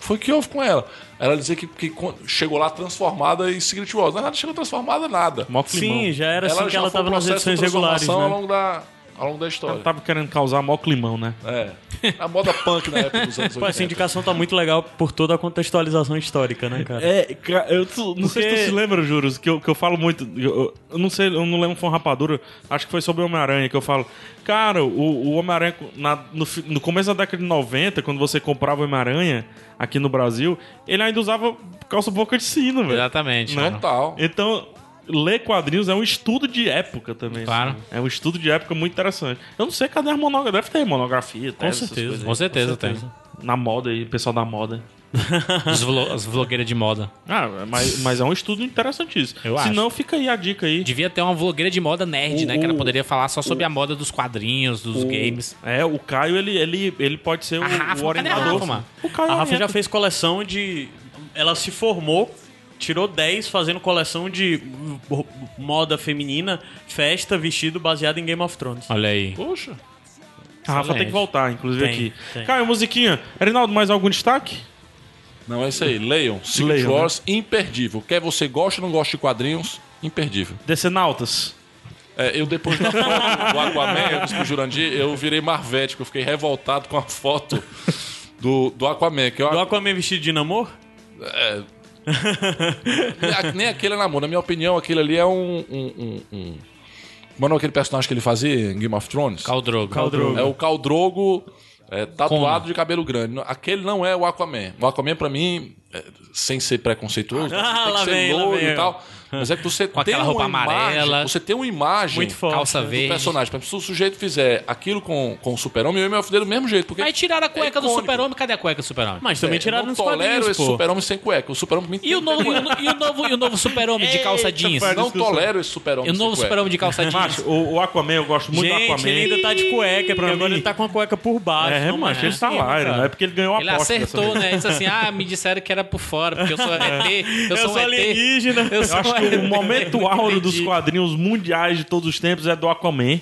Speaker 5: foi o que houve com ela. Ela dizia que, que co- chegou lá transformada em Secret Wars. Não, é ela não chegou transformada em nada.
Speaker 2: Mó climão.
Speaker 3: Sim, já era assim que
Speaker 5: um já
Speaker 3: ela
Speaker 5: foi um
Speaker 3: tava nas
Speaker 5: processo de
Speaker 3: edições regulares,
Speaker 5: transformação é um
Speaker 3: né? Tá,
Speaker 5: Ao longo da, ao longo da
Speaker 2: Ela
Speaker 5: história.
Speaker 2: tava querendo causar mó climão, né?
Speaker 5: É. A moda punk na época dos anos
Speaker 3: Pô, essa
Speaker 5: 80.
Speaker 3: indicação tá muito legal por toda a contextualização histórica, né, cara?
Speaker 2: É, cara, eu não sei se
Speaker 3: Porque-
Speaker 2: tu se lembra, Juros, que eu, que eu falo muito. Eu, eu não sei, eu não lembro se foi uma rapadura. Acho que foi sobre o Homem-Aranha que eu falo. Cara, o, o Homem-Aranha, na- no, fi- no começo da década de 90, quando você comprava o Homem-Aranha aqui no Brasil, ele ainda usava calça boca de sino, velho.
Speaker 4: Exatamente.
Speaker 2: Né?
Speaker 4: cara.
Speaker 5: Total.
Speaker 2: Então, ler quadrinhos é um estudo de época também.
Speaker 4: Claro.
Speaker 2: assim. É um estudo de época muito interessante. Eu não sei cadê a monografia. Deve ter monografia,
Speaker 4: Com certeza. Com certeza tem.
Speaker 2: Na moda aí, pessoal da moda.
Speaker 4: Os vlo- As vlogueiras de moda.
Speaker 2: Ah, mas, mas é um estudo interessantíssimo.
Speaker 4: Eu
Speaker 2: Se
Speaker 4: acho.
Speaker 2: não, fica aí a dica aí.
Speaker 4: Devia ter uma vlogueira de moda nerd,
Speaker 2: O-
Speaker 4: né? Que ela
Speaker 2: o-
Speaker 4: poderia falar só sobre a moda dos quadrinhos, dos games.
Speaker 2: É, o Caio, ele, ele, ele pode ser o,
Speaker 4: A Rafa,
Speaker 2: o
Speaker 4: cadê a
Speaker 2: orientador.
Speaker 4: Rafa, mano?
Speaker 2: o Caio
Speaker 3: A tá Rafa já
Speaker 2: orienta.
Speaker 3: fez coleção de. Ela se formou, tirou 10 fazendo coleção de ro- moda feminina, festa, vestido baseado em Game of Thrones.
Speaker 4: Olha aí.
Speaker 2: Poxa. A Rafa tem que voltar, inclusive,
Speaker 3: Tem,
Speaker 2: aqui.
Speaker 3: tem.
Speaker 2: Caio, musiquinha. Reinaldo, mais algum destaque?
Speaker 5: Não, é isso aí. Leiam. Secret
Speaker 2: Leiam, né?
Speaker 5: Wars, imperdível. Quer você goste ou não goste de quadrinhos, imperdível.
Speaker 2: Decenautas.
Speaker 5: É, eu depois da foto do Aquaman, eu disse pro Jurandir, eu virei marvético. Eu fiquei revoltado com a foto do, do Aquaman. Que eu,
Speaker 3: Do Aquaman vestido de namor?
Speaker 5: é, nem- nem aquele é namoro. Na minha opinião, aquele ali é um... um, um, um mano, aquele personagem que ele fazia em Game of Thrones.
Speaker 4: Caldrogo.
Speaker 3: Caldrogo.
Speaker 5: É o Caldrogo é, tatuado de cabelo grande. Não, Aquele não é o Aquaman. O Aquaman, pra mim, é, sem ser preconceituoso,
Speaker 3: Ah,
Speaker 5: tem
Speaker 3: lá
Speaker 5: que ser
Speaker 3: vem, lá
Speaker 5: loiro
Speaker 3: vem.
Speaker 5: e tal. Mas é que você
Speaker 4: Com
Speaker 5: tem
Speaker 4: aquela roupa
Speaker 5: uma imagem,
Speaker 4: amarela.
Speaker 5: Você tem uma imagem
Speaker 3: Muito forte.
Speaker 4: Calça
Speaker 5: do
Speaker 4: verde.
Speaker 5: personagem. Por exemplo, Se o sujeito fizer aquilo com, com o super-homem, eu me ofender do mesmo jeito. Porque é
Speaker 4: Aí tiraram a cueca do
Speaker 5: icônico.
Speaker 4: super-homem. Cadê a cueca do super-homem?
Speaker 3: Mas também
Speaker 5: é,
Speaker 3: tiraram
Speaker 5: não
Speaker 3: nos
Speaker 5: tolero
Speaker 3: quadrinhos,
Speaker 5: esse
Speaker 3: pô.
Speaker 5: super-homem sem cueca. O super-homem pra mim tem
Speaker 4: E o novo,
Speaker 5: que ter
Speaker 4: e o,
Speaker 5: cueca.
Speaker 4: no- e o novo, e o novo super-homem de calça
Speaker 3: Eita,
Speaker 4: jeans?
Speaker 3: pai.
Speaker 5: Não tolero esse super-homem
Speaker 4: E o novo
Speaker 5: sem cueca.
Speaker 4: super-homem de calça jeans?
Speaker 2: Macho, o, o Aquaman, eu gosto muito do
Speaker 3: Gente,
Speaker 2: Aquaman.
Speaker 3: ele ainda tá de cueca,
Speaker 2: Pra
Speaker 3: porque agora
Speaker 2: mim-
Speaker 3: ele tá com a cueca por baixo.
Speaker 2: É,
Speaker 3: não,
Speaker 2: macho, ele
Speaker 3: é?
Speaker 2: tá lá,
Speaker 3: cara.
Speaker 2: não é porque ele ganhou a
Speaker 4: Ele
Speaker 2: aposta.
Speaker 4: acertou, né? Ele disse assim: ah, me disseram que era por fora, porque eu sou ET. Eu,
Speaker 3: Eu
Speaker 4: sou um
Speaker 3: sou
Speaker 4: ET.
Speaker 3: alienígena.
Speaker 4: Eu
Speaker 2: Eu
Speaker 4: sou
Speaker 2: acho
Speaker 4: um
Speaker 2: que
Speaker 4: ET.
Speaker 2: o momento áureo dos
Speaker 4: Entendi.
Speaker 2: quadrinhos mundiais de todos os tempos é do Aquaman.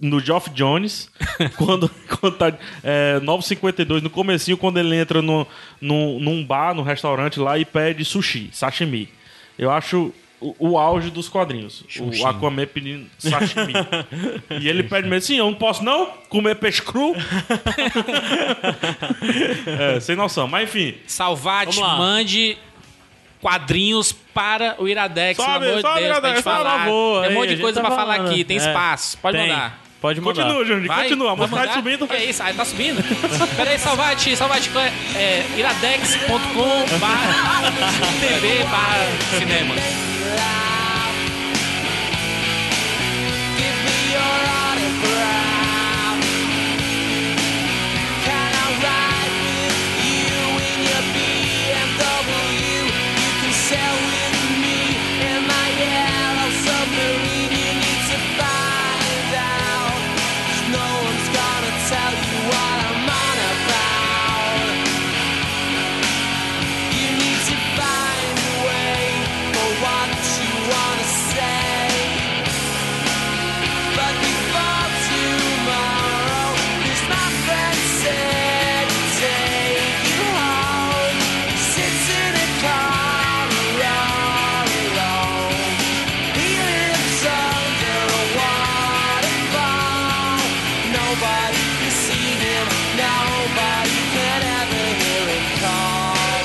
Speaker 2: No Geoff Jones, quando, quando tá é, 9,52 no comecinho, quando ele entra no, no, num bar, num restaurante lá e pede sushi, sashimi. Eu acho o, o auge dos quadrinhos. O Aquaman pedindo sashimi. e ele pede mesmo assim, eu não posso não comer peixe cru. é, sem noção. Mas enfim,
Speaker 4: Salvate,
Speaker 3: Vamos lá.
Speaker 4: mande quadrinhos para o Iradex,
Speaker 2: Sobe,
Speaker 4: pelo amor de
Speaker 2: sobe,
Speaker 4: Deus, pra
Speaker 2: Iradex,
Speaker 4: gente
Speaker 2: por
Speaker 4: falar.
Speaker 3: favor,
Speaker 4: Tem um
Speaker 3: aí,
Speaker 4: monte
Speaker 3: a
Speaker 4: de
Speaker 3: gente
Speaker 4: coisa
Speaker 3: tá
Speaker 4: pra falar
Speaker 3: falando,
Speaker 4: aqui, tem
Speaker 3: é.
Speaker 4: espaço, pode
Speaker 3: Tem.
Speaker 4: mandar.
Speaker 3: Pode mandar.
Speaker 2: continua, Júnior,
Speaker 4: Vai,
Speaker 2: continua. A
Speaker 4: vai
Speaker 2: mostrar
Speaker 4: mandar?
Speaker 2: subindo.
Speaker 4: É isso, aí tá subindo. Peraí, Salvate, Salvate, é, iradex.com barra TV barra cinema.
Speaker 1: Tell you what I'm on about. You need to find a way for what you wanna say. But before tomorrow, here's my friend said to take you home. Sits in a car all alone. He lives under a waterfall. Nobody can see him. Nobody can ever hear him call.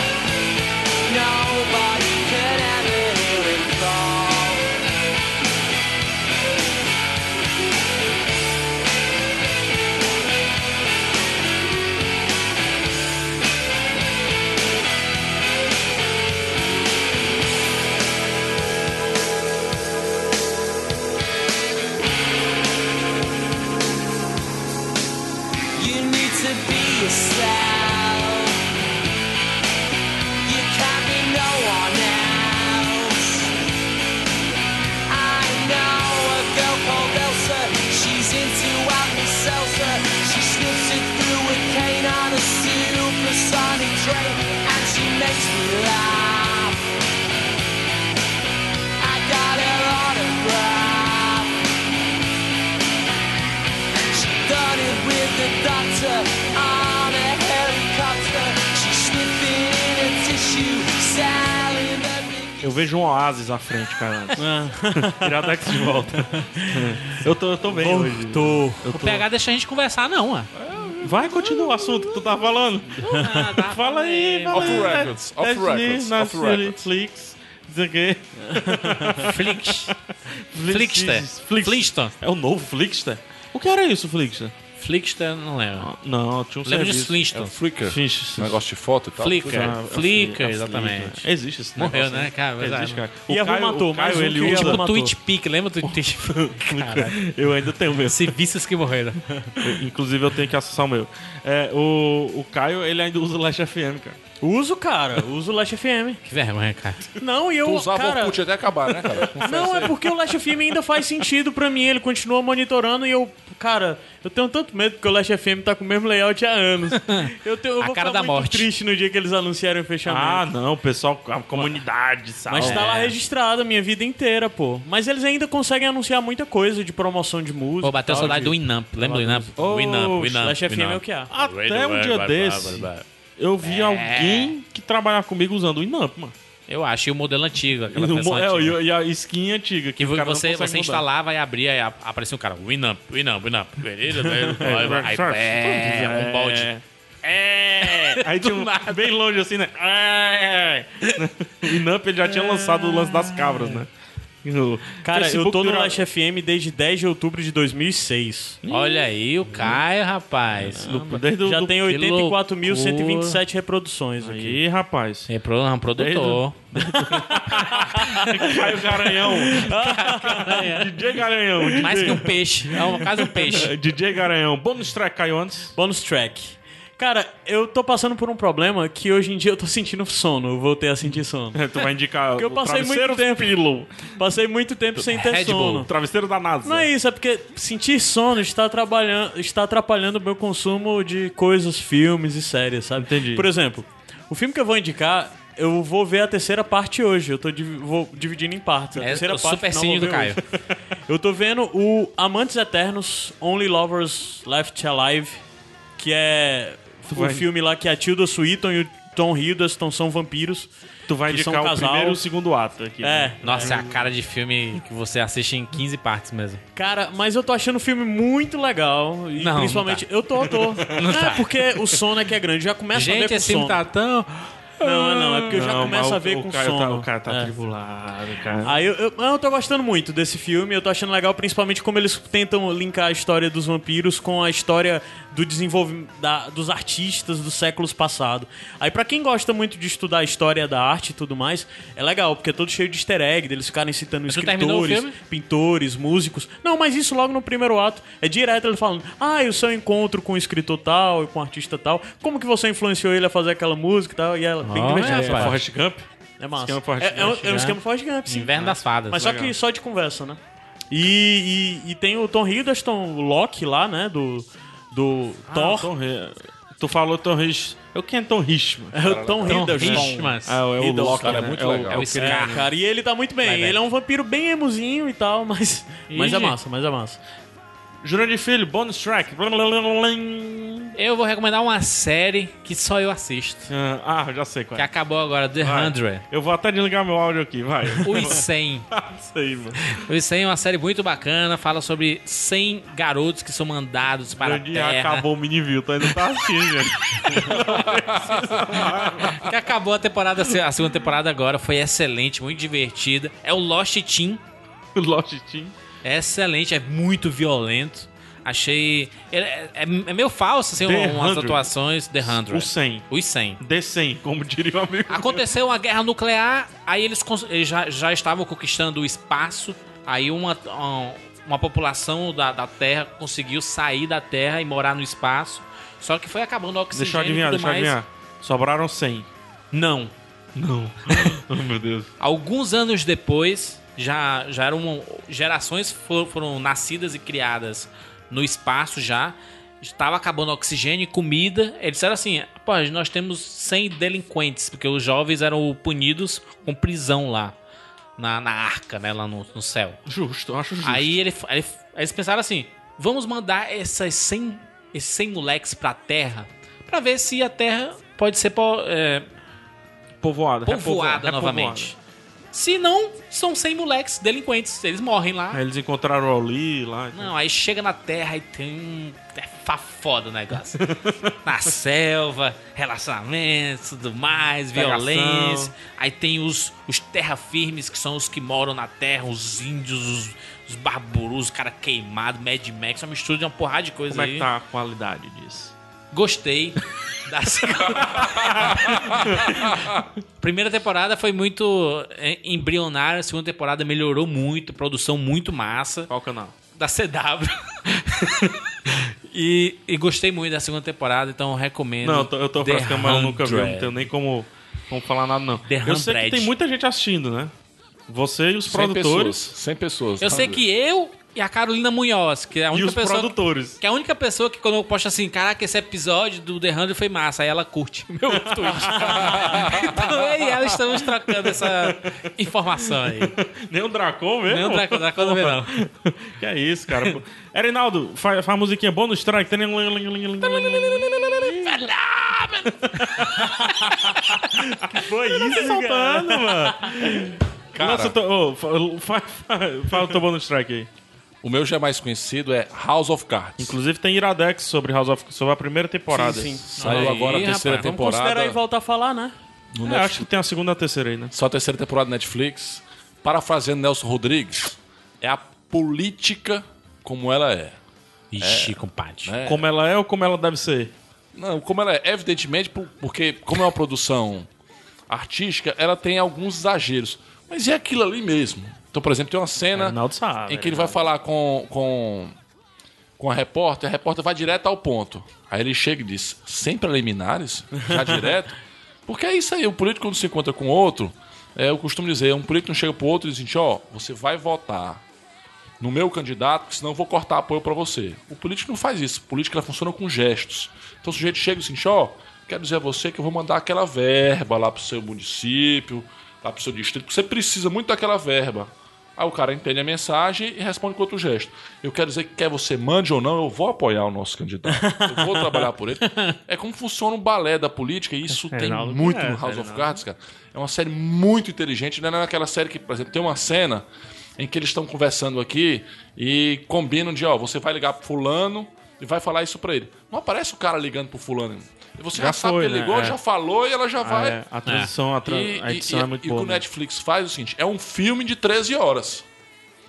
Speaker 1: Nobody can ever hear him call. You need to be yourself. You can't be no one else. I know a girl called Elsa. She's into Alka Seltzer. She slips it through a cane on a supersonic train, and she makes me laugh. I got her autograph. She done it with the doctor on a helicopter. She's sniffing a tissue, selling the big
Speaker 2: Eu vejo um oásis à frente, cara. Iradex de volta. É. Eu tô, eu tô bem hoje.
Speaker 3: Tô.
Speaker 4: O PH deixa a gente conversar, não, ó.
Speaker 2: Vai, continua o assunto que tu tá falando. Fala aí, fala
Speaker 5: Ah, tá. Off
Speaker 2: aí.
Speaker 5: records, off
Speaker 2: Destiny,
Speaker 5: records,
Speaker 2: Netflix,
Speaker 5: off records.
Speaker 2: Netflix, não sei o quê.
Speaker 4: Flix. Flixster.
Speaker 2: Flix- Flix-
Speaker 4: Flixton.
Speaker 2: É o novo Flixter? O que era isso, Flixter?
Speaker 4: Flixter, não lembro.
Speaker 2: Não, tinha um
Speaker 4: Lembro de
Speaker 2: serviço.
Speaker 5: É
Speaker 4: Flixton.
Speaker 5: o Flickr.
Speaker 2: Flix-
Speaker 5: Um negócio de foto e
Speaker 4: tá,
Speaker 5: tal.
Speaker 2: Ah,
Speaker 4: Flickr.
Speaker 2: é
Speaker 4: Flickr,
Speaker 2: Flickr,
Speaker 4: exatamente.
Speaker 2: Existe esse
Speaker 4: Morreu,
Speaker 2: negócio,
Speaker 4: né, cara? Mas,
Speaker 2: Existe,
Speaker 4: ah,
Speaker 2: cara.
Speaker 3: E
Speaker 5: é
Speaker 3: a Roma matou,
Speaker 2: o Caio,
Speaker 3: mais um
Speaker 2: ele
Speaker 3: que a
Speaker 2: usa...
Speaker 3: Roma-
Speaker 4: Tipo
Speaker 3: matou.
Speaker 4: Twitch Peak, lembra do Twitch Peak?
Speaker 2: Eu ainda tenho o meu.
Speaker 4: Civistas que morreram.
Speaker 2: Inclusive, eu tenho que acessar o meu. É, o, o Caio, ele ainda usa o Last FM, cara.
Speaker 3: Uso, cara. Uso o Last FM.
Speaker 4: Que vergonha, cara.
Speaker 3: Não, e eu.
Speaker 5: Tu usava
Speaker 3: cara,
Speaker 5: o Orkut até acabar, né, cara?
Speaker 3: Não, é porque o Last FM ainda faz sentido pra mim. Ele continua monitorando e eu, cara, eu tenho tanto medo porque o Last FM tá com o mesmo layout há anos. Eu, tenho, eu
Speaker 4: A
Speaker 3: vou
Speaker 4: cara
Speaker 3: ficar
Speaker 4: da
Speaker 3: muito
Speaker 4: morte.
Speaker 3: triste no dia que eles anunciaram o fechamento.
Speaker 2: Ah, não, o pessoal, a comunidade, sabe?
Speaker 3: Mas tá lá
Speaker 4: É.
Speaker 3: registrado a minha vida inteira, pô. Mas eles ainda conseguem anunciar muita coisa de promoção de música.
Speaker 4: Pô,
Speaker 2: Tá
Speaker 4: bateu a saudade do Ah, Inamp. Lembra do Inamp?
Speaker 2: Ô,
Speaker 4: O Inamp, o Inamp.
Speaker 3: Slash FM é o que há.
Speaker 2: Até um dia desse, eu vi
Speaker 3: É.
Speaker 2: alguém que trabalhava comigo usando o Inamp, mano.
Speaker 4: Eu acho, e o modelo antigo,
Speaker 2: E,
Speaker 4: aquela
Speaker 2: no-
Speaker 4: versão
Speaker 2: é,
Speaker 4: antiga.
Speaker 2: e a skin antiga. Que
Speaker 4: Que
Speaker 2: o cara não
Speaker 4: você,
Speaker 2: consegue
Speaker 4: você
Speaker 2: mudar.
Speaker 4: instalava e abria, aí a- aparecia um cara, Winamp, Winamp, Winamp. Beleza, né? beleza. Aí, aí,
Speaker 2: Sharp.
Speaker 4: pé, um balde.
Speaker 2: É. É. Aí tinha um bem longe assim, né? É. O Inamp ele já tinha lançado o lance das cabras, né? E o
Speaker 3: Cara, eu
Speaker 2: Facebook
Speaker 3: tô no
Speaker 2: dura-
Speaker 3: Last FM desde 10 de outubro de 2006.
Speaker 4: Olha aí o Caio, rapaz.
Speaker 2: Desde o
Speaker 3: Já
Speaker 2: do...
Speaker 3: tem 84.127
Speaker 4: loucura.
Speaker 3: reproduções aqui.
Speaker 2: Aí, rapaz.
Speaker 4: É pro- é um produtor.
Speaker 2: Caio Garanhão. DJ Garanhão. DJ.
Speaker 4: Mais que um peixe. É um, quase um peixe.
Speaker 2: DJ Garanhão. Bônus track Caio antes.
Speaker 3: Bônus track. Cara, eu tô passando por um problema que hoje em dia eu tô sentindo sono. Eu voltei a sentir sono.
Speaker 2: Tu vai indicar
Speaker 3: Porque eu
Speaker 2: o
Speaker 3: passei muito
Speaker 2: travesseiro
Speaker 3: tempo-
Speaker 2: Pillow.
Speaker 3: Passei muito tempo sem ter
Speaker 4: Red Bull.
Speaker 3: sono.
Speaker 2: Travesseiro da NASA.
Speaker 3: Não é isso, é porque sentir sono está, trabalhando, está atrapalhando o meu consumo de coisas, filmes e séries, sabe?
Speaker 2: Entendi.
Speaker 3: Por exemplo, o filme que eu vou indicar, eu vou ver a terceira parte hoje. Eu tô div- vou dividindo em partes. A
Speaker 4: É
Speaker 3: terceira
Speaker 4: o
Speaker 3: parte
Speaker 4: super
Speaker 3: não vou
Speaker 4: cine do
Speaker 3: ver
Speaker 4: Caio.
Speaker 3: hoje. Eu tô vendo o Amantes Eternos, Only Lovers Left Alive, que é o
Speaker 2: vai-
Speaker 3: filme lá que a Tilda Swinton e o Tom Hiddleston são vampiros.
Speaker 2: Tu vai
Speaker 3: que são
Speaker 2: indicar
Speaker 3: um
Speaker 2: o
Speaker 3: casal.
Speaker 2: primeiro e o segundo ato aqui.
Speaker 3: É,
Speaker 2: né?
Speaker 4: Nossa, é a cara de filme que você assiste em 15 partes mesmo.
Speaker 3: Cara, mas eu tô achando o filme muito legal. E
Speaker 4: Não,
Speaker 3: principalmente. Eu tô, eu tô. Não é porque o sono é que é grande. Já começa a ver
Speaker 4: Gente,
Speaker 3: com
Speaker 4: esse
Speaker 3: sono.
Speaker 4: filme tá tão...
Speaker 3: Não, é não. É porque eu já
Speaker 2: Não, mas
Speaker 3: começo
Speaker 2: o-
Speaker 3: a ver
Speaker 2: o
Speaker 3: com
Speaker 2: Caio
Speaker 3: sono.
Speaker 2: Tá, o cara tá
Speaker 3: É.
Speaker 2: tribulado, cara.
Speaker 3: Aí Ah, eu, eu, eu tô gostando muito desse filme, eu tô achando legal, principalmente como eles tentam linkar a história dos vampiros com a história do desenvolvimento da- dos artistas dos séculos passados. Aí pra quem gosta muito de estudar a história da arte e tudo mais, é legal, porque é todo cheio de easter egg, deles ficarem citando
Speaker 4: tu terminou o
Speaker 3: escritores,
Speaker 4: filme?
Speaker 3: pintores, músicos. Não, mas isso logo no primeiro ato é direto ele falando: "Ah, e o seu encontro com o escritor tal e com o artista tal, como que você influenciou ele a fazer aquela música e tal?" E ela bem
Speaker 4: Olha,
Speaker 3: divertido.
Speaker 4: rapaz.
Speaker 2: Forrest Gump?
Speaker 3: É massa.
Speaker 2: Esquema Forrest
Speaker 3: é, é, um,
Speaker 2: Gump,
Speaker 3: é um
Speaker 4: né?
Speaker 3: esquema Forrest Gump, sim.
Speaker 4: Inverno das fadas. né,
Speaker 3: Mas só
Speaker 4: Legal.
Speaker 3: que só de conversa, né? E, e, e tem o Tom Hiddleston, o Loki lá, né? Do, do
Speaker 2: Ah,
Speaker 3: Thor.
Speaker 2: Tom Hi- Tu falou Tom Hish. Eu quem é Tom Hish, mano?
Speaker 3: É o Tom
Speaker 4: Tom
Speaker 3: Hiddleston.
Speaker 4: Hiddleston.
Speaker 2: Ah, é o
Speaker 3: Hiddleston,
Speaker 2: Loki,
Speaker 5: cara, é
Speaker 2: né?
Speaker 5: muito
Speaker 2: o-
Speaker 5: legal.
Speaker 4: É o
Speaker 3: É,
Speaker 4: Scar.
Speaker 3: cara, e ele tá muito bem.
Speaker 4: Vai, vai.
Speaker 3: Ele é um vampiro bem emuzinho e tal, mas. Mas é
Speaker 4: gente.
Speaker 3: massa, mas é massa. É.
Speaker 2: Jurandir Filho, bonus track. Blá, blá, blá, blá, blá.
Speaker 4: Eu vou recomendar uma série que só eu assisto.
Speaker 2: Ah, já sei qual
Speaker 4: Que
Speaker 2: é.
Speaker 4: acabou agora, The
Speaker 2: Vai.
Speaker 4: 100.
Speaker 2: Eu vou até desligar meu áudio aqui, vai.
Speaker 4: Os 100.
Speaker 2: Isso aí, mano.
Speaker 4: Os 100 é uma série muito bacana. Fala sobre 100 garotos que são mandados para a
Speaker 2: Jurandir
Speaker 4: terra.
Speaker 2: acabou o mini tá ainda tá assim, gente.
Speaker 4: Que acabou a temporada, a segunda temporada agora. Foi excelente, muito divertida. É o Lost Team.
Speaker 2: O Lost Team.
Speaker 4: É excelente, é muito violento. Achei. É, é- é meio falso, assim,
Speaker 2: The
Speaker 4: umas
Speaker 2: 100.
Speaker 4: atuações. The
Speaker 3: é.
Speaker 4: 100.
Speaker 2: Os 100.
Speaker 4: Os 100.
Speaker 2: The 100, como diria o amigo.
Speaker 4: Aconteceu uma guerra nuclear, aí eles, cons- eles já, já estavam conquistando o espaço, aí uma, um- uma população da, da Terra conseguiu sair da Terra e morar no espaço. Só que foi acabando o oxigênio
Speaker 2: Deixa eu
Speaker 4: e
Speaker 2: adivinhar,
Speaker 4: tudo
Speaker 2: deixa eu
Speaker 4: mais.
Speaker 2: adivinhar. Sobraram 100.
Speaker 4: Não.
Speaker 2: Não. oh, meu Deus.
Speaker 4: Alguns anos depois, já, já eram gerações fo- foram nascidas e criadas no espaço já. Estava acabando oxigênio e comida. Eles disseram assim: pô, nós temos 100 delinquentes, porque os jovens eram punidos com prisão lá, na, na arca, né, lá no, no céu.
Speaker 2: Justo, eu acho justo.
Speaker 4: Aí ele, ele- eles pensaram assim: vamos mandar essas 100, esses 100 moleques pra terra, pra ver se a terra pode ser po- é,
Speaker 2: é Povoada.
Speaker 4: povoada
Speaker 2: repovoada,
Speaker 4: novamente. Se não, são 100 moleques delinquentes, eles morrem lá.
Speaker 2: Aí eles encontraram o Ali lá.
Speaker 4: Não, aí chega na terra e tem um. É fa- foda o negócio. na selva, relacionamentos, tudo mais,
Speaker 2: Pegação.
Speaker 4: violência. Aí tem os, os terra firmes, que são os que moram na terra, os índios, os, os barburus, os cara queimado, Mad Max, uma mistura de uma porrada de coisa
Speaker 2: Como é
Speaker 4: aí.
Speaker 2: que tá a qualidade disso?
Speaker 4: Gostei da segunda. Primeira temporada foi muito é, embrionária, a segunda temporada melhorou muito, produção muito massa
Speaker 2: Qual canal?
Speaker 4: da CW. E, e gostei muito da segunda temporada, então recomendo.
Speaker 2: Não, eu tô, eu tô
Speaker 4: The
Speaker 2: frescando, mas eu nunca vi, eu não
Speaker 4: 100.
Speaker 2: tenho nem como, como falar nada, não.
Speaker 4: The
Speaker 2: eu sei que
Speaker 4: 100.
Speaker 2: tem muita gente assistindo, né? Você e os
Speaker 5: 100 pessoas.
Speaker 2: produtores.
Speaker 5: 100 pessoas. né?
Speaker 4: Eu sei que eu e a Carolina Munhoz, que é a
Speaker 2: E
Speaker 4: única
Speaker 2: os
Speaker 4: pessoa.
Speaker 2: produtores.
Speaker 4: Que é a única pessoa que quando eu posto assim, caraca, esse episódio do The 100 foi massa, aí ela curte meu tweet. então eu e ela estamos trocando essa informação aí.
Speaker 2: Nem o Dracon mesmo?
Speaker 4: Nem o Draco-
Speaker 2: Tá
Speaker 4: Draco não vê, não.
Speaker 2: Que é isso, cara. pô. Erinaldo, fa- faz a musiquinha bônus track. Que Foi isso, Tá soltando, mano. Lança o teu- ô, fa- fa- fa- Fala o teu bônus track aí.
Speaker 5: O meu já é mais conhecido é House of Cards.
Speaker 2: Inclusive tem Iradex sobre House of sobre a primeira temporada.
Speaker 3: Sim, sim.
Speaker 5: Saiu
Speaker 4: Aí,
Speaker 5: agora a terceira
Speaker 3: Vamos
Speaker 4: rapaz,
Speaker 5: temporada.
Speaker 3: considerar e voltar a falar, né?
Speaker 5: no
Speaker 2: É,
Speaker 5: Netflix.
Speaker 2: acho que tem a segunda e a terceira aí, né?
Speaker 5: Só a terceira temporada da Netflix. Parafraseando Nelson Rodrigues, é a política como ela é.
Speaker 4: Ixi, compadre.
Speaker 5: né?
Speaker 2: Como ela é ou como ela deve ser?
Speaker 5: Não, como ela é, evidentemente, por- porque como é uma produção artística, ela tem alguns exageros. Mas é aquilo ali mesmo. Então, por exemplo, tem uma cena
Speaker 2: Erinaldo
Speaker 3: Ah,
Speaker 2: sabe.
Speaker 3: É
Speaker 5: em que ele vai falar com, com, com a repórter, a repórter vai direto ao ponto. Aí ele chega e diz, sem preliminares, já direto. Porque é isso aí, o político quando se encontra com outro, é, eu costumo dizer, um político não chega pro outro e diz assim, ó, você vai votar no meu candidato, porque senão eu vou cortar apoio pra você. O político não faz isso, o político ela funciona com gestos. Então o sujeito chega e diz assim, ó, quero dizer a você que eu vou mandar aquela verba lá pro seu município, lá pro seu distrito, porque você precisa muito daquela verba. Aí o cara entende a mensagem e responde com outro gesto. Eu quero dizer que quer você mande ou não, eu vou apoiar o nosso candidato. Eu vou trabalhar por ele. É como funciona o balé da política e isso tem
Speaker 2: Reinaldo
Speaker 5: muito no
Speaker 2: conhece,
Speaker 5: House of Cards, cara. É uma série muito inteligente. Não é aquela série que, por exemplo, tem uma cena em que eles estão conversando aqui e combinam de, ó, você vai ligar pro fulano e vai falar isso pra ele. Não aparece o cara ligando pro fulano. Você já,
Speaker 2: Já
Speaker 5: sabe
Speaker 2: foi,
Speaker 5: que ele
Speaker 2: né?
Speaker 5: ligou,
Speaker 2: É.
Speaker 5: já falou e ela já vai...
Speaker 2: É, a transição, a, tra-
Speaker 5: E,
Speaker 2: a
Speaker 5: e-
Speaker 2: edição
Speaker 5: e-
Speaker 2: é muito
Speaker 5: e o
Speaker 2: boa.
Speaker 5: que o
Speaker 2: né?
Speaker 5: Netflix faz é o seguinte: é um filme de 13 horas.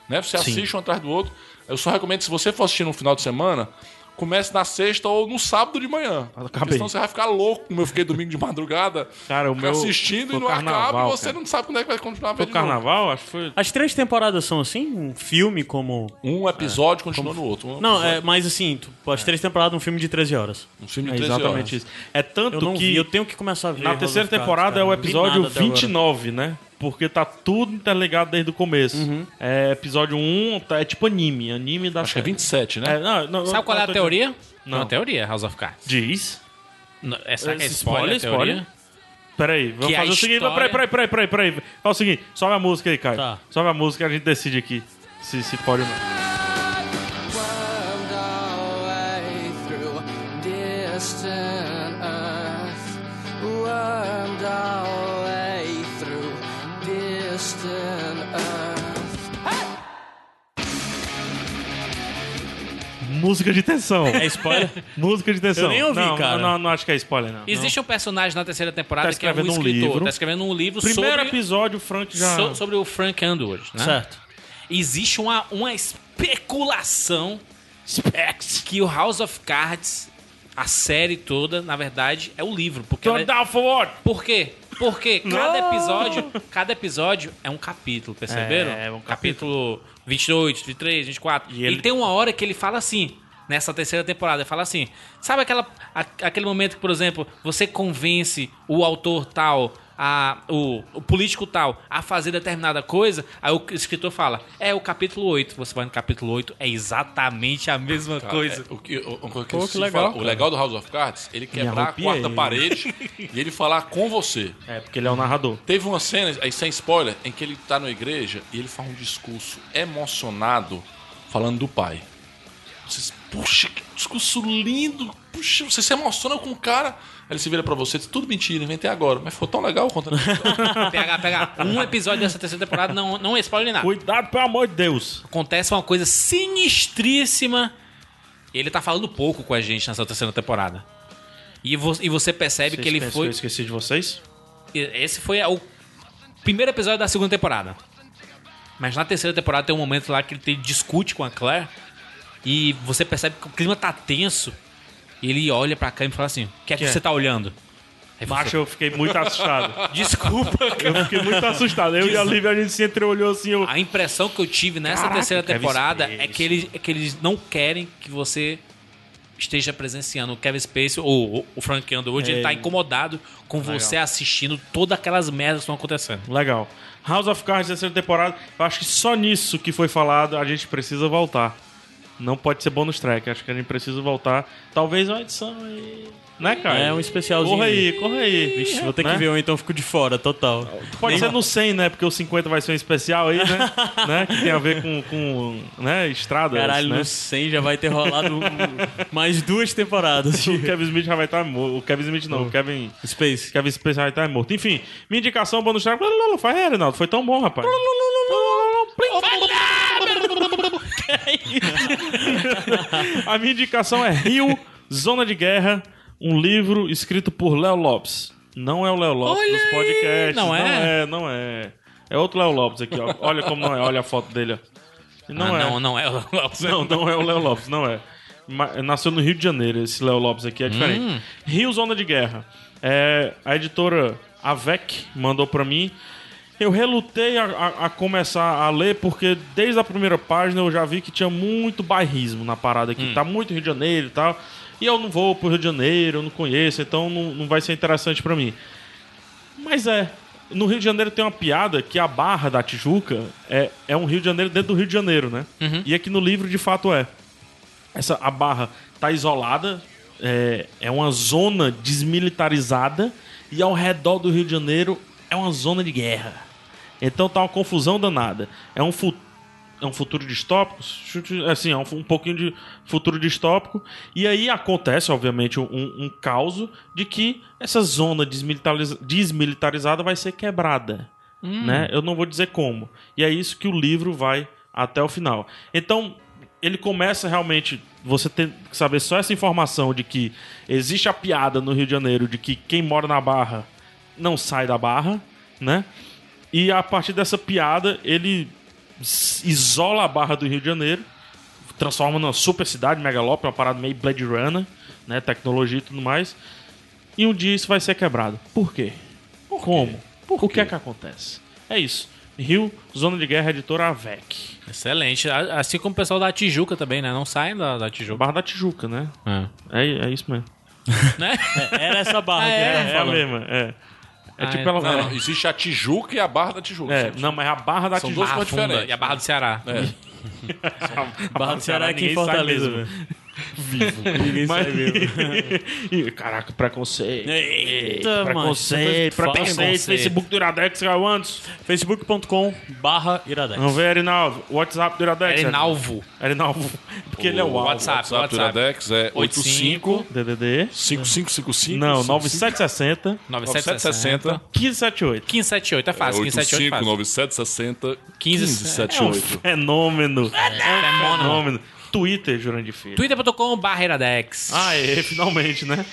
Speaker 5: Né? Você assiste um atrás do outro. Eu só recomendo, se você for assistir no final de semana, comece na sexta ou no sábado de manhã.
Speaker 2: Acabei.
Speaker 5: Porque Senão você vai ficar louco, como eu fiquei domingo de madrugada
Speaker 2: Cara, o meu-
Speaker 5: assistindo
Speaker 2: foi
Speaker 5: e não
Speaker 2: carnaval,
Speaker 5: acaba e você
Speaker 2: cara.
Speaker 5: não sabe quando é que vai continuar a ver
Speaker 2: Foi
Speaker 5: de
Speaker 2: carnaval? Acho que foi.
Speaker 3: As três temporadas são assim? Um filme como.
Speaker 5: novo.
Speaker 2: É.
Speaker 5: Um episódio continua no outro. Um,
Speaker 3: Não, é, mas assim, tu- as três temporadas, um filme de 13 horas.
Speaker 5: um filme
Speaker 2: É
Speaker 5: de 13 horas.
Speaker 2: exatamente isso. É tanto
Speaker 3: Eu não
Speaker 2: que
Speaker 3: vi, eu tenho que começar a ver.
Speaker 2: na
Speaker 3: House
Speaker 2: terceira
Speaker 3: of Cards,
Speaker 2: temporada
Speaker 3: cara.
Speaker 2: é o
Speaker 3: Não vi
Speaker 2: episódio
Speaker 3: nada até agora.
Speaker 2: 29, né? Porque tá tudo interligado desde o começo.
Speaker 3: Uhum.
Speaker 2: É, episódio 1 tá- é tipo anime, anime da
Speaker 5: Acho que é
Speaker 2: série.
Speaker 5: 27, né?
Speaker 2: É, não, não,
Speaker 4: Sabe
Speaker 2: não,
Speaker 4: qual é
Speaker 2: tô-
Speaker 4: a teoria?
Speaker 2: Não.
Speaker 4: Não, a teoria, House of Cards.
Speaker 2: Diz.
Speaker 4: Não, é- Será que é
Speaker 2: Esse
Speaker 4: spoiler,
Speaker 2: spoiler,
Speaker 4: a teoria?
Speaker 2: Peraí, vamos
Speaker 4: Que a
Speaker 2: fazer o seguinte.
Speaker 4: história-
Speaker 2: Peraí, peraí, peraí, peraí, peraí. Fala o seguinte, sobe a música aí, Caio.
Speaker 3: Tá.
Speaker 2: Sobe a música e a gente decide aqui se, se pode ou não.
Speaker 1: Wormed our way through distant earth. Wormed our way through distant earth.
Speaker 2: Música de tensão.
Speaker 3: É spoiler?
Speaker 2: Música de tensão.
Speaker 3: Eu nem ouvi,
Speaker 2: não,
Speaker 3: cara.
Speaker 2: Não, não, não acho que é spoiler, não.
Speaker 4: Existe um personagem na terceira temporada
Speaker 2: Tá
Speaker 4: que é um
Speaker 2: escrevendo um
Speaker 4: escritor.
Speaker 2: livro.
Speaker 4: Tá escrevendo um livro
Speaker 2: Não. Primeiro
Speaker 4: sobre,
Speaker 2: episódio, o Frank já.
Speaker 4: so- sobre o Frank Underwood, né?
Speaker 3: Certo.
Speaker 4: Existe uma, uma especulação que o House of Cards, a série toda, na verdade, é o livro. Porque ela-
Speaker 2: Don't down for what?
Speaker 4: Por quê? Porque cada episódio, cada episódio é um capítulo, perceberam?
Speaker 2: É, é um
Speaker 4: capítulo 28, 23, 24.
Speaker 2: E
Speaker 4: E,
Speaker 2: ele-
Speaker 4: tem uma hora que ele fala assim, nessa terceira temporada, ele fala assim: sabe aquela, a- aquele momento que, por exemplo, você convence o autor tal, a, o, o político tal, a fazer determinada coisa, aí o escritor fala: é o capítulo 8. Você vai no capítulo 8, é exatamente a mesma
Speaker 2: Tá,
Speaker 5: Cara,
Speaker 4: coisa.
Speaker 5: é, o, que, o, o, que
Speaker 3: Pô, que
Speaker 5: eu se
Speaker 3: legal,
Speaker 5: fala- o
Speaker 3: cara.
Speaker 5: legal do House of Cards, ele quebrar a
Speaker 2: arrepiei.
Speaker 5: quarta parede e ele falar com você.
Speaker 2: É, porque ele é o narrador.
Speaker 5: Teve uma cena, aí sem spoiler, em que ele tá na igreja e ele faz um discurso emocionado falando do pai. Vocês, puxa, que discurso lindo! Puxa, você se emociona com o cara. Aí ele se vira pra você e diz, tudo mentira, inventei agora. Mas foi tão legal contando.
Speaker 2: é.
Speaker 4: Pegar, pegar um episódio dessa terceira temporada não, não é spoiler nem nada.
Speaker 2: Cuidado, pelo amor de Deus.
Speaker 4: acontece uma coisa sinistríssima. Ele tá falando pouco com a gente nessa terceira temporada. E, vo- e você percebe
Speaker 2: Vocês
Speaker 4: que ele
Speaker 2: pensam
Speaker 4: foi.
Speaker 2: Eu esqueci de vocês?
Speaker 4: Esse foi o primeiro episódio da segunda temporada. Mas na terceira temporada tem um momento lá que ele te- discute com a Claire. E você percebe que o clima tá tenso. E ele olha pra câmera e fala assim: O que é que,
Speaker 2: Que é?
Speaker 4: você tá olhando? Aí você,
Speaker 2: Macho, eu fiquei muito assustado.
Speaker 4: Desculpa,
Speaker 2: Eu fiquei muito assustado. Eu e a Lívia, a gente se entreolhou assim. Eu...
Speaker 4: A impressão que eu tive nessa
Speaker 2: Caraca,
Speaker 4: terceira
Speaker 2: Kevin
Speaker 4: temporada
Speaker 2: Spacey.
Speaker 4: é que, eles, é que eles não querem que você esteja presenciando o Kevin Spacey ou o Frank Underwood, ele tá
Speaker 2: É.
Speaker 4: incomodado com você assistindo todas aquelas merdas que estão acontecendo.
Speaker 2: Legal. House of Cards, terceira temporada. Eu acho que só nisso que foi falado a gente precisa voltar. Não pode ser bônus track. Acho que a gente precisa voltar. Talvez uma edição aí. Né, cara?
Speaker 3: É, um especialzinho.
Speaker 2: Corra aí, corra aí.
Speaker 3: Vixe, vou ter que
Speaker 2: Né?
Speaker 3: ver um, então fico de fora, total.
Speaker 2: Pode ser no 100, né? Porque o 50 vai ser um especial aí, né? Né? Que tem a ver com, com né? estradas,
Speaker 3: Caralho,
Speaker 2: né?
Speaker 3: no 100 já vai ter rolado um- mais duas temporadas
Speaker 2: O
Speaker 3: de
Speaker 2: Kevin Smith já vai estar morto. O Kevin Smith não, o Kevin...
Speaker 3: Space.
Speaker 2: Kevin Space vai estar tá morto. Enfim, minha indicação, bônus track... Faz é, Reinaldo, foi tão bom, rapaz. A minha indicação é Rio, Zona de Guerra, um livro escrito por Léo Lopes. Não é o Léo Lopes
Speaker 4: Olha
Speaker 2: dos
Speaker 4: aí,
Speaker 2: podcasts.
Speaker 4: não é?
Speaker 2: Não é, não é. É outro Léo Lopes aqui, ó. Olha como não é, olha a foto dele, ó. E Não
Speaker 4: Ah,
Speaker 2: é.
Speaker 4: não, não é. Não,
Speaker 2: Não, não é o Léo Lopes, não é. Ma- Nasceu no Rio de Janeiro, esse Léo Lopes aqui é diferente. Rio Zona de Guerra. É, a editora Avec mandou pra mim. Eu relutei a, a- a começar a ler porque desde a primeira página eu já vi que tinha muito bairrismo na parada aqui. Tá muito Rio de Janeiro e tal. E eu não vou pro Rio de Janeiro, eu não conheço, então não, não vai ser interessante pra mim. Mas é. No Rio de Janeiro tem uma piada que a Barra da Tijuca é, é um Rio de Janeiro dentro do Rio de Janeiro, né? E aqui no livro de fato é. Essa, a Barra tá isolada, é, é uma zona desmilitarizada e ao redor do Rio de Janeiro é uma zona de guerra. Então tá uma confusão danada. É um futuro é um futuro distópico, chute- assim, é um, fu- um pouquinho de futuro distópico. E aí acontece, obviamente, um, um caos de que essa zona desmilitariz- desmilitarizada vai ser quebrada. Né? Eu não vou dizer como. E é isso que o livro vai até o final. Então, ele começa realmente. Você tem que saber só essa informação de que existe a piada no Rio de Janeiro de que quem mora na Barra não sai da Barra, né? E a partir dessa piada, ele s- isola a Barra do Rio de Janeiro, transforma numa super cidade, megalópole, uma parada meio Blade Runner, né? Tecnologia e tudo mais. E um dia isso vai ser quebrado. Por quê? Como? o que é que acontece? É isso. Rio, Zona de Guerra, editora AVEC.
Speaker 4: Excelente. A- Assim como o pessoal da Tijuca também, né? Não saem da, da Tijuca.
Speaker 2: Barra da Tijuca, né? É, é isso mesmo.
Speaker 4: Né?
Speaker 3: Era essa barra
Speaker 4: Ah,
Speaker 3: que
Speaker 4: é?
Speaker 3: eu tava
Speaker 2: É a
Speaker 3: falando.
Speaker 2: mesma, é. É
Speaker 4: Ah,
Speaker 2: tipo ela.
Speaker 5: Não,
Speaker 2: é,
Speaker 5: não, existe a Tijuca e a Barra da Tijuca.
Speaker 2: é,
Speaker 5: gente.
Speaker 2: não, mas a Barra da
Speaker 5: São
Speaker 2: Tijuca.
Speaker 5: duas
Speaker 4: Barra
Speaker 5: coisas
Speaker 4: Funda
Speaker 5: diferentes.
Speaker 4: e a Barra do Ceará.
Speaker 5: É.
Speaker 3: Barra do Ceará é aqui em
Speaker 2: Ninguém sai
Speaker 3: Fortaleza,
Speaker 2: mesmo.
Speaker 3: velho. Ninguém
Speaker 2: Mas-
Speaker 3: sai mesmo.
Speaker 2: Ih, Caraca, preconceito.
Speaker 3: Eita, mano.
Speaker 2: preconceito,
Speaker 3: Fala
Speaker 2: preconceito,
Speaker 3: preconceito.
Speaker 2: Facebook do Iradex, Galantes.
Speaker 3: Facebook.com barra iradex.
Speaker 2: Vamos ver, Erinalvo. WhatsApp do
Speaker 3: É
Speaker 2: Iradex.
Speaker 4: Erinalvo.
Speaker 2: Erinalvo. Porque ele é o alvo.
Speaker 4: WhatsApp,
Speaker 5: WhatsApp do
Speaker 4: WhatsApp.
Speaker 5: Iradex é 85
Speaker 2: DDD.
Speaker 5: 5555
Speaker 2: Não, 9760
Speaker 4: 9760.
Speaker 2: 1578.
Speaker 4: 1578, é fácil. 1578 é
Speaker 5: 85
Speaker 4: fácil.
Speaker 5: 9760
Speaker 2: É um
Speaker 5: 1578.
Speaker 2: fenômeno. É um
Speaker 4: Fenômeno.
Speaker 2: fenômeno. Twitter, Jurandir Filho.
Speaker 4: twitter.com barra Iradex.
Speaker 2: Aê, finalmente, né?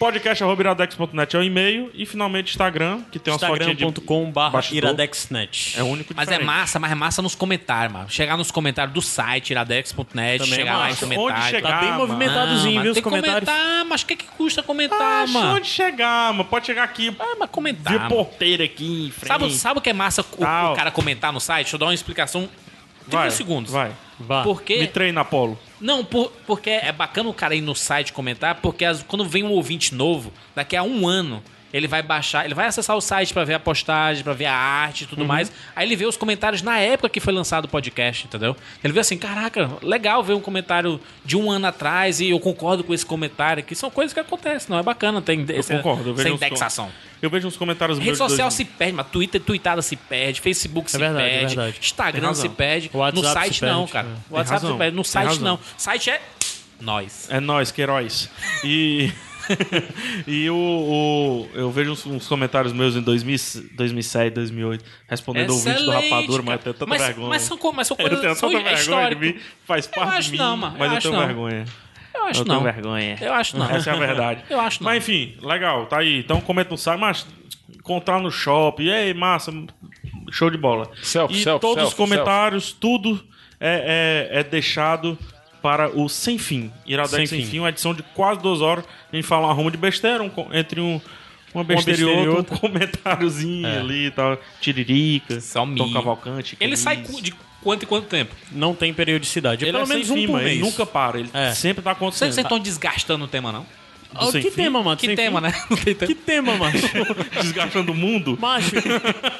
Speaker 2: podcast.iradex.net é o e-mail. E finalmente Instagram, que tem umas fotinhas de...
Speaker 3: Instagram.com barra
Speaker 2: bastidor.
Speaker 3: iradexnet.
Speaker 2: É o único
Speaker 4: Mas é
Speaker 2: diferente.
Speaker 4: massa, mas é massa nos comentários, mano. Chegar nos comentários do site, iradex.net,
Speaker 3: Também é
Speaker 4: chegar lá e
Speaker 3: massa.
Speaker 4: comentar.
Speaker 2: Onde
Speaker 4: e tal.
Speaker 2: chegar,
Speaker 3: Tá bem
Speaker 2: Ah,
Speaker 3: movimentadozinho,
Speaker 4: Ah,
Speaker 3: viu?
Speaker 4: mas
Speaker 3: Os
Speaker 4: tem que
Speaker 3: comentários.
Speaker 4: comentar, mas o que, que custa comentar,
Speaker 2: Ah,
Speaker 4: mano?
Speaker 2: onde chegar, mano? Pode chegar aqui.
Speaker 4: Ah, mas comentar.
Speaker 2: Via
Speaker 4: mano.
Speaker 2: porteira aqui em frente.
Speaker 4: Sabe, sabe o que é massa o,
Speaker 2: Tal.
Speaker 4: o cara comentar no site? Deixa eu dar uma explicação. 30
Speaker 2: vai,
Speaker 4: segundos.
Speaker 2: Vai.
Speaker 3: Vá.
Speaker 4: um Porque.
Speaker 2: Me treina, Apolo.
Speaker 4: Não, por- porque é bacana o cara ir no site comentar, porque as- quando vem um ouvinte novo, daqui a um ano, ele vai baixar, ele vai acessar o site pra ver a postagem, pra ver a arte e
Speaker 2: Uhum.
Speaker 4: tudo mais. Aí ele vê os comentários na época que foi lançado o podcast, entendeu? Ele vê assim, caraca, legal ver um comentário de um ano atrás e eu concordo com esse comentário, que são coisas que acontecem, não é bacana, tem
Speaker 2: Eu concordo. Eu vejo
Speaker 4: essa
Speaker 2: uns com-
Speaker 4: indexação.
Speaker 2: Eu vejo uns comentários meus
Speaker 4: Rede
Speaker 2: de
Speaker 4: social
Speaker 2: dois-
Speaker 4: se perde, mas Twitter, tweetada se perde, Facebook se
Speaker 3: verdade, é
Speaker 4: perde,
Speaker 3: verdade.
Speaker 2: Tem
Speaker 4: Instagram
Speaker 2: razão.
Speaker 4: se perde,
Speaker 3: WhatsApp
Speaker 4: no
Speaker 3: se
Speaker 4: site
Speaker 3: perde,
Speaker 4: não, cara.
Speaker 3: é.
Speaker 4: O WhatsApp
Speaker 2: razão,
Speaker 4: se perde, no
Speaker 2: tem
Speaker 4: site
Speaker 2: razão.
Speaker 4: não. Site é nós.
Speaker 2: É nós, Queiroz. E. e o, o- Eu vejo uns, uns comentários meus em 2000, 2007, 2008, respondendo o vídeo do
Speaker 4: Excelente,
Speaker 2: rapadura, mas eu
Speaker 4: cara.
Speaker 2: tenho tanta
Speaker 4: mas,
Speaker 2: vergonha.
Speaker 4: Mas são, co- mas são
Speaker 2: eu
Speaker 4: coisas
Speaker 2: tenho
Speaker 4: são
Speaker 2: tanta vergonha
Speaker 4: histórico.
Speaker 2: de mim, faz parte
Speaker 4: acho
Speaker 2: de mim,
Speaker 4: não, mano, eu
Speaker 2: mas eu,
Speaker 4: acho
Speaker 2: tenho
Speaker 4: não.
Speaker 2: vergonha.
Speaker 4: Eu acho
Speaker 2: eu
Speaker 4: não.
Speaker 2: tenho vergonha.
Speaker 4: Eu acho não.
Speaker 2: Essa é a verdade.
Speaker 4: Eu acho não.
Speaker 2: Mas enfim, legal, tá aí. Então comenta no site, mas encontrar no shopping, ei, massa, show de bola.
Speaker 5: Selfie,
Speaker 2: e
Speaker 5: selfie,
Speaker 2: todos os
Speaker 5: selfie,
Speaker 2: comentários, tudo é, é- é deixado para o Sem Fim.
Speaker 3: Sem
Speaker 2: Iradex Sem,
Speaker 3: Fim.
Speaker 2: Fim, uma edição de quase duas horas. A gente fala uma ruma de besteira, um co- entre um... Uma besteira e
Speaker 3: besteira e É.
Speaker 2: outra, um comentáriozinho ali e tal. Tiririca,
Speaker 4: Só
Speaker 2: Tom
Speaker 4: mim.
Speaker 2: Cavalcante. é
Speaker 4: Ele
Speaker 2: Cris.
Speaker 4: sai cu- de quanto e quanto tempo.
Speaker 3: Não tem periodicidade. É
Speaker 2: Ele
Speaker 3: pelo
Speaker 2: é
Speaker 3: menos
Speaker 2: sem
Speaker 3: um
Speaker 2: fim,
Speaker 3: por
Speaker 2: mano.
Speaker 3: mês.
Speaker 2: Ele nunca para. Ele
Speaker 3: É.
Speaker 2: sempre tá acontecendo.
Speaker 4: Vocês estão desgastando o tema, não?
Speaker 3: Ah,
Speaker 2: sem
Speaker 3: que
Speaker 2: fim?
Speaker 3: tema, mano?
Speaker 4: Que
Speaker 3: Sem
Speaker 4: tema,
Speaker 3: fim?
Speaker 4: né? Não tem tema.
Speaker 3: Que tema, macho?
Speaker 2: Desgastando o mundo.
Speaker 3: macho,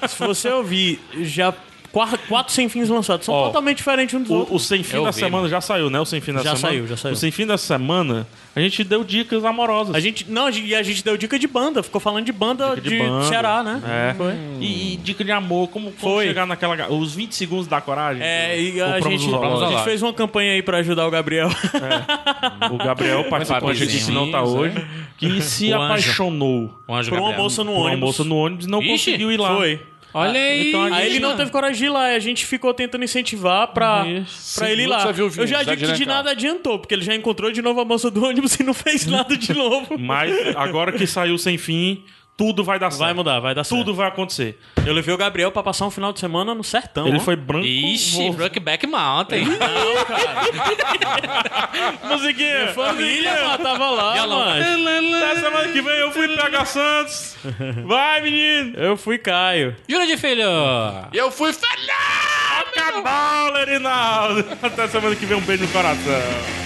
Speaker 3: se você ouvir já quar- quatro sem fins lançados, são
Speaker 2: Ó,
Speaker 3: totalmente diferentes um dos
Speaker 2: O,
Speaker 3: outros.
Speaker 2: o Sem Fim
Speaker 4: Eu
Speaker 2: da
Speaker 4: vi,
Speaker 2: Semana
Speaker 4: mano.
Speaker 2: já saiu, né? O Sem Fim da
Speaker 3: Já
Speaker 2: Semana.
Speaker 3: saiu, já saiu.
Speaker 2: O Sem Fim da Semana, a gente deu dicas amorosas.
Speaker 3: A gente, não, a gente- e a gente deu dica de banda, ficou falando de banda
Speaker 2: Dica
Speaker 3: de,
Speaker 2: de banda.
Speaker 3: Ceará, né?
Speaker 2: É.
Speaker 3: Foi.
Speaker 2: E, e dica de amor, como, como
Speaker 3: Foi.
Speaker 2: chegar naquela. ga- Os 20 segundos da coragem.
Speaker 3: É, e
Speaker 2: O
Speaker 3: a
Speaker 2: Promo
Speaker 3: gente,
Speaker 2: do
Speaker 3: a
Speaker 2: Zoológico.
Speaker 3: gente fez uma campanha aí pra ajudar o Gabriel.
Speaker 2: O Gabriel, participante aqui que não tá
Speaker 4: Papizinhos,
Speaker 2: hoje, que se
Speaker 4: O anjo.
Speaker 2: apaixonou
Speaker 4: O anjo
Speaker 3: Por uma
Speaker 4: Gabriel.
Speaker 3: moça um no
Speaker 2: por uma
Speaker 3: ônibus.
Speaker 2: moça um no ônibus e não
Speaker 4: Ixi,
Speaker 2: conseguiu ir lá.
Speaker 3: Foi.
Speaker 4: Olha aí.
Speaker 2: então a
Speaker 3: Aí ele
Speaker 2: gente-
Speaker 3: não teve coragem de ir lá, e a gente ficou tentando incentivar pra, pra ele ir lá.
Speaker 5: minutos já viu o
Speaker 3: Eu
Speaker 5: vídeo,
Speaker 3: já
Speaker 5: já
Speaker 3: digo que de
Speaker 5: adiantar.
Speaker 3: nada adiantou, porque ele já encontrou de novo a moça do ônibus e não fez nada de novo.
Speaker 2: Hum. Mas agora que saiu Sem Fim, tudo vai dar certo.
Speaker 3: Vai mudar, vai dar
Speaker 2: Tudo vai acontecer.
Speaker 3: certo. Eu levei o Gabriel pra passar um final de semana no sertão.
Speaker 2: Ele
Speaker 3: ó.
Speaker 2: foi branco.
Speaker 4: Ixi,
Speaker 2: vo-
Speaker 4: Brokeback Mountain.
Speaker 3: Musiquinha, família, mano, tava lá,
Speaker 4: Violão.
Speaker 3: mano.
Speaker 2: Até semana que vem eu fui pegar Santos. Vai, menino.
Speaker 3: Eu fui Caio.
Speaker 4: Jura de filho.
Speaker 5: E eu fui feliz!
Speaker 2: Acabou, Lerinaldo. Até semana que vem um beijo no coração.